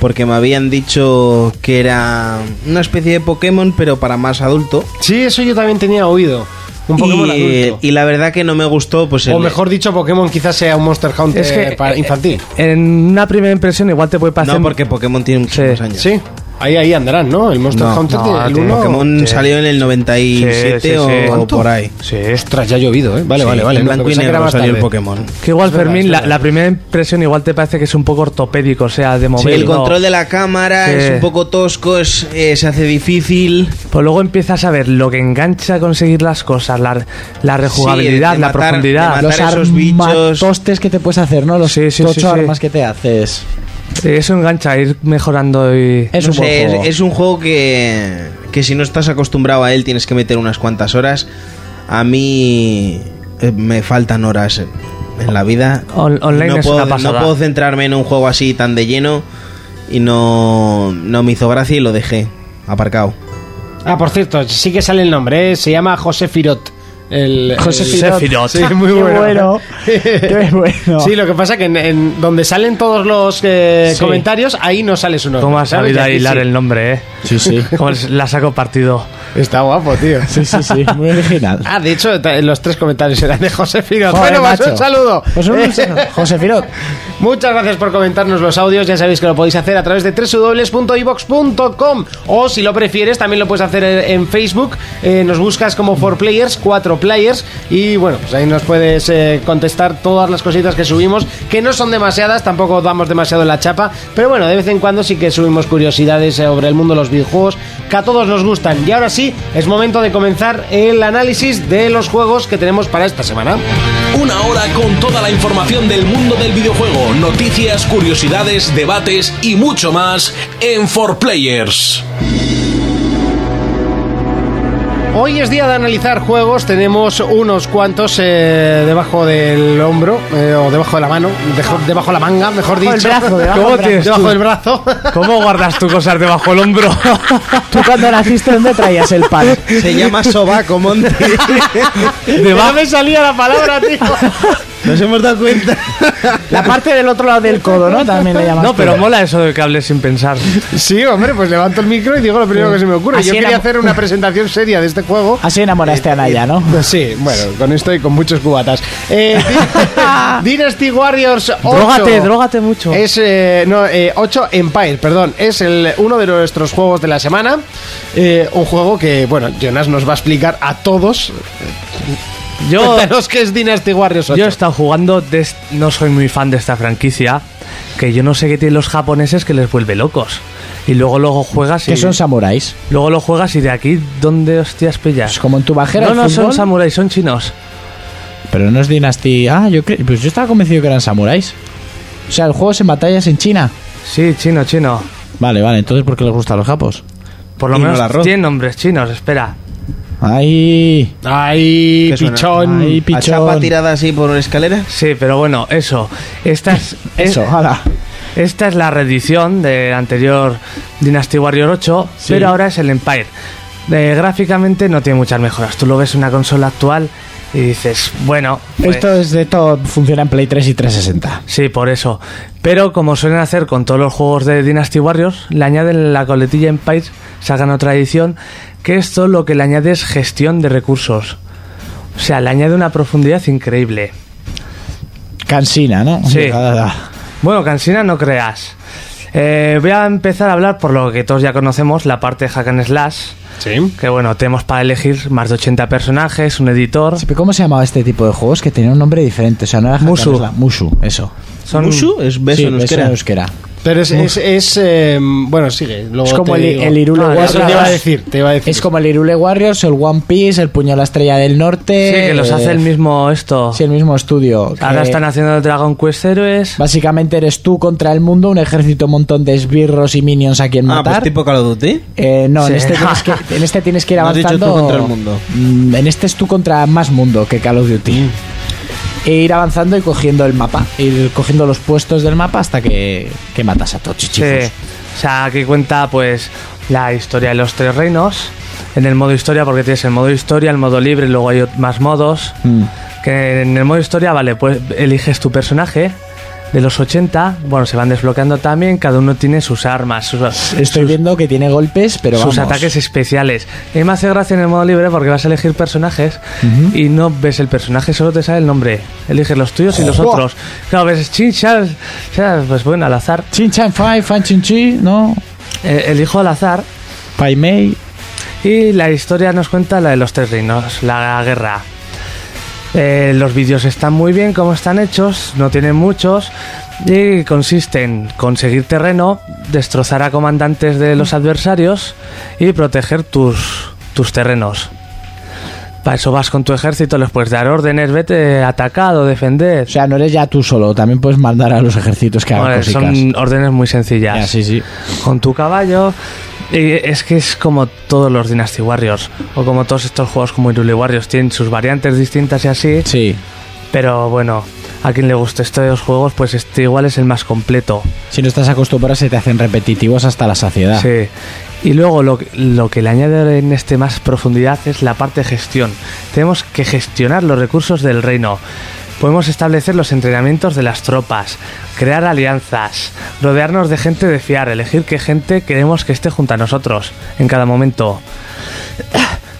Speaker 5: Porque me habían dicho que era una especie de Pokémon, pero para más adulto.
Speaker 2: Sí, eso yo también tenía oído. Un Pokémon
Speaker 5: y,
Speaker 2: adulto.
Speaker 5: y la verdad que no me gustó, pues
Speaker 2: O
Speaker 5: el-
Speaker 2: mejor dicho, Pokémon quizás sea un Monster Hunter
Speaker 5: Es que,
Speaker 2: para
Speaker 5: eh,
Speaker 2: infantil.
Speaker 6: En una primera impresión igual te puede pasar...
Speaker 5: No, porque Pokémon tiene muchos años.
Speaker 2: Sí. Ahí, ahí andarán, ¿no? El Monster
Speaker 5: No,
Speaker 2: Hunter, tiene- el
Speaker 5: tiene-
Speaker 2: uno-
Speaker 5: Pokémon
Speaker 2: Sí.
Speaker 5: salió en el 97
Speaker 2: Sí, sí,
Speaker 5: o,
Speaker 2: sí.
Speaker 5: o por ahí.
Speaker 6: Sí,
Speaker 2: ostras, ya ha llovido, ¿eh? Vale,
Speaker 5: Sí,
Speaker 2: vale, vale.
Speaker 5: En
Speaker 2: no,
Speaker 5: blanco y
Speaker 2: pensaba que era
Speaker 5: negro
Speaker 2: más
Speaker 5: salió el
Speaker 2: tarde.
Speaker 5: Pokémon.
Speaker 6: Que igual,
Speaker 2: Es verdad,
Speaker 6: Fermín,
Speaker 2: es
Speaker 6: la,
Speaker 2: verdad.
Speaker 6: la primera impresión igual te parece que es un poco ortopédico, o sea, de
Speaker 5: Sí,
Speaker 6: mover.
Speaker 5: el
Speaker 6: no.
Speaker 5: control de la cámara
Speaker 6: Sí.
Speaker 5: es un poco tosco, es, eh, se hace difícil.
Speaker 6: Pues luego empiezas a ver lo que engancha a conseguir las cosas, la, la rejugabilidad,
Speaker 5: de
Speaker 6: la
Speaker 5: matar-
Speaker 6: profundidad.
Speaker 5: de matar esos bichos.
Speaker 14: tostes que te puedes hacer, ¿no? Los
Speaker 6: Sí, sí,
Speaker 14: tocho
Speaker 6: sí, sí.
Speaker 14: armas que te haces.
Speaker 6: Sí, eso engancha, ir mejorando y...
Speaker 5: No sé, es- es un juego que, que si no estás acostumbrado a él tienes que meter unas cuantas horas. A mí eh, me faltan horas en- en la vida.
Speaker 6: On- online
Speaker 5: no,
Speaker 6: es
Speaker 5: puedo,
Speaker 6: una pasada.
Speaker 5: no puedo centrarme en un juego así tan de lleno y no, no me hizo gracia y lo dejé aparcado.
Speaker 2: Ah, por cierto, sí que sale el nombre, ¿eh? se llama José Firot. El,
Speaker 14: José
Speaker 2: el-
Speaker 14: Firot.
Speaker 2: Sí, muy
Speaker 14: Qué
Speaker 2: bueno.
Speaker 14: bueno. Qué bueno.
Speaker 2: Sí, lo que pasa que en, en donde salen todos los eh,
Speaker 6: Sí.
Speaker 2: comentarios, ahí no sale su nombre.
Speaker 6: ¿Cómo has
Speaker 2: ¿sabes?
Speaker 6: sabido
Speaker 2: Y aquí
Speaker 6: hilar
Speaker 2: sí.
Speaker 6: el nombre, eh?
Speaker 14: Sí, sí.
Speaker 6: Cómo es- la saco partido.
Speaker 2: Está guapo, tío.
Speaker 14: Sí, sí, sí. Muy original.
Speaker 2: Ah, de hecho, ta- los tres comentarios eran de José Firot.
Speaker 14: Joder,
Speaker 2: bueno, pues
Speaker 14: macho.
Speaker 2: un saludo.
Speaker 14: Pues un saludo. José Firot.
Speaker 2: Muchas gracias por comentarnos los audios. Ya sabéis que lo podéis hacer a través de www.ibox.com o si lo prefieres, también lo puedes hacer en en Facebook. Eh, nos buscas como 4Players, 4Players y bueno, pues ahí nos puedes eh, contestar todas las cositas que subimos, que no son demasiadas, tampoco damos demasiado la chapa, pero bueno, de vez en cuando sí que subimos curiosidades sobre el mundo de los videojuegos que a todos nos gustan. Y ahora sí, es momento de comenzar el análisis de los juegos que tenemos para esta semana.
Speaker 13: Una hora con toda la información del mundo del videojuego, noticias, curiosidades, debates y mucho más en 4Players.
Speaker 2: Hoy es día de analizar juegos, tenemos unos cuantos eh, debajo del hombro, eh, o debajo de la mano, dejo- debajo de la manga, mejor
Speaker 14: Debajo
Speaker 2: dicho.
Speaker 14: del brazo, debajo
Speaker 2: ¿Cómo
Speaker 14: del brazo.
Speaker 2: tienes Debajo
Speaker 14: tú?
Speaker 2: del brazo.
Speaker 6: ¿Cómo guardas tú cosas debajo del hombro?
Speaker 14: Tú cuando naciste, ¿dónde traías el pan?
Speaker 5: Se llama Sobaco Monte.
Speaker 2: No me salía la palabra, tío.
Speaker 5: Nos hemos dado cuenta.
Speaker 14: La parte del otro lado del codo, ¿no? También le llamas.
Speaker 6: No,
Speaker 14: tú.
Speaker 6: pero mola eso de que hables sin pensar. Ah,
Speaker 2: Sí, hombre, pues levanto el micro y digo lo primero que se me ocurre.
Speaker 14: Así
Speaker 2: Yo quería
Speaker 14: era-
Speaker 2: hacer una presentación seria de este juego. Eh,
Speaker 14: Así enamoraste a Naya, Ah, ¿no?
Speaker 2: Sí, bueno, con esto y con muchos cubatas. Eh, Di- Dynasty Warriors 8.
Speaker 6: Drógate, drógate mucho.
Speaker 2: Es, eh, no, eh, 8 Empire, perdón. Es el, uno de nuestros juegos de la semana. Eh, un juego que, bueno, Jonas nos va a explicar a todos.
Speaker 6: Yo,
Speaker 2: Cuéntanos qué es Dynasty Warriors 8.
Speaker 6: yo he estado jugando, des- no soy muy fan de esta franquicia, que yo no sé qué tienen los japoneses que les vuelve locos. Y luego luego juegas y...
Speaker 14: Que son samuráis.
Speaker 6: Luego lo juegas y de aquí, ¿dónde hostias
Speaker 14: Es
Speaker 6: pillas?
Speaker 14: como en tu bajera.
Speaker 6: No,
Speaker 14: el
Speaker 6: no, son
Speaker 14: fútbol,
Speaker 6: samuráis, son chinos.
Speaker 14: Pero no es dinastía. Ah, yo cre- Pues yo estaba convencido que eran samuráis. O sea, el juego es en batallas en China.
Speaker 6: Sí, chino, chino.
Speaker 14: Vale, vale. Entonces, ¿por qué les gustan los japos?
Speaker 6: Por lo
Speaker 5: Y no
Speaker 6: menos
Speaker 5: la roza.
Speaker 6: tienen nombres chinos, espera.
Speaker 14: Ay.
Speaker 2: Ay,
Speaker 5: ¿Qué suena?
Speaker 2: pichón.
Speaker 14: Ay,
Speaker 5: Mm, A chapa
Speaker 14: pichón.
Speaker 5: tirada así por escaleras.
Speaker 6: Sí, pero bueno, eso. Esta es, es-
Speaker 14: Eso, hala.
Speaker 6: esta es la reedición del anterior Dynasty Warrior 8, pero ahora es el Empire. Eh, gráficamente no tiene muchas mejoras. Tú lo ves en una consola actual y dices, bueno, pues-
Speaker 14: Esto es de todo. Funciona en Play 3 y 360.
Speaker 6: Sí, por eso. Pero como suelen hacer con todos los juegos de Dynasty Warriors, le añaden la coletilla Empire, sacan otra edición, que esto lo que le añade es gestión de recursos. O sea, le añade una profundidad increíble.
Speaker 14: Cansina, ¿no?
Speaker 6: Sí.
Speaker 14: Da, da, da.
Speaker 6: Bueno, Cansina, no creas. Eh, voy a empezar a hablar por lo que todos ya conocemos, la parte de Hack and Slash. Sí. Que bueno, tenemos para elegir más de 80 personajes, un editor.
Speaker 14: Sí, pero ¿Cómo se llamaba este tipo de juegos? Que tenía un nombre diferente. O sea, no era Hack and
Speaker 6: Mushu.
Speaker 14: Slash, Mushu, eso.
Speaker 6: Son- Mushu es beso en euskera.
Speaker 2: Pero es, es, es, eh, bueno, sigue. luego
Speaker 14: Es como
Speaker 2: te
Speaker 14: el,
Speaker 2: digo.
Speaker 14: el Irule
Speaker 2: Ah,
Speaker 14: Warriors.
Speaker 2: eso te iba a decir, te iba a decir.
Speaker 14: Es como el Irule Warriors, el One Piece, el Puño a la Estrella del Norte. eh,
Speaker 6: Sí, que los hace el mismo esto.
Speaker 14: Sí, el mismo estudio.
Speaker 6: Ahora
Speaker 14: Que
Speaker 6: están haciendo el Dragon Quest Heroes.
Speaker 14: Básicamente eres tú contra el mundo, un ejército, un montón de esbirros y minions a quien
Speaker 5: Ah,
Speaker 14: matar.
Speaker 5: pues tipo Call of Duty.
Speaker 14: Eh, no, en,
Speaker 5: Sí.
Speaker 14: este tienes que, en este tienes que ir
Speaker 5: No has dicho
Speaker 14: avanzando.
Speaker 5: tú contra el mundo. Mm.
Speaker 14: Mm, En este es tú contra más mundo que Call of Duty. E ir avanzando y cogiendo el mapa. Ir cogiendo los puestos del mapa hasta que, que matas a todos, chichifos.
Speaker 6: Sí. O sea, aquí cuenta pues la historia de los tres reinos. En el modo historia, porque tienes el modo historia, el modo libre, luego hay ot- más modos.
Speaker 14: Mm.
Speaker 6: Que en el modo historia, vale, pues eliges tu personaje. De los 80, bueno, se van desbloqueando también. Cada uno tiene sus armas, sus,
Speaker 14: Estoy viendo que tiene golpes, pero
Speaker 6: sus
Speaker 14: vamos.
Speaker 6: ataques especiales. Y me hace gracia en el modo libre porque vas a elegir personajes y no ves el personaje, solo te sale el nombre. Eliges los tuyos y los
Speaker 14: ¡Jua!
Speaker 6: otros. Claro, ves Chin Chan, Chan, pues bueno, al azar.
Speaker 14: Chin Chan Fai, Fan Chin Chi, ¿no?
Speaker 6: Eh, elijo al azar
Speaker 14: Pai Mei.
Speaker 6: y la historia nos cuenta la de los tres reinos, la guerra. Eh, los vídeos están muy bien como están hechos, no tienen muchos y consisten en conseguir terreno, destrozar a comandantes de los adversarios y proteger tus, tus terrenos. Para eso vas con tu ejército, les puedes dar órdenes, vete atacado, defender.
Speaker 14: O sea, no eres ya tú solo, también puedes mandar a los ejércitos que hagan
Speaker 6: Hombre,
Speaker 14: cositas.
Speaker 6: son órdenes muy sencillas.
Speaker 14: Ya, sí, sí.
Speaker 6: Con tu caballo. Y es que es como todos los Dynasty Warriors. O como todos estos juegos como Irule Warriors. Tienen sus variantes distintas y así.
Speaker 14: Sí.
Speaker 6: Pero bueno, a quien le guste estos juegos, pues este igual es el más completo.
Speaker 14: Si no estás acostumbrado, se te hacen repetitivos hasta la saciedad.
Speaker 6: Sí. Y luego lo, que- lo que le añade en este más profundidad es la parte de gestión. Tenemos que gestionar los recursos del reino. Podemos establecer los entrenamientos de las tropas, crear alianzas, rodearnos de gente de fiar, elegir qué gente queremos que esté junto a nosotros en cada momento.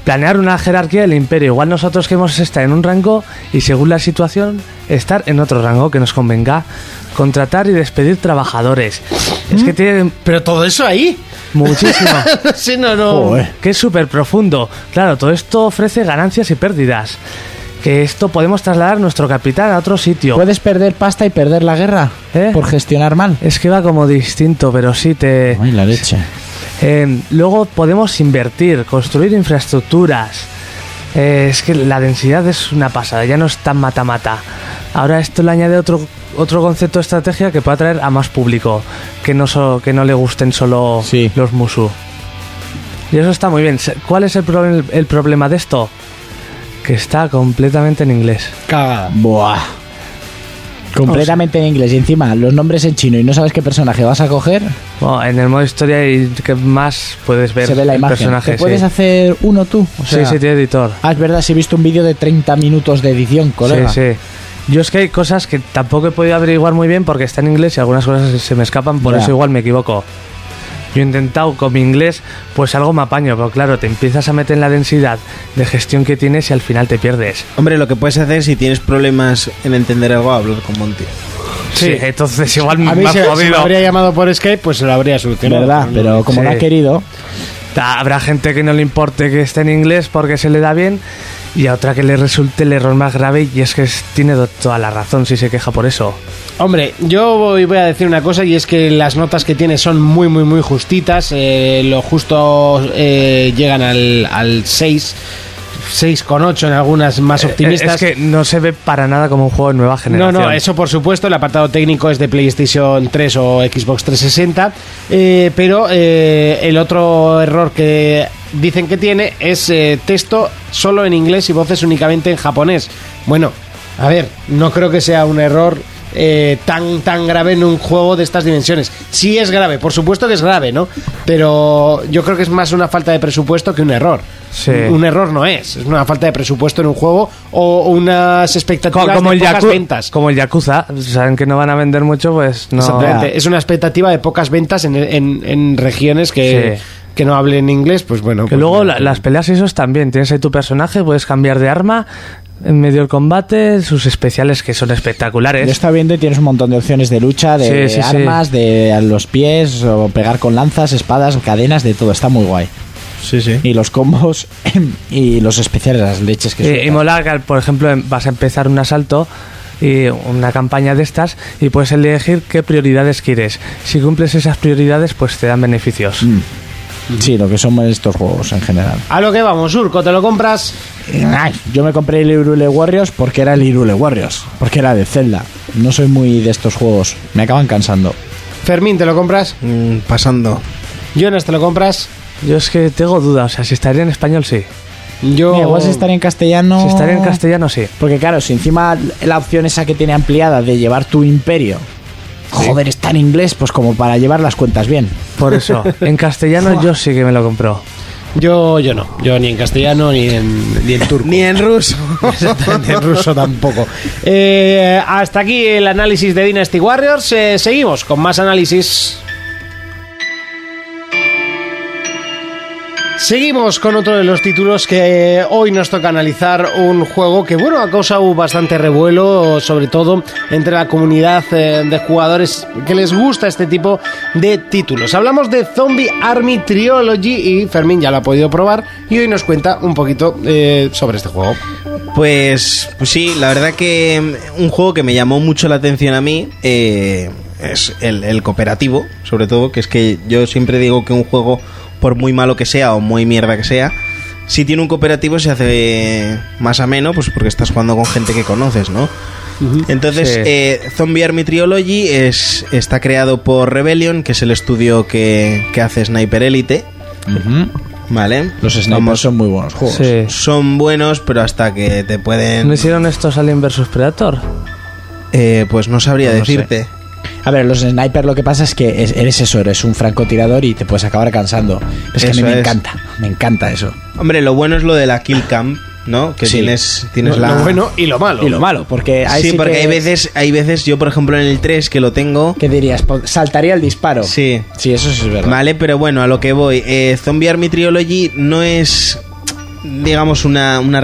Speaker 6: Planear una jerarquía del imperio. Igual nosotros queremos estar en un rango y según la situación estar en otro rango que nos convenga. Contratar y despedir trabajadores. Es que tienen
Speaker 2: Pero todo eso ahí.
Speaker 6: Muchísimo.
Speaker 2: sí, no, no.
Speaker 6: que es súper profundo. Claro, todo esto ofrece ganancias y pérdidas. Que esto podemos trasladar nuestro capital a otro sitio.
Speaker 14: ¿Puedes perder pasta y perder la guerra?
Speaker 6: ¿Eh?
Speaker 14: Por gestionar mal.
Speaker 6: Es que va como distinto, pero sí te...
Speaker 14: Ay, la leche.
Speaker 6: Eh, luego podemos invertir, construir infraestructuras. Eh, es que la densidad es una pasada, ya no es tan mata-mata. Ahora esto le añade otro, otro concepto de estrategia que puede atraer a más público, que no, so- que no le gusten solo
Speaker 14: Sí.
Speaker 6: los musu. Y eso está muy bien. Se- ¿Cuál es el, problem- el problema de esto? Que está completamente en inglés.
Speaker 2: Cagada.
Speaker 14: Buah. Completamente en inglés y encima los nombres en chino y no sabes qué personaje vas a coger,
Speaker 6: Bueno, en el modo historia y que más puedes ver
Speaker 14: se ve la
Speaker 6: el
Speaker 14: imagen.
Speaker 6: personaje.
Speaker 14: ¿Te puedes
Speaker 6: sí.
Speaker 14: hacer uno tú? O sea,
Speaker 6: sí, sí, tiene editor.
Speaker 14: Ah, es verdad, si he visto un vídeo de 30 minutos de edición, colega.
Speaker 6: Sí, sí. Yo es que hay cosas que tampoco he podido averiguar muy bien porque está en inglés y algunas cosas se me escapan, por
Speaker 14: Ya.
Speaker 6: eso igual me equivoco. Yo he intentado con mi inglés, pues algo me apaño, pero claro, te empiezas a meter en la densidad de gestión que tienes y al final te pierdes.
Speaker 5: Hombre, lo que puedes hacer si tienes problemas en entender algo, hablar con Monty.
Speaker 6: Sí, entonces igual me
Speaker 2: A mí
Speaker 6: has
Speaker 2: se, si me
Speaker 6: jodido.
Speaker 2: habría llamado por Skype, pues se lo habría solucionado.
Speaker 14: ¿Verdad? Pero como
Speaker 6: Sí.
Speaker 14: no ha querido,
Speaker 6: Ta- Habrá gente que no le importe que esté en inglés porque se le da bien y a otra que le resulte el error más grave y es que es- tiene do- toda la razón si se queja por eso.
Speaker 2: Hombre, yo voy, voy a decir una cosa y es que las notas que tiene son muy, muy, muy justitas. eh, lo justo eh, llegan al, al 6, 6,8 en algunas más optimistas.
Speaker 6: Eh, Es que no se ve para nada como un juego de nueva
Speaker 2: No,
Speaker 6: generación.
Speaker 2: no, eso por supuesto, el apartado técnico es de PlayStation 3 o Xbox 360, eh, pero eh, el otro error que dicen que tiene es eh, texto solo en inglés y voces únicamente en japonés. Bueno, a ver, no creo que sea un error eh, tan, tan grave en un juego de estas dimensiones. Sí es grave, por supuesto que es grave, ¿no? Pero yo creo que es más una falta de presupuesto que un error.
Speaker 6: Sí.
Speaker 2: Un error no es, es una falta de presupuesto en un juego o unas expectativas
Speaker 6: Co-
Speaker 2: expectativas
Speaker 6: como,
Speaker 2: de
Speaker 6: el
Speaker 2: pocas
Speaker 6: Yaku-
Speaker 2: ventas.
Speaker 6: como el Yakuza, saben que no van a vender mucho, pues no.
Speaker 2: Exactamente. Es una expectativa de pocas ventas en, en- en regiones que,
Speaker 6: Sí.
Speaker 2: que no hablen inglés, pues bueno.
Speaker 6: Que
Speaker 2: pues
Speaker 6: luego
Speaker 2: mira,
Speaker 6: la- las peleas y esos también. Tienes ahí tu personaje, puedes cambiar de arma. en medio del combate, sus especiales que son espectaculares.
Speaker 4: Lo está viendo y tienes un montón de opciones de lucha, de
Speaker 6: Sí, sí, sí.
Speaker 4: armas, de a los pies, o pegar con lanzas, espadas, cadenas, de todo. Está muy guay.
Speaker 5: Sí, sí.
Speaker 4: Y los combos y los especiales, las leches que
Speaker 6: Y-
Speaker 4: sueltan.
Speaker 6: y mola que, Eh, por ejemplo, em- vas a empezar un asalto y una campaña de estas y puedes elegir qué prioridades quieres. Si cumples esas prioridades, pues te dan beneficios.
Speaker 4: Sí, lo que son estos juegos en general.
Speaker 2: A lo que vamos, Surco, ¿te lo compras?
Speaker 4: Eh, Ay, yo me compré el Irule Warriors porque era el Irule Warriors, porque era de Zelda. No soy muy de estos juegos, me acaban cansando.
Speaker 2: Fermín, ¿te lo compras?
Speaker 5: pasando.
Speaker 2: Jonas, ¿te lo compras?
Speaker 6: Yo es que tengo dudas, o sea, si estaría en español, sí.
Speaker 2: Yo...
Speaker 4: Mira, igual si estaría en castellano.
Speaker 6: Si estaría en castellano, sí.
Speaker 4: Porque claro, si encima la opción esa que tiene ampliada de llevar tu imperio. Joder, está en inglés, pues como para llevar las cuentas bien.
Speaker 6: Por eso, en castellano yo sí que me lo compro.
Speaker 2: Yo, yo no. Yo ni en castellano ni en, ni en turco.
Speaker 5: Ni en ruso.
Speaker 2: Exactamente, en ruso tampoco. Eh, hasta aquí el análisis de Dynasty Warriors. Eh, seguimos con más análisis. Seguimos con otro de los títulos que eh, hoy nos toca analizar, un juego que bueno ha causado bastante revuelo, sobre todo entre la comunidad eh, de jugadores que les gusta este tipo de títulos. Hablamos de Zombie Army Trilogy y Fermín ya lo ha podido probar y hoy nos cuenta un poquito eh, sobre este juego.
Speaker 5: Pues, pues sí, la verdad que mm, un juego que me llamó mucho la atención a mí eh, es el, el cooperativo, sobre todo, que es que yo siempre digo que un juego, por muy malo que sea o muy mierda que sea, si tiene un cooperativo se hace más ameno, pues porque estás jugando con gente que conoces, ¿no? Entonces,
Speaker 6: Sí.
Speaker 5: eh, Zombie Army Trilogy es, está creado por Rebellion, que es el estudio que, que hace Sniper Elite, ¿vale?
Speaker 4: Los snipers
Speaker 5: Vamos,
Speaker 4: son muy buenos juegos.
Speaker 6: Sí.
Speaker 5: son buenos, pero hasta que te pueden...
Speaker 6: ¿No hicieron estos Alien vs Predator?
Speaker 5: Eh, pues no sabría
Speaker 4: No
Speaker 5: decirte.
Speaker 4: A ver, los snipers lo que pasa es que es- eres eso, eres un francotirador y te puedes acabar cansando. Es que a mí
Speaker 5: Eso
Speaker 4: me
Speaker 5: es.
Speaker 4: encanta, me encanta eso.
Speaker 5: Hombre, lo bueno es lo de la kill cam, ¿no? Que
Speaker 4: Sí.
Speaker 5: tienes, tienes la...
Speaker 2: Lo bueno y lo malo.
Speaker 4: Y lo malo, porque ahí
Speaker 5: Sí, porque
Speaker 4: que-
Speaker 5: hay veces, hay veces, yo por ejemplo en el 3 que lo tengo,
Speaker 4: ¿Qué dirías? Po- Saltaría el disparo.
Speaker 5: sí,
Speaker 4: Sí, eso sí es verdad.
Speaker 5: vale, pero bueno, a lo que voy, eh, Zombie Army Trilogy no es, digamos, una, una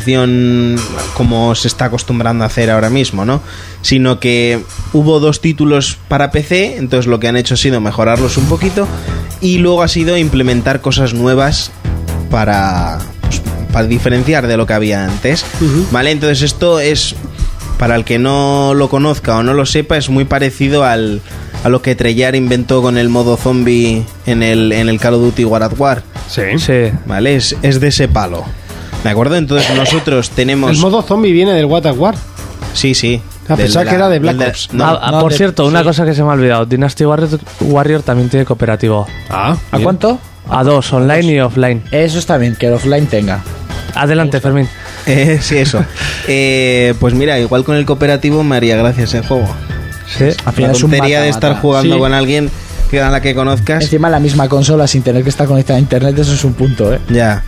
Speaker 5: remasterización como se está acostumbrando a hacer ahora mismo, ¿no? Sino que hubo dos títulos para PC, entonces lo que han hecho ha sido mejorarlos un poquito y luego ha sido implementar cosas nuevas para, pues, para diferenciar de lo que había antes. ¿Vale? Entonces esto es, para el que no lo conozca o no lo sepa, es muy parecido al, a lo que Treyarch inventó con el modo zombie en el, en el Call of Duty War at War.
Speaker 6: Sí. Sí.
Speaker 5: ¿Vale? Es, es de ese palo. ¿De acuerdo? Entonces nosotros
Speaker 2: El
Speaker 5: tenemos...
Speaker 2: modo zombie viene del What a War.
Speaker 5: Sí, sí.
Speaker 2: Ah,
Speaker 5: del-
Speaker 2: pensaba
Speaker 5: de
Speaker 2: que era de
Speaker 5: del
Speaker 2: Black Ops.
Speaker 5: no,
Speaker 6: Ah, ah,
Speaker 4: no,
Speaker 6: por
Speaker 4: de-
Speaker 6: cierto, una cosa que se me ha olvidado. Dynasty Warrior, Warrior también tiene cooperativo.
Speaker 2: Ah,
Speaker 4: ¿A cuánto?
Speaker 6: A dos, online y offline.
Speaker 4: Eso está bien, que el offline tenga.
Speaker 6: Adelante, Fermín.
Speaker 5: Eh, sí, eso. Eh, pues mira, igual con el cooperativo me haría gracia ese juego.
Speaker 6: Sí.
Speaker 4: Al final
Speaker 5: La
Speaker 4: es un
Speaker 5: tontería de
Speaker 4: mata-mata.
Speaker 5: estar jugando
Speaker 4: Sí.
Speaker 5: con alguien que a la que conozcas.
Speaker 4: Encima la misma consola sin tener que estar conectada a internet, eso es un punto, ¿eh?
Speaker 5: Ya,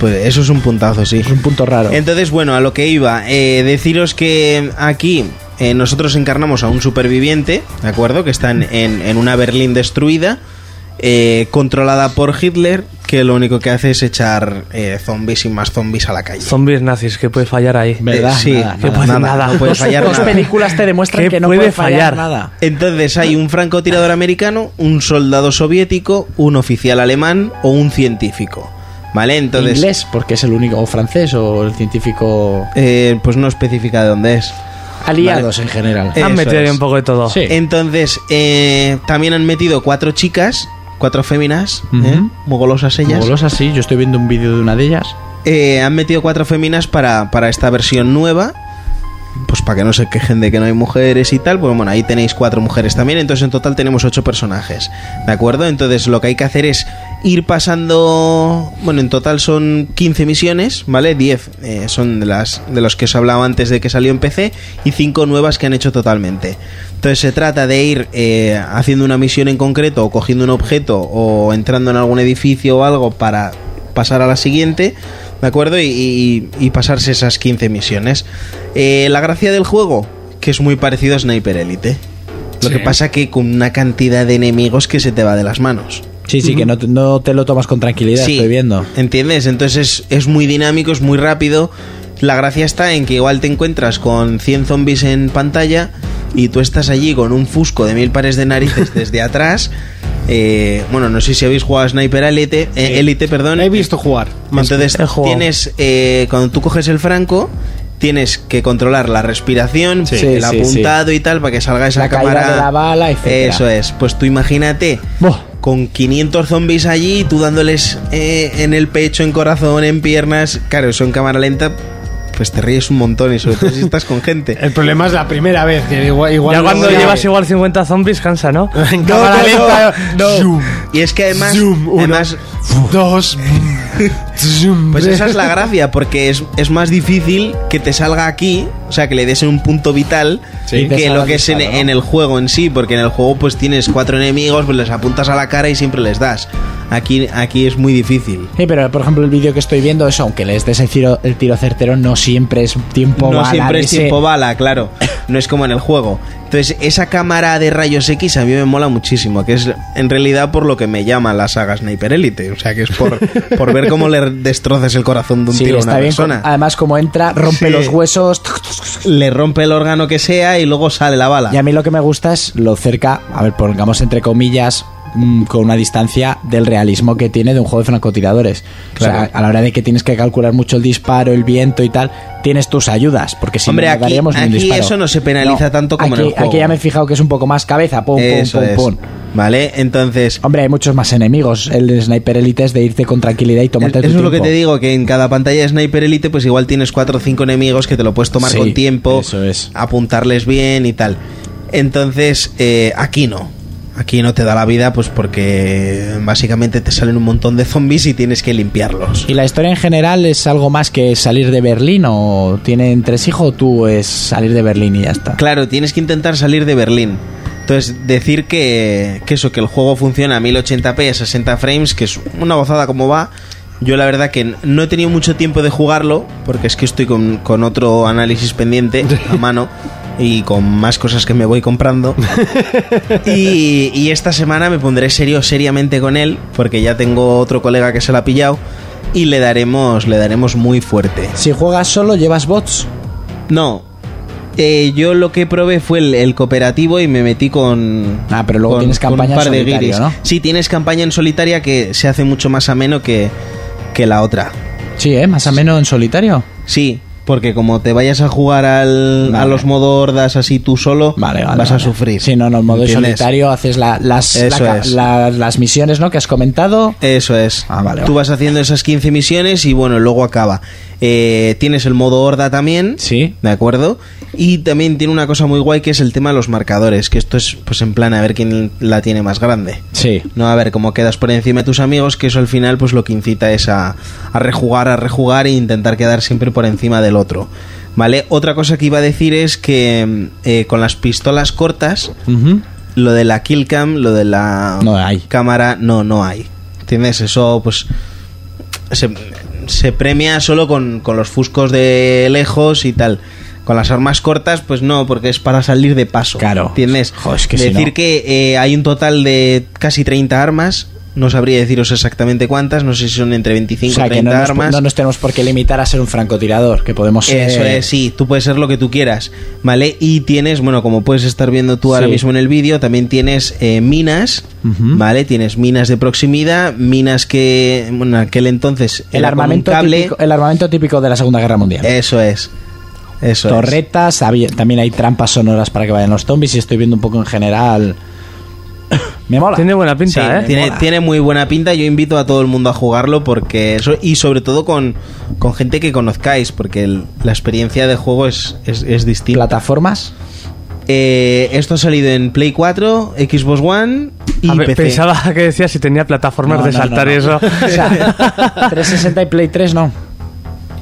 Speaker 5: pues eso es un puntazo, sí.
Speaker 4: Es un punto raro.
Speaker 5: Entonces, bueno, a lo que iba, eh, deciros que aquí eh, nosotros encarnamos a un superviviente, ¿de acuerdo? Que está en, en- en una Berlín destruida, eh, controlada por Hitler, que lo único que hace es echar eh, zombies y más zombies a la calle.
Speaker 6: Zombies nazis, que puede fallar ahí.
Speaker 4: ¿Verdad?
Speaker 5: Eh, sí,
Speaker 4: Nada,
Speaker 6: que puede- nada.
Speaker 5: no puede
Speaker 6: Dos-
Speaker 5: fallar
Speaker 4: Dos
Speaker 5: nada.
Speaker 4: películas te demuestran
Speaker 6: ¿Qué
Speaker 4: que no
Speaker 6: puede
Speaker 4: puede fallar,
Speaker 6: fallar?
Speaker 4: nada.
Speaker 5: Entonces hay un francotirador americano, un soldado soviético, un oficial alemán o un científico. ¿Vale? Entonces.
Speaker 4: Inglés, porque es el único, o francés, o el científico...
Speaker 5: eh, pues no especifica de dónde es.
Speaker 4: Aliados en general.
Speaker 5: Eh,
Speaker 6: Han
Speaker 5: eso
Speaker 6: metido ahí
Speaker 5: es.
Speaker 6: un poco de todo.
Speaker 4: Sí.
Speaker 5: Entonces, eh, también han metido cuatro chicas, cuatro féminas,
Speaker 4: Ujú.
Speaker 5: ¿eh? muy golosas ellas.
Speaker 4: Golosa, sí, yo estoy viendo un vídeo de una de ellas.
Speaker 5: Eh, han metido cuatro féminas para, para esta versión nueva. Pues para que no se quejen de que no hay mujeres y tal, pues bueno, ahí tenéis cuatro mujeres también, entonces en total tenemos ocho personajes, ¿de acuerdo? Entonces lo que hay que hacer es ir pasando, bueno, en total son 15 misiones, ¿vale? 10 eh, son de las de los que os hablaba antes de que salió en PC y cinco nuevas que han hecho totalmente. Entonces se trata de ir eh, haciendo una misión en concreto o cogiendo un objeto o entrando en algún edificio o algo para pasar a la siguiente, ¿de acuerdo? Y, y- y pasarse esas 15 misiones. Eh, la gracia del juego, que es muy parecido a Sniper Elite. Lo que pasa que con una cantidad de enemigos que se te va de las manos.
Speaker 4: Sí, sí, que no, te- no te lo tomas con tranquilidad,
Speaker 5: Sí,
Speaker 4: estoy viendo.
Speaker 5: ¿Entiendes? Entonces es, es muy dinámico, es muy rápido. La gracia está en que igual te encuentras con 100 zombies en pantalla y tú estás allí con un fusco de mil pares de narices desde atrás. Eh, bueno, no sé si habéis jugado a Sniper Elite, eh, Elite, perdón. He
Speaker 2: visto jugar.
Speaker 5: Entonces tienes, eh, cuando tú coges el franco, tienes que controlar la respiración,
Speaker 4: Sí.
Speaker 5: el
Speaker 4: Sí, sí,
Speaker 5: apuntado y tal, para que salga esa
Speaker 4: La caída
Speaker 5: cámara.
Speaker 4: de la bala, etcétera.
Speaker 5: Eso es. Pues tú imagínate con 500 zombies allí, tú dándoles eh, en el pecho, en corazón, en piernas. Claro, eso en cámara lenta, pues te ríes un montón y sobre todo si estás con gente.
Speaker 2: El problema es la primera vez que igual, igual
Speaker 6: ya
Speaker 2: luego
Speaker 6: cuando
Speaker 2: ya-
Speaker 6: llevas igual 50 zombies cansa, ¿no?
Speaker 5: No,
Speaker 2: cámara
Speaker 5: no, no,
Speaker 2: lenta,
Speaker 5: no.
Speaker 2: zoom,
Speaker 5: Y es que además,
Speaker 2: zoom, uno,
Speaker 5: además
Speaker 2: dos, zoom,
Speaker 5: Pues
Speaker 2: tres.
Speaker 5: esa es la gracia, porque es, es más difícil que te salga aquí, o sea, que le des en un punto vital,
Speaker 4: Sí. Te
Speaker 5: que
Speaker 4: salga
Speaker 5: lo que es en,
Speaker 4: disparado, ¿no?
Speaker 5: en el juego en sí, porque en el juego pues tienes cuatro enemigos, pues les apuntas a la cara y siempre les das. Aquí, aquí es muy difícil.
Speaker 4: Sí, pero por ejemplo el vídeo que estoy viendo, eso, aunque les des el tiro, el tiro certero, no siempre es tiempo
Speaker 5: no
Speaker 4: bala
Speaker 5: siempre
Speaker 4: de
Speaker 5: es
Speaker 4: ese-
Speaker 5: tiempo bala, claro. No es como en el juego. Entonces, esa cámara de rayos X a mí me mola muchísimo, que es en realidad por lo que me llama la saga Sniper Elite. O sea, que es por, por ver cómo le destrozas el corazón de un
Speaker 4: Sí,
Speaker 5: tiro a
Speaker 4: está
Speaker 5: una
Speaker 4: bien,
Speaker 5: persona.
Speaker 4: con- además, como entra, rompe
Speaker 5: Sí.
Speaker 4: los huesos.
Speaker 5: Le rompe el órgano que sea y luego sale la bala.
Speaker 4: Y a mí lo que me gusta es lo cerca, a ver, pongamos entre comillas, mm, con una distancia del realismo que tiene de un juego de francotiradores. O sea,
Speaker 5: Claro.
Speaker 4: a la hora de que tienes que calcular mucho el disparo, el viento y tal, tienes tus ayudas, porque si
Speaker 5: Hombre,
Speaker 4: no, no
Speaker 5: aquí-
Speaker 4: daríamos ni un
Speaker 5: aquí
Speaker 4: disparo.
Speaker 5: eso no se penaliza tanto como en
Speaker 4: aquí-
Speaker 5: el juego.
Speaker 4: Aquí ya me he fijado que es un poco más cabeza, pum, pum,
Speaker 5: Eso
Speaker 4: pum,
Speaker 5: es.
Speaker 4: pum.
Speaker 5: Vale, entonces.
Speaker 4: Hombre, hay muchos más enemigos. El de Sniper Elite es de irte con tranquilidad y tomarte
Speaker 5: Eso
Speaker 4: tu
Speaker 5: es lo que
Speaker 4: tiempo.
Speaker 5: te digo, que en cada pantalla de Sniper Elite, pues igual tienes cuatro o cinco enemigos que te lo puedes tomar
Speaker 4: Sí,
Speaker 5: con tiempo, apuntarles bien y tal. Entonces, eh, aquí no. Aquí no te da la vida, pues porque básicamente te salen un montón de zombies y tienes que limpiarlos.
Speaker 4: ¿Y la historia en general es algo más que salir de Berlín o tienen tres hijos o tú es salir de Berlín y ya está?
Speaker 5: Claro, tienes que intentar salir de Berlín. Entonces, decir que, que eso, que el juego funciona a 1080p, a 60 frames, que es una gozada como va. Yo la verdad que no he tenido mucho tiempo de jugarlo, porque es que estoy con, con otro análisis pendiente a mano y con más cosas que me voy comprando. Y, y esta semana me pondré serio, seriamente con él, porque ya tengo otro colega que se la ha pillado y le daremos, le daremos muy fuerte.
Speaker 4: Si juegas solo, llevas bots.
Speaker 5: No. Eh, yo lo que probé fue el, el cooperativo y me metí con.
Speaker 4: Ah, pero luego
Speaker 5: con-
Speaker 4: tienes
Speaker 5: con un
Speaker 4: campaña en
Speaker 5: par de
Speaker 4: solitario,
Speaker 5: guiris.
Speaker 4: ¿no?
Speaker 5: Sí, tienes campaña en solitaria que se hace mucho más ameno que, que la otra.
Speaker 4: Sí, ¿eh? Más o menos en solitario.
Speaker 5: Sí, porque como te vayas a jugar al, a
Speaker 4: Vale.
Speaker 5: los modordas así tú solo,
Speaker 4: Vale, vale.
Speaker 5: vas a
Speaker 4: vale.
Speaker 5: sufrir.
Speaker 4: Sí, no, no, en modo
Speaker 5: ¿Entiendes?
Speaker 4: solitario haces la- las, la
Speaker 5: Eso
Speaker 4: ca-
Speaker 5: es.
Speaker 4: la- las misiones, ¿no? Que has comentado.
Speaker 5: Eso es.
Speaker 4: Ah, vale,
Speaker 5: Tú
Speaker 4: vale.
Speaker 5: vas haciendo esas 15 misiones y bueno, luego acaba. Eh, tienes el modo horda también.
Speaker 4: Sí.
Speaker 5: ¿De acuerdo? Y también tiene una cosa muy guay que es el tema de los marcadores, que esto es pues en plan a ver quién la tiene más grande.
Speaker 4: Sí.
Speaker 5: No, a ver cómo quedas por encima de tus amigos, que eso al final pues lo que incita es a, a rejugar, a rejugar e intentar quedar siempre por encima del otro. ¿Vale? Otra cosa que iba a decir es que eh, con las pistolas cortas,
Speaker 4: Ujú.
Speaker 5: lo de la kill cam, lo de la
Speaker 4: No hay.
Speaker 5: cámara, no, no hay. ¿Entiendes? Eso pues se, se premia solo con, con los fuscos de lejos y tal. Con las armas cortas, pues no, porque es para salir de paso.
Speaker 4: Claro.
Speaker 5: ¿Entiendes?
Speaker 4: Jo, es que si
Speaker 5: decir
Speaker 4: no.
Speaker 5: que eh, hay un total de casi 30 armas. No sabría deciros exactamente cuántas, no sé si son entre 25
Speaker 4: O sea,
Speaker 5: o
Speaker 4: que
Speaker 5: 30
Speaker 4: no nos,
Speaker 5: armas.
Speaker 4: no nos tenemos por qué limitar a ser un francotirador, que podemos ser...
Speaker 5: Eso es, sí, tú puedes ser lo que tú quieras, ¿vale? Y tienes, bueno, como puedes estar viendo tú ahora
Speaker 4: Sí.
Speaker 5: mismo en el vídeo, también tienes eh, minas,
Speaker 4: Ujú.
Speaker 5: ¿vale? Tienes minas de proximidad, minas que bueno, en aquel entonces
Speaker 4: El
Speaker 5: era como un
Speaker 4: armamento,
Speaker 5: cable.
Speaker 4: típico, el armamento típico de la Segunda Guerra Mundial.
Speaker 5: Eso es. Eso es.
Speaker 4: Torretas, había- también hay trampas sonoras para que vayan los zombies y estoy viendo un poco en general... Me mola.
Speaker 6: Tiene buena
Speaker 5: Sí,
Speaker 6: pinta, ¿eh?
Speaker 5: tiene,
Speaker 4: mola.
Speaker 5: tiene muy buena pinta. Yo invito a todo el mundo a jugarlo porque eso, y sobre todo con, con gente que conozcáis, porque el- la experiencia de juego es, es, es distinta.
Speaker 4: ¿Plataformas?
Speaker 5: Eh, esto ha salido en Play 4, Xbox One y
Speaker 6: A ver,
Speaker 5: PC.
Speaker 6: pensaba que decía si tenía plataformas
Speaker 4: No,
Speaker 6: de
Speaker 4: no, no,
Speaker 6: saltar y
Speaker 4: no.
Speaker 6: eso.
Speaker 4: O sea, 360 y Play 3 no.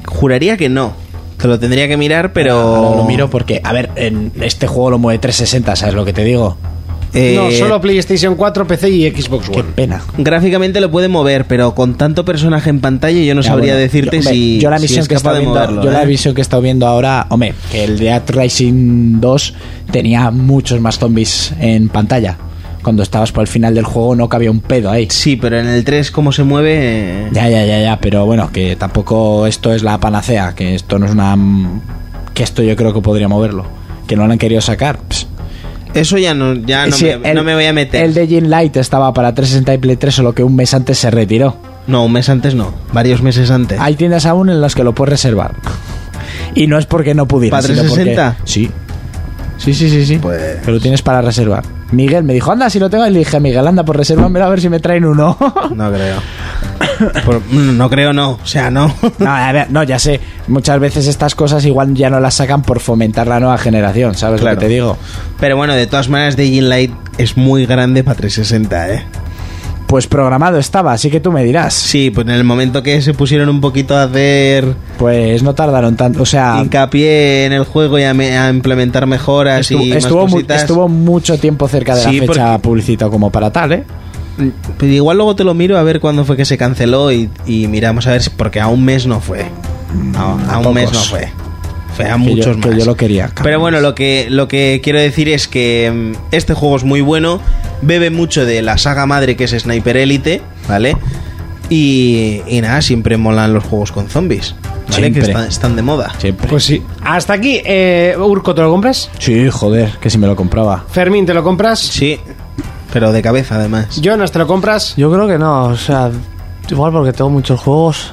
Speaker 5: Juraría que no. Ah, Te lo tendría que mirar,
Speaker 4: Ahora
Speaker 5: pero.
Speaker 4: Lo miro porque, a ver, en este juego lo mueve 360, ¿sabes lo que te digo?
Speaker 5: eh,
Speaker 2: No, solo PlayStation 4, PC y Xbox
Speaker 4: Qué
Speaker 2: One.
Speaker 4: pena.
Speaker 5: Gráficamente lo puede mover, pero con tanto personaje en pantalla yo no
Speaker 4: Ya,
Speaker 5: sabría
Speaker 4: bueno,
Speaker 5: decirte
Speaker 4: yo, hombre,
Speaker 5: si.
Speaker 4: yo la
Speaker 5: si
Speaker 4: misión
Speaker 5: es
Speaker 4: que he
Speaker 5: capaz
Speaker 4: estado
Speaker 5: de
Speaker 4: viendo,
Speaker 5: moverlo,
Speaker 4: yo la
Speaker 5: ¿eh?
Speaker 4: misión que he estado viendo ahora, hombre, que el Dead Rising 2 tenía muchos más zombies en pantalla. cuando estabas por el final del juego no cabía un pedo ahí.
Speaker 5: Sí, pero en el 3 cómo se mueve...
Speaker 4: Ya, ya, ya, ya, pero bueno, que tampoco esto es la panacea, que esto no es una... que esto yo creo que podría moverlo, que no lo han querido sacar. Pss.
Speaker 5: Eso ya no, ya no,
Speaker 4: Sí,
Speaker 5: me, no me voy a meter.
Speaker 4: El de Jin Light estaba para 360 y Play 3, solo que un mes antes se retiró.
Speaker 5: No, un mes antes no, varios meses antes.
Speaker 4: Hay tiendas aún en las que lo puedes reservar. Y no es porque no pudiera.
Speaker 5: ¿Para
Speaker 4: sino porque-
Speaker 5: 360?
Speaker 4: Sí. Sí, sí, sí, sí.
Speaker 5: Pues-
Speaker 4: Que lo tienes para reservar. Miguel me dijo, anda, si lo tengo. Y le dije, Miguel, anda, por resérvamelo a ver si me traen uno.
Speaker 5: No creo. Por- mm, no creo, no. O sea, no.
Speaker 4: No, a ver, no, ya sé. Muchas veces estas cosas igual ya no las sacan por fomentar la nueva generación, ¿sabes lo que te digo?
Speaker 5: Pero bueno, de todas maneras, Dying Light es muy grande para 360, ¿eh?
Speaker 4: Pues programado estaba, así que tú me dirás.
Speaker 5: Sí, pues en el momento que se pusieron un poquito a hacer
Speaker 4: Pues no tardaron tanto, o sea...
Speaker 5: hincapié en el juego y a, me- a implementar mejoras
Speaker 4: Estuvo,
Speaker 5: y
Speaker 4: estuvo
Speaker 5: más
Speaker 4: mu-
Speaker 5: cositas.
Speaker 4: estuvo mucho tiempo cerca de
Speaker 5: Sí,
Speaker 4: la fecha publicita como para tal, ¿eh?
Speaker 5: Pero igual luego te lo miro a ver cuándo fue que se canceló y, y miramos a ver si. Porque a un mes no fue. No, a un
Speaker 4: pocos.
Speaker 5: mes no fue. Fue a
Speaker 4: Que yo-
Speaker 5: muchos
Speaker 4: que
Speaker 5: más.
Speaker 4: yo lo quería.
Speaker 5: Pero bueno, lo que, lo que quiero decir es que mm, este juego es muy bueno, bebe mucho de la saga madre que es Sniper Elite, ¿vale? Y, y nada, siempre molan los juegos con zombies, ¿vale?
Speaker 4: Siempre.
Speaker 5: Que están, están de moda.
Speaker 2: Pues sí. Hasta aquí, eh, Urco, ¿te lo compras?
Speaker 4: Sí, joder, que si me lo compraba.
Speaker 2: Fermín, ¿te lo compras?
Speaker 5: Sí, pero de cabeza además.
Speaker 2: Jonas, ¿te lo compras?
Speaker 6: Yo creo que no, o sea, igual porque tengo muchos juegos.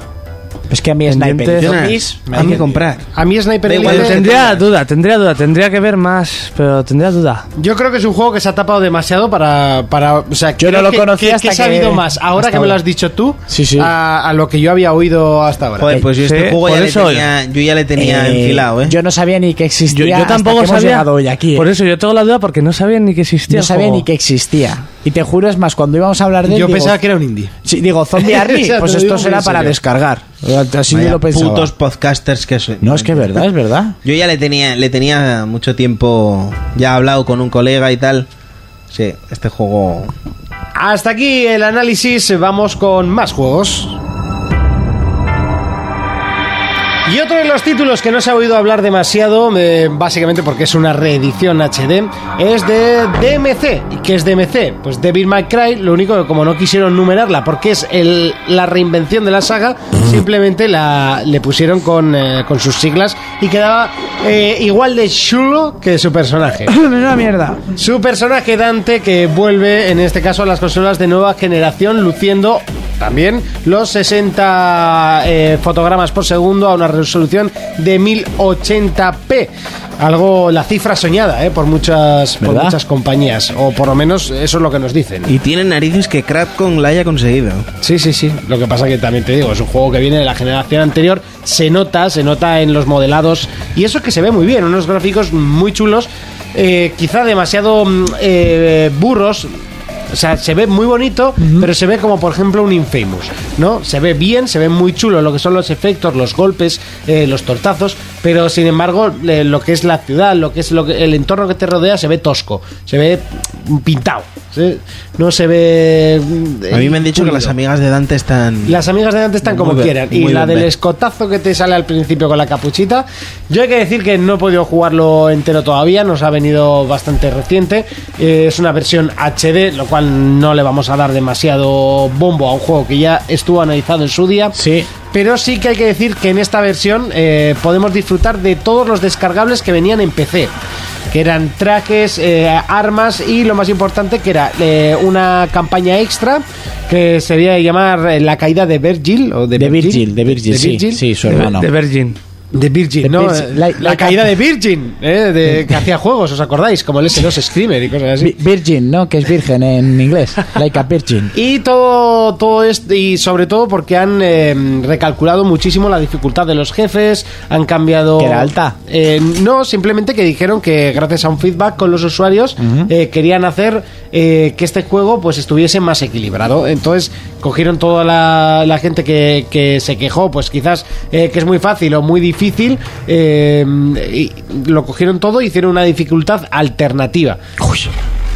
Speaker 4: Es que a mí
Speaker 2: Sniper Elite-
Speaker 5: Jonas, hay que comprar.
Speaker 2: A mí Sniper
Speaker 5: Da igual
Speaker 2: Elite-
Speaker 5: lo que
Speaker 6: Tendría duda, tendría duda, tendría que ver más, pero tendría duda.
Speaker 2: Yo creo que es un juego que se ha tapado demasiado para. para o sea,
Speaker 4: Yo no
Speaker 2: creo
Speaker 4: lo
Speaker 2: que,
Speaker 4: conocía
Speaker 2: que-
Speaker 4: hasta
Speaker 2: que he
Speaker 4: que-
Speaker 2: sabido más. Ahora
Speaker 4: hasta
Speaker 2: que me lo
Speaker 4: ahora.
Speaker 2: has dicho tú,
Speaker 4: Sí, sí.
Speaker 2: A, a lo que yo había oído hasta ahora.
Speaker 5: Joder, pues yo este
Speaker 6: Sí,
Speaker 5: juego
Speaker 6: por
Speaker 5: ya le,
Speaker 6: eso-
Speaker 5: tenía, yo ya le tenía
Speaker 4: Eh,
Speaker 5: enfilado, ¿eh?
Speaker 4: Yo no sabía ni que
Speaker 6: Yo,
Speaker 4: existía.
Speaker 6: yo
Speaker 4: hasta
Speaker 6: también
Speaker 4: que hemos
Speaker 6: sabía.
Speaker 4: llegado hoy aquí. ¿eh?
Speaker 6: Por eso yo tengo la duda porque no sabía ni que existía.
Speaker 4: no
Speaker 6: el
Speaker 4: sabía
Speaker 6: juego.
Speaker 4: ni que existía. Y te juro, es más, cuando íbamos a hablar de él,
Speaker 2: Yo
Speaker 4: digo,
Speaker 2: pensaba que era un indie.
Speaker 4: sí, digo, Zombie Army,
Speaker 2: O sea, te
Speaker 4: pues
Speaker 2: lo
Speaker 4: esto
Speaker 2: digo muy
Speaker 4: será
Speaker 2: en
Speaker 4: para
Speaker 2: serio.
Speaker 4: descargar. Así
Speaker 5: Vaya
Speaker 4: yo lo pensaba.
Speaker 5: putos podcasters que soy.
Speaker 4: No, es que es verdad, es verdad.
Speaker 5: Yo ya le tenía, le tenía mucho tiempo ya hablado con un colega y tal. Sí, este juego.
Speaker 2: Hasta aquí el análisis, vamos con más juegos. Y otro de los títulos que no se ha oído hablar demasiado, eh, básicamente porque es una reedición HD, es de DMC. ¿Y ¿Qué es DMC? Pues Devil May Cry, lo único que como no quisieron numerarla porque es el- la reinvención de la saga, simplemente la, le pusieron con, eh, con sus siglas y quedaba eh, igual de chulo que su personaje.
Speaker 4: una mierda.
Speaker 2: Su personaje Dante que vuelve en este caso a las consolas de nueva generación luciendo también los 60 eh, fotogramas por segundo a una resolución de 1080p. Algo, la cifra soñada eh, por, muchas, por
Speaker 4: ¿Verdad?
Speaker 2: muchas compañías, o por lo menos eso es lo que nos dicen.
Speaker 5: Y tiene narices que Crapcon la haya conseguido.
Speaker 2: Sí, sí, sí. Lo que pasa que también te digo, es un juego que viene de la generación anterior. Se nota, se nota en los modelados. Y eso que se ve muy bien, unos gráficos muy chulos. eh, quizá demasiado mm, eh, burros. O sea, se ve muy bonito, pero se ve como, por ejemplo, un Infamous, ¿no? Se ve bien, se ve muy chulo lo que son los efectos, los golpes, eh, los tortazos, pero sin embargo, eh, lo que es la ciudad, lo que es lo que- el entorno que te rodea, se ve tosco, se ve mm, pintado, ¿sí? no se ve... mm,
Speaker 5: A mí me han dicho que las
Speaker 2: pulido.
Speaker 5: amigas de Dante están.
Speaker 2: Las amigas de Dante están como
Speaker 5: Muy bien,
Speaker 2: quieran. Y
Speaker 5: muy
Speaker 2: la
Speaker 5: bien,
Speaker 2: del
Speaker 5: bien.
Speaker 2: escotazo que te sale al principio con la capuchita. Yo hay que decir que no he podido jugarlo entero todavía. Nos ha venido bastante reciente. Eh, es una versión HD, lo cual no le vamos a dar demasiado bombo a un juego que ya estuvo analizado en su día.
Speaker 4: Sí.
Speaker 2: Pero sí que hay que decir que en esta versión eh, podemos disfrutar de todos los descargables que venían en PC. Que eran trajes, eh, armas y lo más importante que era eh, una campaña extra que se veía llamar eh, la caída de Virgil. O de,
Speaker 4: De Virgil, de Virgil, sí, sí, su hermano.
Speaker 6: De Virgin.
Speaker 2: De Virgin,
Speaker 4: De
Speaker 2: no,
Speaker 4: Virgin,
Speaker 2: eh,
Speaker 4: la-
Speaker 2: la,
Speaker 4: la
Speaker 2: caída
Speaker 4: ca-
Speaker 2: de Virgin, eh, de, que hacía juegos, ¿os acordáis? Como el S2 Screamer y cosas así.
Speaker 4: Vi- Virgin, ¿no? Que es virgen en inglés. Like a virgin.
Speaker 2: Y todo, todo esto, y sobre todo porque han eh, recalculado muchísimo la dificultad de los jefes, han cambiado.
Speaker 4: Que era alta.
Speaker 2: Eh, no, simplemente que dijeron que gracias a un feedback con los usuarios eh, querían hacer eh, que este juego pues estuviese más equilibrado. Entonces cogieron toda la, la gente que, que se quejó, pues quizás eh, que es muy fácil o muy difícil, eh, y lo cogieron todo y hicieron una dificultad alternativa.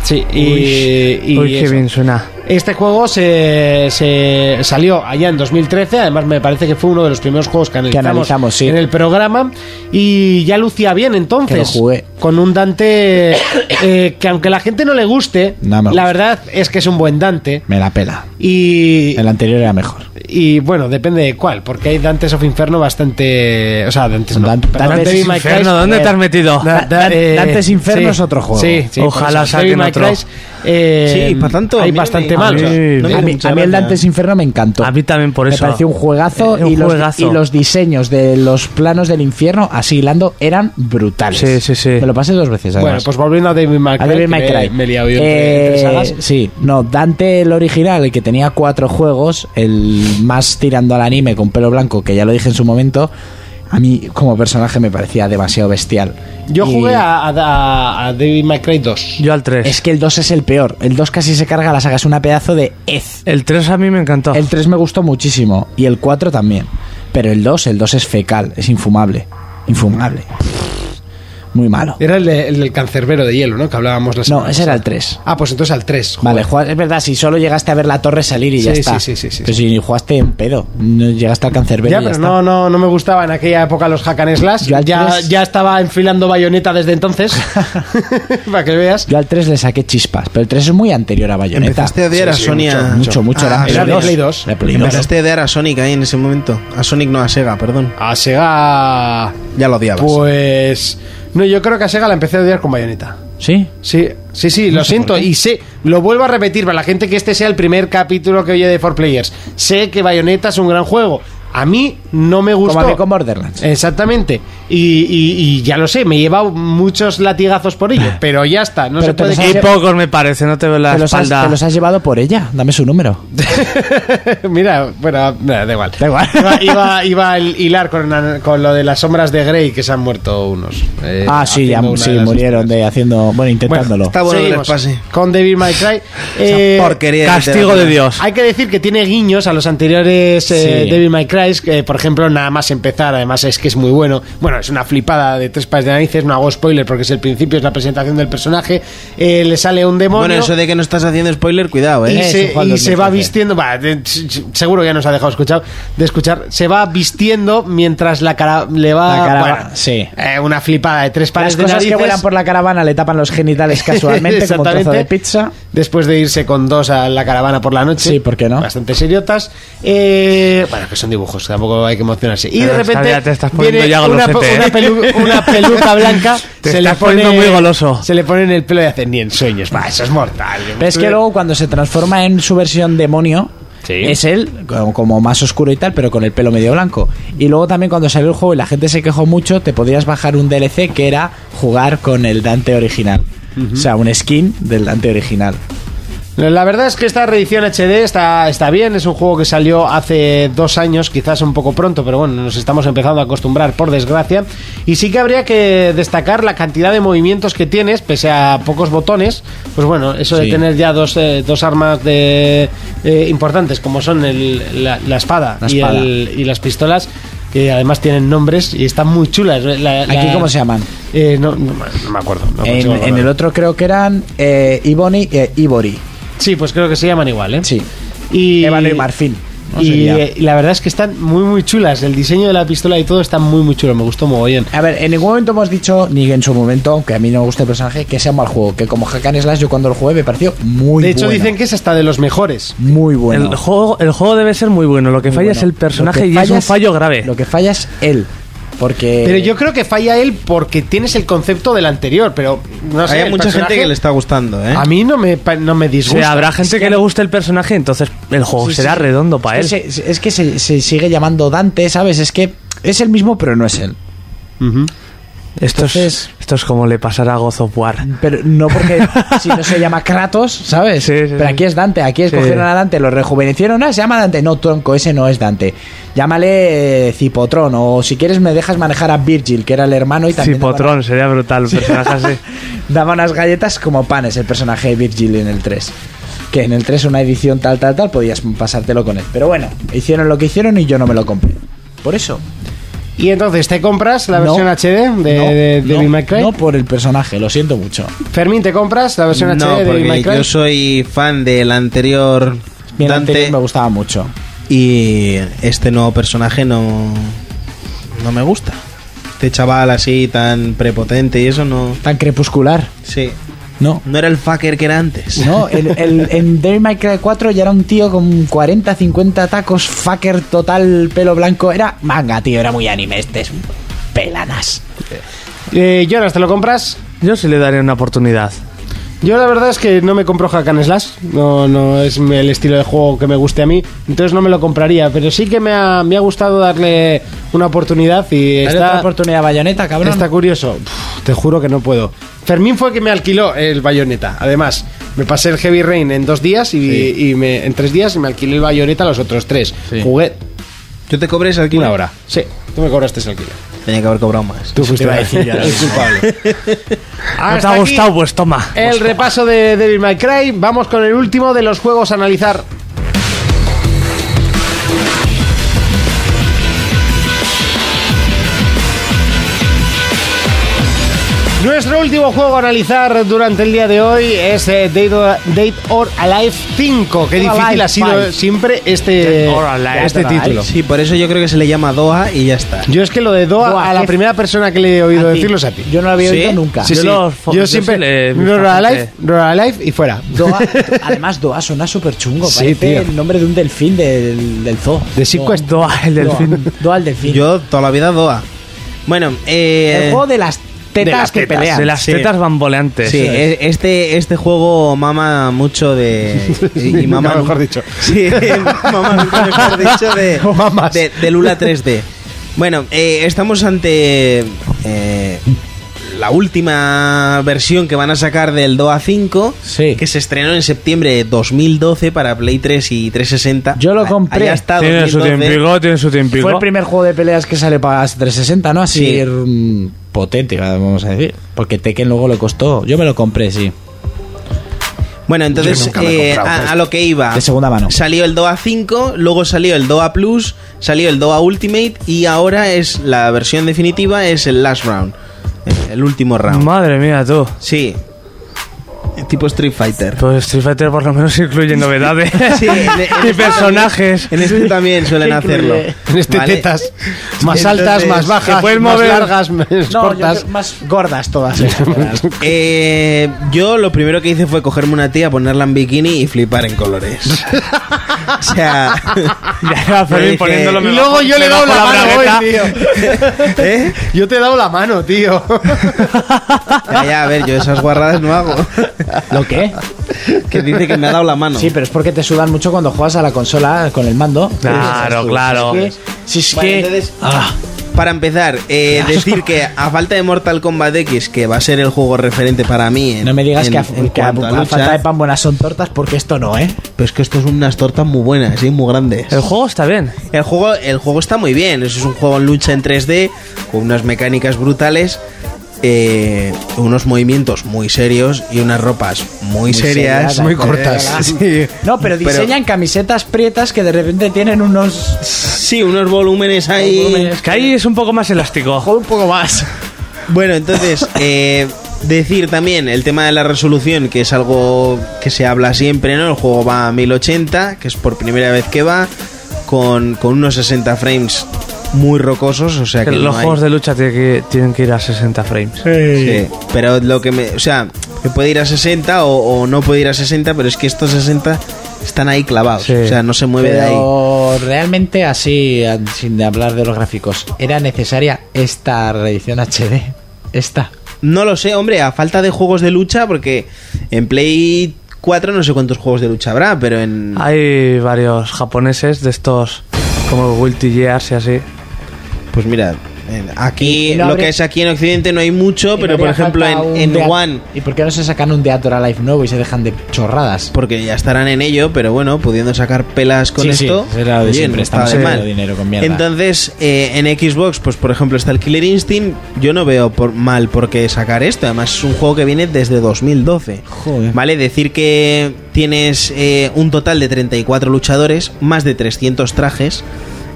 Speaker 2: Sí, y, y
Speaker 6: Uy, qué
Speaker 2: eso.
Speaker 6: bien suena.
Speaker 2: Este juego se, se salió allá en 2013, además me parece que fue uno de los primeros juegos que analizamos,
Speaker 4: analizamos, sí.
Speaker 2: en el programa y ya lucía bien entonces.
Speaker 4: Que lo jugué.
Speaker 2: con un Dante eh, que aunque la gente no le guste,
Speaker 4: No me
Speaker 2: la
Speaker 4: gusta.
Speaker 2: verdad es que es un buen Dante.
Speaker 4: Me la pela.
Speaker 2: Y,
Speaker 4: El anterior era mejor.
Speaker 2: y bueno, depende de cuál, porque hay Dantes of Inferno bastante... O sea, Dantes no.
Speaker 4: Dan-
Speaker 2: perdón,
Speaker 4: Dantes
Speaker 2: Devil May
Speaker 4: Inferno,
Speaker 2: Cry-
Speaker 4: ¿dónde te has
Speaker 6: metido?
Speaker 4: Da- da-
Speaker 2: eh,
Speaker 4: Dantes Inferno
Speaker 2: sí.
Speaker 4: es otro juego.
Speaker 2: Sí, pues sí,
Speaker 4: Ojalá
Speaker 2: por eso.
Speaker 4: saquen
Speaker 2: Devil May
Speaker 4: otro.
Speaker 2: Cry, eh,
Speaker 4: Sí, por tanto, a
Speaker 2: Hay
Speaker 4: mí no
Speaker 2: bastante
Speaker 4: me-
Speaker 2: malos.
Speaker 4: a mí- no me- A mí- a mí el Dantes Inferno me encantó.
Speaker 6: A mí también Ah, por
Speaker 4: Me
Speaker 6: eso.
Speaker 4: pareció un juegazo,
Speaker 6: Eh, un
Speaker 4: y, los,
Speaker 6: juegazo.
Speaker 4: y los diseños de los planos del infierno así hilando eran brutales.
Speaker 6: Sí, sí, sí.
Speaker 4: Me lo pasé dos veces.
Speaker 2: Bueno,
Speaker 4: además.
Speaker 2: pues volviendo a Devil May
Speaker 4: A
Speaker 2: Cry.
Speaker 4: Devil
Speaker 2: que
Speaker 4: May
Speaker 2: me-
Speaker 4: Cry.
Speaker 2: Me he liado yo entre- entre
Speaker 4: Eh,
Speaker 2: sagas.
Speaker 4: Sí, no, Dante el original, el que tenía cuatro juegos, el más tirando al anime con pelo blanco, que ya lo dije en su momento, a mí como personaje me parecía demasiado bestial.
Speaker 2: Yo
Speaker 4: Y-
Speaker 2: jugué a, a, a Devil May Cry 2.
Speaker 6: Yo al 3.
Speaker 4: Es que el 2 es el peor. El 2 casi se carga la saga, es una pedazo de ez.
Speaker 6: El 3 a mí me encantó.
Speaker 4: El 3 me gustó muchísimo y el 4 también. Pero el 2, el 2 es fecal, es infumable. Infumable. Muy malo.
Speaker 2: Era el, de- el del cancerbero de hielo, ¿no? Que hablábamos la
Speaker 4: No,
Speaker 2: semana
Speaker 4: ese era el
Speaker 2: pasada.
Speaker 4: 3.
Speaker 2: Ah, pues entonces al 3.
Speaker 4: Vale, juegas- es verdad, si solo llegaste a ver la torre salir y ya
Speaker 2: Sí,
Speaker 4: está.
Speaker 2: sí, sí, sí, sí.
Speaker 4: Pero si jugaste en pedo, no llegaste al cancerbero
Speaker 2: Ya,
Speaker 4: y ya
Speaker 2: pero
Speaker 4: está.
Speaker 2: no, no, no me gustaba en aquella época los hack and slash.
Speaker 4: Yo al
Speaker 2: Ya,
Speaker 4: tres-
Speaker 2: ya estaba enfilando bayoneta desde entonces. Para que veas.
Speaker 4: Yo al 3 le saqué chispas, pero el 3 es muy anterior a Bayonetta.
Speaker 5: Empezaste a odiar a Sonia.
Speaker 4: Mucho, mucho, mucho,
Speaker 5: Ah,
Speaker 4: era
Speaker 5: era de Play
Speaker 2: 2.
Speaker 4: De Play 2.
Speaker 5: Empezaste a odiar a Sonic ahí en ese momento. A Sonic no, a Sega, perdón.
Speaker 4: Ah.
Speaker 2: A Sega.
Speaker 5: Ya lo odiabas.
Speaker 2: Pues. No, yo creo que a Sega la empecé a odiar con bayoneta.
Speaker 4: ¿Sí?
Speaker 2: Sí, sí, sí, lo siento. Y sé, lo vuelvo a repetir para la gente que este sea el primer capítulo que oye de 4Players. Sé que Bayonetta es un gran juego. A mí no me gustó.
Speaker 4: Como a mí con Borderlands.
Speaker 2: Exactamente. Y, y- y ya lo sé, me he llevado muchos latigazos por ello. Pero ya está, no
Speaker 4: Pero
Speaker 2: se
Speaker 4: te
Speaker 2: puede
Speaker 4: los
Speaker 2: que-
Speaker 4: has
Speaker 6: Y pocos me parece, no te veo la
Speaker 4: Te los, has,
Speaker 6: espalda.
Speaker 4: te los has llevado por ella, dame su número.
Speaker 2: Mira, bueno, nada, da igual.
Speaker 4: Da igual.
Speaker 2: Iba, iba- iba a hilar con, una- con lo de las sombras de Grey que se han muerto unos. eh,
Speaker 4: ah, sí, ya
Speaker 2: haciendo una
Speaker 4: sí,
Speaker 2: de las
Speaker 4: murieron
Speaker 2: historias.
Speaker 4: de haciendo, bueno, intentándolo.
Speaker 5: Está bueno que les
Speaker 2: Seguimos
Speaker 5: pase.
Speaker 2: Con David My Cry. Eh,
Speaker 5: Porquería.
Speaker 6: Castigo de Dios.
Speaker 2: Hay que decir que tiene guiños a los anteriores eh,
Speaker 4: Sí.
Speaker 2: Devil May Cry, que, por ejemplo, nada más empezar, además es que es muy bueno. Bueno, es una flipada de tres pares de narices, no hago spoiler porque es el principio, es la presentación del personaje. Eh, le sale un demonio.
Speaker 5: Bueno, eso de que no estás haciendo spoiler, cuidado,
Speaker 2: Y
Speaker 5: eh.
Speaker 2: se,
Speaker 4: Juan
Speaker 2: y
Speaker 4: 2013.
Speaker 2: se va vistiendo, va, de- s- s- seguro que ya nos ha dejado escuchar, de escuchar, se va vistiendo mientras la cara le va
Speaker 4: La cara-
Speaker 2: bueno,
Speaker 4: sí.
Speaker 2: eh, una flipada de tres pares
Speaker 4: Las
Speaker 2: de
Speaker 4: cosas que
Speaker 2: narices.
Speaker 4: vuelan por la caravana le tapan los genitales casualmente como un trozo
Speaker 2: Exactamente.
Speaker 4: de pizza.
Speaker 2: Después de irse con dos a la caravana por la noche.
Speaker 4: Sí, ¿por qué no?
Speaker 2: Bastante seriotas. Eh, bueno, que son dibujos, tampoco hay que emocionarse. Y
Speaker 6: Pero
Speaker 2: de repente
Speaker 6: ya te estás poniendo
Speaker 2: viene
Speaker 6: ya
Speaker 2: una,
Speaker 6: golosete,
Speaker 2: pe- una
Speaker 6: ¿eh?
Speaker 2: pelu- una peluca blanca.
Speaker 6: Te estás poniendo muy goloso.
Speaker 2: Se le pone en el pelo y hace ni en sueños. Va, eso es mortal.
Speaker 4: Pero es que luego cuando se transforma en su versión demonio, es él como, como más oscuro y tal, pero con el pelo medio blanco. Y luego también cuando salió el juego y la gente se quejó mucho, te podías bajar un DLC que era jugar con el Dante original. O sea, un skin del Dante original.
Speaker 2: La verdad es que esta reedición HD está, está bien, es un juego que salió hace dos años, quizás un poco pronto, pero bueno, nos estamos empezando a acostumbrar, por desgracia. Y sí que habría que destacar la cantidad de movimientos que tienes, pese a pocos botones. Pues bueno, eso de
Speaker 4: Sí.
Speaker 2: tener ya dos, eh, dos armas de, eh, importantes, como son el- la, la espada,
Speaker 4: La
Speaker 2: y,
Speaker 4: espada.
Speaker 2: el- y las pistolas, que además tienen nombres y están muy chulas. La- la-
Speaker 4: ¿Aquí cómo se llaman?
Speaker 2: Eh, no, no me- no me acuerdo. no
Speaker 4: En,
Speaker 2: consigo
Speaker 4: en
Speaker 2: acordarme.
Speaker 4: el otro creo que eran eh, Iboni e Ibori.
Speaker 2: Sí, pues creo que se llaman igual, ¿eh?
Speaker 4: Sí.
Speaker 2: Y,
Speaker 4: Ébano y marfín, ¿no?
Speaker 2: Y
Speaker 4: Sería.
Speaker 2: eh, la verdad es que están muy, muy chulas. El diseño de la pistola y todo está muy, muy chulo. Me gustó mogollón.
Speaker 4: A ver, en ningún momento hemos dicho, ni en su momento, aunque a mí no me gusta el personaje, que sea mal juego. Que como Hakan Slash, yo cuando lo jugué me pareció muy
Speaker 2: de hecho,
Speaker 4: bueno.
Speaker 2: dicen que es hasta de los mejores.
Speaker 4: Muy bueno.
Speaker 6: El, juego, el juego debe ser muy bueno. Lo que
Speaker 4: Muy
Speaker 6: falla
Speaker 4: bueno.
Speaker 6: es el
Speaker 4: Lo
Speaker 6: personaje
Speaker 4: que
Speaker 6: y es
Speaker 4: falla
Speaker 6: un fallo grave.
Speaker 4: Lo que falla es él. Porque.
Speaker 2: Pero yo creo que falla él porque tienes el concepto del anterior. Pero no sé.
Speaker 5: Hay
Speaker 2: el
Speaker 5: mucha gente
Speaker 2: personaje
Speaker 5: que le está gustando, eh.
Speaker 2: A mí no me, pa- no me
Speaker 6: O
Speaker 2: disgusta.
Speaker 6: sea, habrá gente que, le guste el personaje, entonces el juego
Speaker 4: Sí,
Speaker 6: será
Speaker 4: sí.
Speaker 6: redondo para él.
Speaker 4: Es que, se, es que se- se sigue llamando Dante, ¿sabes? Es que es el mismo, pero no es él.
Speaker 2: Ujú.
Speaker 6: esto,
Speaker 4: entonces-
Speaker 6: es, esto es como le pasará a God of War.
Speaker 4: Pero no porque si no se llama Kratos, ¿sabes?
Speaker 6: Sí, sí,
Speaker 4: pero
Speaker 6: sí.
Speaker 4: aquí es Dante, aquí
Speaker 6: Sí.
Speaker 4: escogieron a Dante, lo rejuvenecieron, ah, se llama Dante. No, tronco, ese no es Dante. Llámale eh, Cipotrón, o si quieres me dejas manejar a Virgil, que era el hermano y también. daba-
Speaker 6: Cipotrón, sería brutal. Personaje así.
Speaker 4: Daba unas galletas como panes el personaje de Virgil en el 3. Que en el 3 una edición tal, tal, tal, podías pasártelo con él. Pero bueno, hicieron lo que hicieron y yo no me lo compré. Por eso.
Speaker 2: Y entonces, ¿te compras la versión
Speaker 4: No.
Speaker 2: HD de,
Speaker 4: no,
Speaker 2: de
Speaker 4: no,
Speaker 2: Devil May Cry?
Speaker 4: No por el personaje, lo siento mucho.
Speaker 2: Fermín, ¿te compras la versión
Speaker 5: No,
Speaker 2: HD de Devil
Speaker 5: porque
Speaker 2: May Cry?
Speaker 5: yo soy fan del anterior
Speaker 4: Mi anterior
Speaker 5: Dante
Speaker 4: me gustaba mucho.
Speaker 5: y este nuevo personaje no no me gusta. este chaval así tan prepotente y eso no.
Speaker 4: Tan crepuscular.
Speaker 5: Sí.
Speaker 4: No.
Speaker 5: No era el fucker que era antes.
Speaker 4: No, el, el- en Devil May Cry 4 ya era un tío con 40, 50 tacos, fucker total, pelo blanco. Era manga, tío, era muy anime. Este es un peladas.
Speaker 2: Eh, Jonas, ¿te lo compras?
Speaker 6: Yo sí le daré una oportunidad.
Speaker 2: Yo la verdad es que no me compro Hack and Slash, no, no es el estilo de juego que me guste a mí, entonces no me lo compraría, pero sí que me ha, me ha gustado darle una oportunidad y
Speaker 4: Dale otra
Speaker 2: está,
Speaker 4: oportunidad bayoneta, cabrón.
Speaker 2: está curioso. Pff, te juro que no puedo. Fermín fue que me alquiló el bayoneta, además. Me pasé el Heavy Rain en dos días y, y me, en tres días y me alquilé el bayoneta los otros tres. Jugué
Speaker 5: Yo te cobré ese alquiler.
Speaker 2: una hora. Sí, tú me cobraste ese alquiler.
Speaker 5: Tenía que haber cobrado más.
Speaker 2: Tú fuiste
Speaker 5: iba a decir yo ahora
Speaker 2: el
Speaker 5: mismo.
Speaker 2: culpable.
Speaker 6: ¿No te
Speaker 2: Hasta
Speaker 6: ha
Speaker 2: Ah, aquí
Speaker 6: gustado? Pues toma.
Speaker 2: El repaso de Devil May Cry. Vamos con el último de los juegos a analizar. Nuestro último juego a analizar durante el día de hoy es eh, Dead or, Dead or Alive 5. Qué
Speaker 4: Or
Speaker 2: difícil
Speaker 4: Alive
Speaker 2: ha sido
Speaker 4: five.
Speaker 2: siempre este,
Speaker 6: Dead or Alive.
Speaker 2: este
Speaker 6: Dead or
Speaker 2: título.
Speaker 5: Sí, por eso yo creo que se le llama Doha y ya está.
Speaker 2: Yo es que lo de Doa,
Speaker 4: Doa,
Speaker 2: a la
Speaker 4: qué-
Speaker 2: primera persona que le he oído decirlo es a ti.
Speaker 4: Yo no lo había
Speaker 5: ¿Sí?
Speaker 4: oído nunca.
Speaker 2: Sí,
Speaker 6: Yo
Speaker 2: sí.
Speaker 6: los fo-
Speaker 2: yo
Speaker 6: yo
Speaker 2: siempre.
Speaker 6: sí le he visto
Speaker 2: Roar
Speaker 6: a gente.
Speaker 2: Alive, Roar Alive y fuera.
Speaker 4: Doa- además, Doa suena súper chungo.
Speaker 2: Sí,
Speaker 4: parece
Speaker 2: tío.
Speaker 4: el nombre de un delfín del, del zoo.
Speaker 2: De Sea
Speaker 4: Doa.
Speaker 2: Quest.
Speaker 6: Doa, el
Speaker 4: Doa.
Speaker 6: delfín.
Speaker 4: Doa el delfín.
Speaker 5: Yo toda la vida Doha. Bueno, eh.
Speaker 4: el juego de las tetas
Speaker 5: las
Speaker 4: que
Speaker 5: tetas,
Speaker 4: pelean.
Speaker 6: De las
Speaker 5: Sí.
Speaker 6: tetas bamboleantes.
Speaker 5: Sí, e- este, este juego mama mucho de. Y, y mama
Speaker 2: Nunca mejor dicho.
Speaker 5: Sí, mama nunca mejor dicho de,
Speaker 2: Mamas.
Speaker 5: de, de Lula 3D. Bueno, eh, estamos ante eh, la última versión que van a sacar del DOA 5,
Speaker 4: Sí.
Speaker 5: que se estrenó en septiembre de 2012 para Play 3 y 360.
Speaker 4: Yo lo
Speaker 5: A-
Speaker 4: compré.
Speaker 5: Allá está,
Speaker 6: Tiene su
Speaker 5: 2012.
Speaker 6: tiempico, tiene su
Speaker 4: Fue
Speaker 6: tiempico.
Speaker 4: el primer juego de peleas que sale para 360, ¿no? Así
Speaker 5: Sí.
Speaker 4: mm, potente, vamos a decir. Porque Tekken luego le costó. Yo me lo compré, sí.
Speaker 5: Bueno, entonces eh, a, a lo que iba.
Speaker 4: De segunda mano.
Speaker 5: Salió el DOA 5, luego salió el DOA Plus, salió el DOA Ultimate y ahora es la versión definitiva, es el last round. eh, El último round.
Speaker 6: Madre mía, tú.
Speaker 5: Sí. Tipo Street Fighter.
Speaker 6: Pues Street Fighter por lo menos incluye novedades.
Speaker 5: Sí, en- en
Speaker 6: y
Speaker 5: este
Speaker 6: personajes.
Speaker 5: también- En este también suelen hacerlo.
Speaker 2: En este
Speaker 5: Vale.
Speaker 2: tetas más altas,
Speaker 5: Entonces,
Speaker 2: más bajas,
Speaker 6: te puedes
Speaker 2: más
Speaker 6: mover.
Speaker 2: largas, más cortas.
Speaker 4: más gordas todas.
Speaker 5: Eh, yo lo primero que hice fue cogerme una tía, ponerla en bikini y flipar en colores. o sea.
Speaker 6: Ya era
Speaker 5: Yo
Speaker 6: Fermín
Speaker 5: dije-
Speaker 6: poniéndolo
Speaker 5: Y
Speaker 6: me
Speaker 2: luego
Speaker 6: bajo-
Speaker 2: yo le he
Speaker 6: me
Speaker 2: dado
Speaker 6: bajo
Speaker 2: la mano hoy,
Speaker 6: bragueta.
Speaker 2: tío.
Speaker 5: ¿eh?
Speaker 2: Yo te he dado la mano, tío.
Speaker 5: Ya, ya, a ver, yo esas guarradas no hago.
Speaker 4: ¿Lo qué?
Speaker 5: que dice que me ha dado la mano.
Speaker 4: Sí, pero es porque te sudan mucho cuando juegas a la consola con el mando.
Speaker 6: Claro, claro.
Speaker 4: Es que- Si es
Speaker 5: Bueno,
Speaker 4: que.
Speaker 5: entonces,
Speaker 4: Ah,
Speaker 5: para empezar, eh, decir que a falta de Mortal Kombat X, que va a ser el juego referente para mí. en-
Speaker 4: no me digas
Speaker 5: en-
Speaker 4: que, a,
Speaker 5: en
Speaker 4: que a-
Speaker 5: cuanto a
Speaker 4: a
Speaker 5: lucha,
Speaker 4: falta de pan buenas son tortas, porque esto no, ¿eh?
Speaker 5: Pero es que esto es unas tortas muy buenas y muy grandes.
Speaker 6: El juego está bien.
Speaker 5: El juego, el juego está muy bien. Es un juego en lucha en 3D, con unas mecánicas brutales, eh, unos movimientos muy serios y unas ropas muy, serias.
Speaker 4: seriadas, muy cortas.
Speaker 5: Sí.
Speaker 4: No, pero
Speaker 5: Pero-
Speaker 4: diseñan camisetas prietas que de repente tienen unos.
Speaker 5: Sí, unos volúmenes ahí.
Speaker 6: Es que ahí es un poco más elástico.
Speaker 4: un poco más.
Speaker 5: Bueno, entonces, eh, decir también el tema de la resolución, que es algo que se habla siempre, ¿no? El juego va a 1080, que es por primera vez que va, con, con unos 60 frames muy rocosos, o sea que... no
Speaker 6: Los
Speaker 5: hay-
Speaker 6: juegos de lucha tienen que, tienen que ir a 60 frames.
Speaker 5: Sí, pero lo que me... O sea, que puede ir a 60 o, o no puede ir a 60, pero es que estos 60 están ahí clavados,
Speaker 6: Sí.
Speaker 5: o sea, no se mueve de ahí.
Speaker 4: Pero realmente así, a- sin hablar de los gráficos, ¿era necesaria esta reedición HD? Esta.
Speaker 5: No lo sé, hombre, a falta de juegos de lucha, porque en Play 4 no sé cuántos juegos de lucha habrá, pero en...
Speaker 6: Hay varios japoneses de estos, como Guilty Gears y así.
Speaker 5: Pues mira, en- aquí
Speaker 4: Y no
Speaker 5: lo
Speaker 4: habría-
Speaker 5: que es aquí en Occidente no hay mucho, pero
Speaker 4: Y no
Speaker 5: por
Speaker 4: haría
Speaker 5: ejemplo
Speaker 4: falta
Speaker 5: en,
Speaker 4: un
Speaker 5: en
Speaker 4: Dead-
Speaker 5: One,
Speaker 4: ¿Y por qué no se sacan un Dead or Alive nuevo y se dejan de chorradas?
Speaker 5: porque ya estarán en ello, pero bueno, pudiendo sacar pelas con
Speaker 4: Sí, sí,
Speaker 5: esto,
Speaker 4: será lo de
Speaker 5: oye,
Speaker 4: siempre,
Speaker 5: no está
Speaker 4: estamos
Speaker 5: de
Speaker 4: perdiendo
Speaker 5: mal.
Speaker 4: dinero con mierda.
Speaker 5: Entonces, eh, en Xbox, pues por ejemplo está el Killer Instinct, yo no veo por, mal por qué sacar esto, además es un juego que viene desde 2012.
Speaker 4: Joder.
Speaker 5: Vale, decir que tienes eh, un total de 34 luchadores, más de 300 trajes,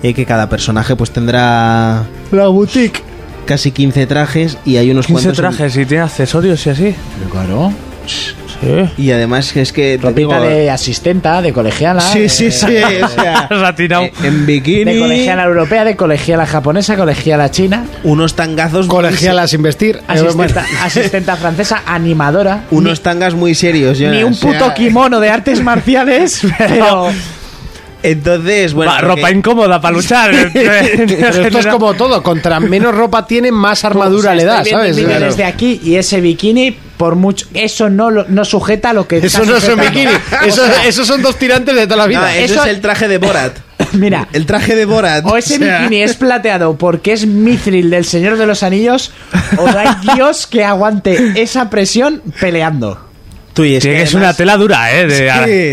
Speaker 5: eh, que cada personaje pues tendrá
Speaker 4: La boutique.
Speaker 5: casi 15 trajes y hay unos
Speaker 6: 15
Speaker 5: cuantos en-
Speaker 6: trajes y tiene accesorios y así.
Speaker 4: Claro.
Speaker 5: Y además es que. te
Speaker 4: Ropita
Speaker 6: eh,
Speaker 5: digo-
Speaker 4: de Eh, asistenta, de colegiala. eh.
Speaker 5: Sí,
Speaker 4: de-
Speaker 5: sí, sí. O sea, eh, en bikini.
Speaker 4: De colegiala europea, de colegiala japonesa, colegiala china.
Speaker 5: Unos tangazos.
Speaker 4: Colegiala
Speaker 5: sin
Speaker 2: Eh,
Speaker 5: vestir.
Speaker 4: Asistenta, asistenta francesa, animadora.
Speaker 5: Unos tangas muy serios. Jonas,
Speaker 4: ni un
Speaker 5: o sea,
Speaker 4: puto kimono de artes marciales, pero.
Speaker 5: Entonces, bueno.
Speaker 6: Va,
Speaker 5: porque-
Speaker 6: ropa incómoda para luchar.
Speaker 5: eh,
Speaker 6: eh.
Speaker 2: Pero esto es como todo, contra menos ropa tiene, más armadura
Speaker 4: O sea,
Speaker 2: le da,
Speaker 4: estoy viendo
Speaker 2: ¿sabes?
Speaker 4: el vídeo
Speaker 2: Claro.
Speaker 4: desde aquí y ese bikini, por mucho. Eso no, lo- no sujeta lo que.
Speaker 2: Eso
Speaker 4: está
Speaker 2: no es un
Speaker 4: sujetando.
Speaker 2: bikini, eso,
Speaker 4: O sea,
Speaker 2: esos son dos tirantes de toda la vida.
Speaker 5: Ah, eso, es el traje de Borat.
Speaker 4: Mira.
Speaker 5: El traje de Borat.
Speaker 4: O ese
Speaker 5: o sea.
Speaker 4: bikini es plateado porque es mithril del Señor de los Anillos, o no hay Dios que aguante esa presión peleando.
Speaker 5: Tú y es
Speaker 6: Tiene que ser una tela dura, ¿eh? De-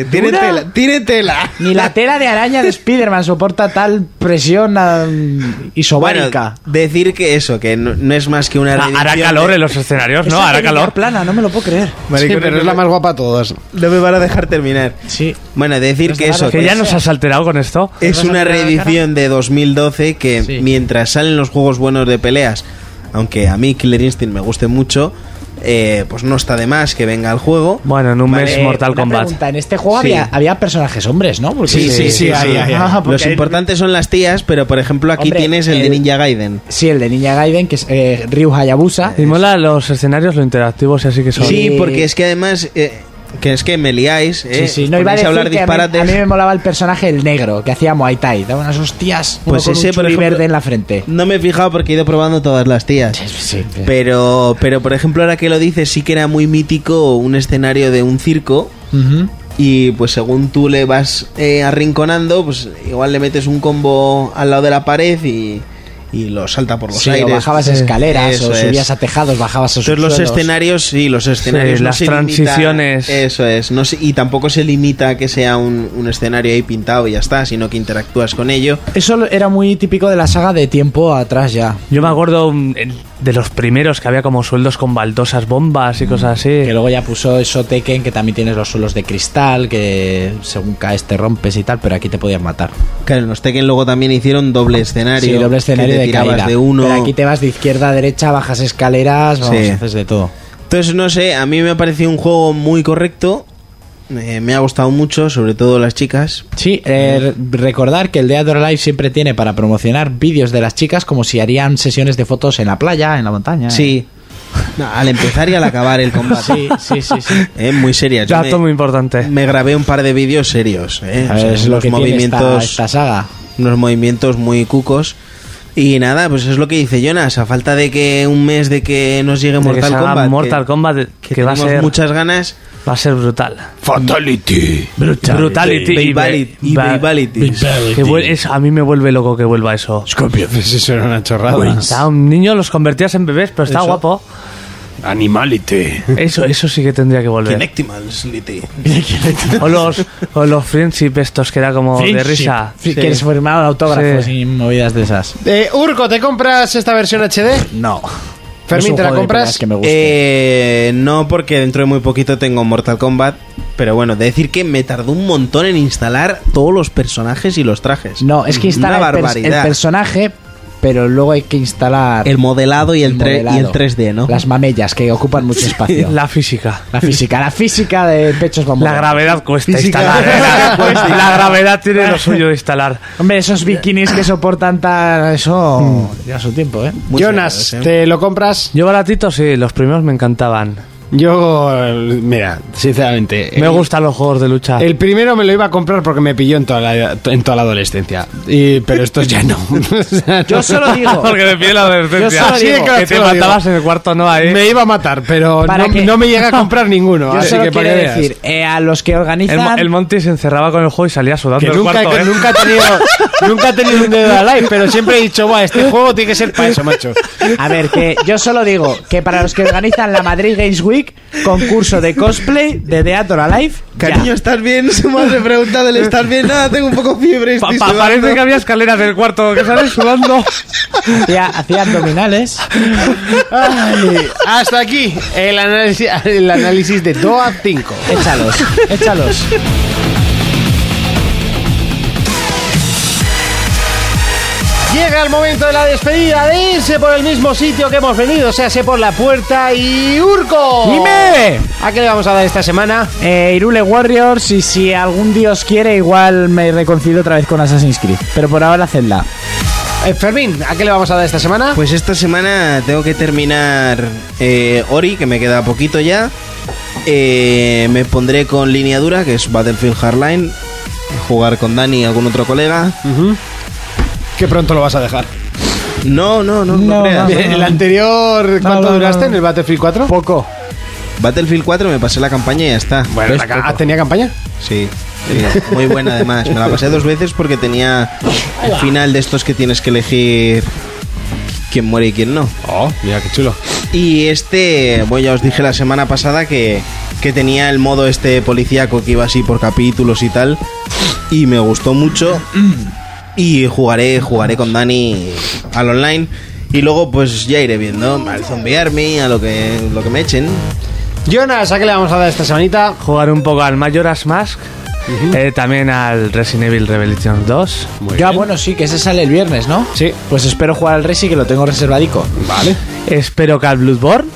Speaker 5: Sí, tiene
Speaker 4: ¿Dura?
Speaker 5: tela, tiene tela.
Speaker 4: Ni la tela de araña de Spider-Man soporta tal presión um, isobárica.
Speaker 5: Bueno, decir que eso, que no, no es más que una
Speaker 6: Ah, hará
Speaker 5: reedición
Speaker 6: calor
Speaker 5: de-
Speaker 6: en los escenarios, ¿no?
Speaker 4: Esa
Speaker 6: Hará
Speaker 4: película
Speaker 6: calor.
Speaker 4: plana, no me lo puedo creer.
Speaker 2: Sí,
Speaker 5: Maricón,
Speaker 2: pero
Speaker 5: no
Speaker 2: es la
Speaker 5: me-
Speaker 2: más guapa de todas.
Speaker 5: No me van a dejar terminar.
Speaker 4: Sí. Pues
Speaker 5: Bueno, decir que eso,
Speaker 6: Que
Speaker 5: que
Speaker 6: ya
Speaker 5: es-
Speaker 6: nos has alterado con esto.
Speaker 5: es una reedición de 2012 que
Speaker 4: Sí.
Speaker 5: mientras salen los juegos buenos de peleas, aunque a mí Killer Instinct me guste mucho, eh, pues no está de más que venga el juego.
Speaker 6: Bueno, en un
Speaker 5: Vale,
Speaker 6: mes
Speaker 4: Eh,
Speaker 6: Mortal
Speaker 4: una
Speaker 6: Kombat.
Speaker 4: pregunta, en este juego
Speaker 5: Sí.
Speaker 4: había, había personajes hombres, ¿no? Porque-
Speaker 5: Sí, sí, sí, ahí, ahí, ahí.
Speaker 4: Ah, porque
Speaker 5: Los
Speaker 4: hay-
Speaker 5: importantes son las tías, pero por ejemplo aquí
Speaker 4: Hombre,
Speaker 5: tienes el, de
Speaker 4: el-
Speaker 5: Ninja Gaiden.
Speaker 4: Sí, el de Ninja Gaiden, que es eh, Ryu Hayabusa.
Speaker 6: Y mola los escenarios, lo interactivos y así que son.
Speaker 5: Sí, porque es que además eh, que es que me liáis, eh,
Speaker 4: Sí, sí, no
Speaker 5: os
Speaker 4: iba
Speaker 5: ponéis
Speaker 4: a decir
Speaker 5: hablar
Speaker 4: que a mí-
Speaker 5: disparates.
Speaker 4: A mí, me molaba el personaje el negro, que hacía Muay Thai. Daba unas hostias, uno
Speaker 5: Pues
Speaker 4: con
Speaker 5: ese,
Speaker 4: un
Speaker 5: por
Speaker 4: chuli
Speaker 5: ejemplo-
Speaker 4: verde en la frente.
Speaker 5: No me he fijado porque he ido probando todas las tías.
Speaker 4: Sí, sí, sí.
Speaker 5: Pero, pero por ejemplo, ahora que lo dices, sí que era muy mítico un escenario de un circo.
Speaker 4: Ujú.
Speaker 5: Y pues según tú le vas eh, arrinconando, pues igual le metes un combo al lado de la pared y, y lo salta por los
Speaker 4: Sí,
Speaker 5: aires.
Speaker 4: o bajabas
Speaker 5: Sí.
Speaker 4: escaleras,
Speaker 5: Eso
Speaker 4: o
Speaker 5: es.
Speaker 4: subías a tejados, bajabas a
Speaker 5: Entonces los
Speaker 4: subsuelos.
Speaker 5: escenarios, sí, los escenarios.
Speaker 6: Sí, las
Speaker 5: se limitan-
Speaker 6: transiciones.
Speaker 5: eso es. No se- y tampoco se limita a que sea un, un escenario ahí pintado y ya está, sino que interactúas con ello.
Speaker 4: Eso era muy típico de la saga de tiempo atrás ya.
Speaker 6: Yo me acuerdo mm, el- de los primeros que había como sueldos con baldosas, bombas y cosas
Speaker 4: Que
Speaker 6: así.
Speaker 4: luego ya puso eso Tekken, que también tienes los suelos de cristal, que según caes te rompes y tal, pero aquí te podían matar.
Speaker 5: Claro, en los Tekken luego también hicieron doble escenario.
Speaker 4: sí, doble
Speaker 5: que
Speaker 4: escenario
Speaker 5: te
Speaker 4: de
Speaker 5: tirabas
Speaker 4: caída.
Speaker 5: de uno.
Speaker 4: Pero aquí te vas de izquierda a derecha, bajas escaleras, vamos,
Speaker 5: Sí.
Speaker 4: haces de todo.
Speaker 5: Entonces, Pues no sé, a mí me ha parecido un juego muy correcto. eh, me ha gustado mucho, sobre todo las chicas.
Speaker 4: Sí, eh, recordar que el Dead or Alive siempre tiene para promocionar vídeos de las chicas como si harían sesiones de fotos en la playa, en la montaña. eh.
Speaker 5: Sí. No, al empezar y al acabar el combate.
Speaker 4: Sí, sí, sí, sí.
Speaker 5: Eh, muy serias. Yo
Speaker 6: Dato muy
Speaker 5: me,
Speaker 6: importante.
Speaker 5: me grabé un par de vídeos serios. eh,
Speaker 4: A
Speaker 5: o
Speaker 4: ver,
Speaker 5: sea,
Speaker 4: es lo
Speaker 5: unos
Speaker 4: que tiene
Speaker 5: movimientos,
Speaker 4: esta, esta saga.
Speaker 5: unos movimientos muy cucos. Y nada, pues es lo que dice Jonas. A falta de que un mes de que nos llegue
Speaker 6: De que
Speaker 5: Mortal
Speaker 6: salga
Speaker 5: Kombat. que-
Speaker 6: Mortal Kombat, que,
Speaker 5: que
Speaker 6: va, a
Speaker 5: tenemos
Speaker 6: ser,
Speaker 5: muchas ganas.
Speaker 6: va a ser brutal.
Speaker 1: Fatality.
Speaker 6: Brutality. y
Speaker 5: Baybali- y
Speaker 6: ba-
Speaker 5: Baybalities.
Speaker 6: que vuel- es- a mí me vuelve loco que vuelva eso.
Speaker 1: Scorpio.
Speaker 2: Eso era una chorrada.
Speaker 6: Está un niño los convertías en bebés, pero está guapo.
Speaker 1: Animality.
Speaker 6: Eso, eso sí que tendría que volver.
Speaker 5: Kinectimality.
Speaker 6: O los, o los friendship estos que era como de risa.
Speaker 4: Sí, Que les firmaron autógrafos
Speaker 6: Sí.
Speaker 4: y movidas de esas.
Speaker 2: Eh, Urco, ¿te compras esta versión HD?
Speaker 4: No.
Speaker 2: Fermín, ¿te la compras?
Speaker 4: Que me guste.
Speaker 5: Eh, no, porque dentro de muy poquito tengo Mortal Kombat. Pero bueno, decir que me tardó un montón en instalar todos los personajes y los trajes.
Speaker 4: no, es que instala
Speaker 5: Una
Speaker 4: el, pers- el
Speaker 5: barbaridad.
Speaker 4: personaje, pero luego hay que instalar
Speaker 5: El modelado y el,
Speaker 4: el
Speaker 5: tre- y el
Speaker 4: modelado.
Speaker 5: 3D, ¿no?
Speaker 4: las mamellas que ocupan mucho espacio. la...
Speaker 6: La física.
Speaker 4: física, la física de pechos vamos.
Speaker 6: La gravedad cuesta
Speaker 5: Física.
Speaker 6: instalar. ¿eh? La, la gravedad tiene lo suyo de instalar.
Speaker 4: Hombre, esos bikinis que soportan tan
Speaker 6: Hmm.
Speaker 4: eso ya su tiempo, ¿eh?
Speaker 5: Muchas
Speaker 2: Jonas,
Speaker 5: gracias, ¿eh?
Speaker 2: ¿te lo compras?
Speaker 6: Yo baratito sí, los primeros me encantaban.
Speaker 2: Yo, eh, mira, sinceramente.
Speaker 6: Me
Speaker 2: el-
Speaker 6: gustan los juegos de lucha.
Speaker 2: El primero me lo iba a comprar porque me pilló en toda la, en toda la adolescencia. Y- pero esto ya no. O sea, no.
Speaker 4: Yo solo digo,
Speaker 6: Porque me pide la advertencia.
Speaker 2: Yo solo
Speaker 6: Así de
Speaker 2: digo,
Speaker 6: que te
Speaker 2: solo
Speaker 6: matabas en el cuarto, ¿no? eh. Ahí.
Speaker 2: Me iba a matar, pero
Speaker 4: ¿Para
Speaker 2: no,
Speaker 4: qué?
Speaker 2: no me llega a comprar ninguno.
Speaker 4: yo
Speaker 2: así
Speaker 4: solo
Speaker 2: que para
Speaker 4: quiero
Speaker 2: que veas.
Speaker 4: decir eh, a los que
Speaker 6: El, Mo-
Speaker 4: organizan
Speaker 6: el Monty se encerraba con el juego y salía sudando
Speaker 2: Que
Speaker 6: del
Speaker 2: nunca,
Speaker 6: cuarto.
Speaker 2: que
Speaker 6: ¿eh?
Speaker 2: nunca, he tenido, nunca he tenido un dedo al live, pero siempre he dicho, va, este juego tiene que ser para eso, macho.
Speaker 4: A ver, que yo solo digo que para los que organizan la Madrid Games Week, concurso de cosplay de Theater Alive. ya.
Speaker 5: Cariño, ¿estás bien? Su madre pregunta del ¿estás bien? Nada, tengo un poco fiebre.
Speaker 6: Pa-
Speaker 5: estoy
Speaker 6: pa-
Speaker 5: sudando.
Speaker 6: parece que había escaleras del cuarto que sales sudando.
Speaker 4: Hacía, hacía abdominales.
Speaker 2: Ay, hasta aquí el análisis, el análisis de Doa 5.
Speaker 4: Échalos, échalos.
Speaker 2: Llega el momento de la despedida, de irse por el mismo sitio que hemos venido, o sea, se por la puerta y Urco.
Speaker 4: ¡Dime!
Speaker 2: Oh. ¿A qué le vamos a dar esta semana?
Speaker 4: Eh, Irule Warriors y si algún dios quiere igual me reconcilio otra vez con Assassin's Creed. Pero por ahora hacedla.
Speaker 2: Eh, Fermín, ¿a qué le vamos a dar esta semana?
Speaker 5: Pues esta semana tengo que terminar eh, Ori, que me queda poquito ya. Eh, me pondré con línea dura, que es Battlefield Hardline. Jugar con Dani y algún otro colega.
Speaker 2: Que pronto lo vas a dejar.
Speaker 5: No, no, no, no, creas.
Speaker 2: ¿El anterior cuánto
Speaker 5: no, no,
Speaker 2: duraste
Speaker 5: no.
Speaker 2: en el Battlefield 4? Poco.
Speaker 5: Battlefield 4 me pasé la campaña y ya está.
Speaker 2: Bueno, la ca- ah, ¿tenía campaña?
Speaker 5: Sí. sí, Muy buena además. Me la pasé dos veces porque tenía el final de estos que tienes que elegir quién muere y quién no.
Speaker 2: Oh, mira qué chulo.
Speaker 5: Y este, bueno, ya os dije la semana pasada que, que tenía el modo este policíaco que iba así por capítulos y tal. Y me gustó mucho. Y jugaré, jugaré con Dani al online. Y luego pues ya iré viendo al Zombie Army, a lo que, lo que me echen.
Speaker 2: Jonas, ¿a qué le vamos a dar esta semanita?
Speaker 6: Jugar un poco al Majora's Mask. eh, también al Resident Evil Revelations 2.
Speaker 14: Ya, bueno, sí, que ese sale el viernes, ¿no?
Speaker 2: Sí.
Speaker 14: Pues espero jugar al Resi que lo tengo reservadico.
Speaker 2: Vale.
Speaker 6: Espero que al Bloodborne.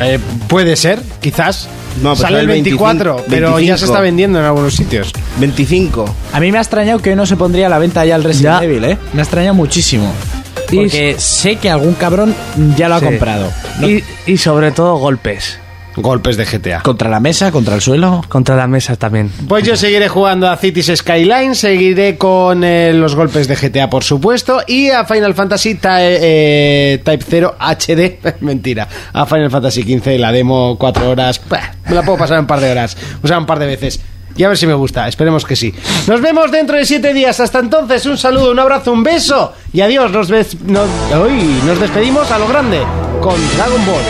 Speaker 2: Eh, puede ser, quizás.
Speaker 5: No, pues
Speaker 2: Sale el 24,
Speaker 5: 25,
Speaker 2: pero ya se está
Speaker 5: 25.
Speaker 2: vendiendo en algunos sitios.
Speaker 5: 25.
Speaker 14: A mí me ha extrañado que no se pondría a la venta ya el Resident
Speaker 6: Ya.
Speaker 14: Evil, ¿eh? Me ha extrañado muchísimo. Porque sé que algún cabrón ya lo ha
Speaker 6: Sí.
Speaker 14: comprado. No-
Speaker 6: Y, y sobre todo golpes.
Speaker 2: Golpes de GTA.
Speaker 14: Contra la mesa, contra el suelo.
Speaker 6: Contra la mesa también.
Speaker 2: Pues yo seguiré jugando a Cities Skyline, seguiré con eh, los golpes de GTA, por supuesto, y a Final Fantasy Ty- eh, Type 0 HD. Mentira, a Final Fantasy 15 la demo 4 horas. bah, Me la puedo pasar en un par de horas, o sea, un par de veces. Y a ver si me gusta, esperemos que sí. Nos vemos dentro de 7 días. Hasta entonces, un saludo, un abrazo, un beso y adiós. Nos, ves- nos- uy, nos despedimos a lo grande con Dragon Ball.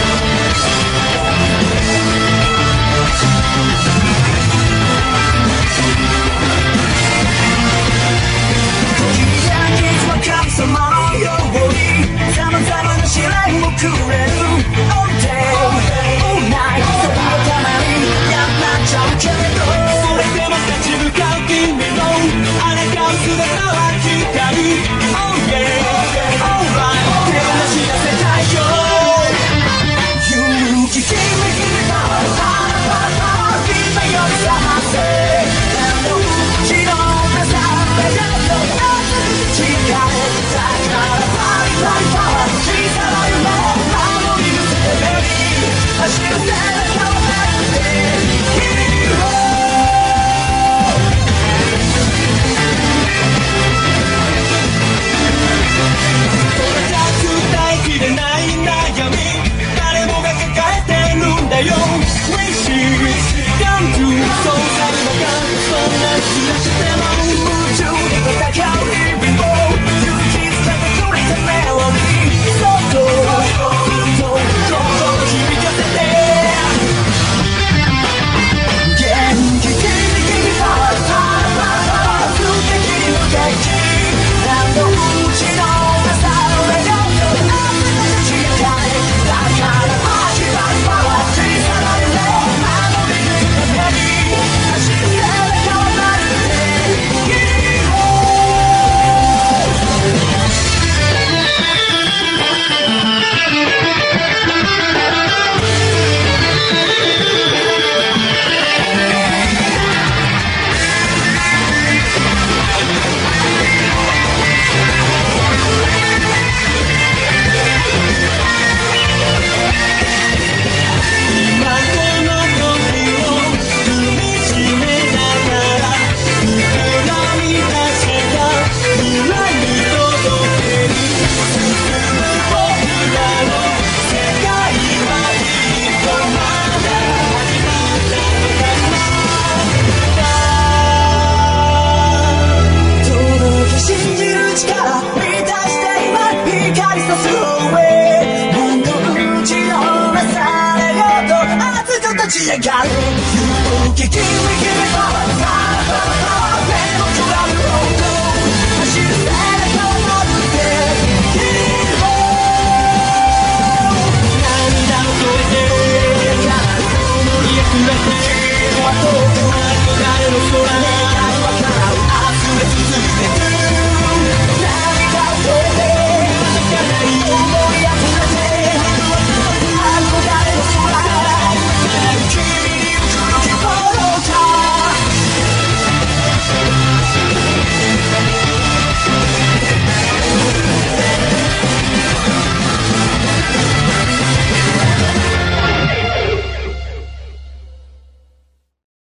Speaker 10: Thank you.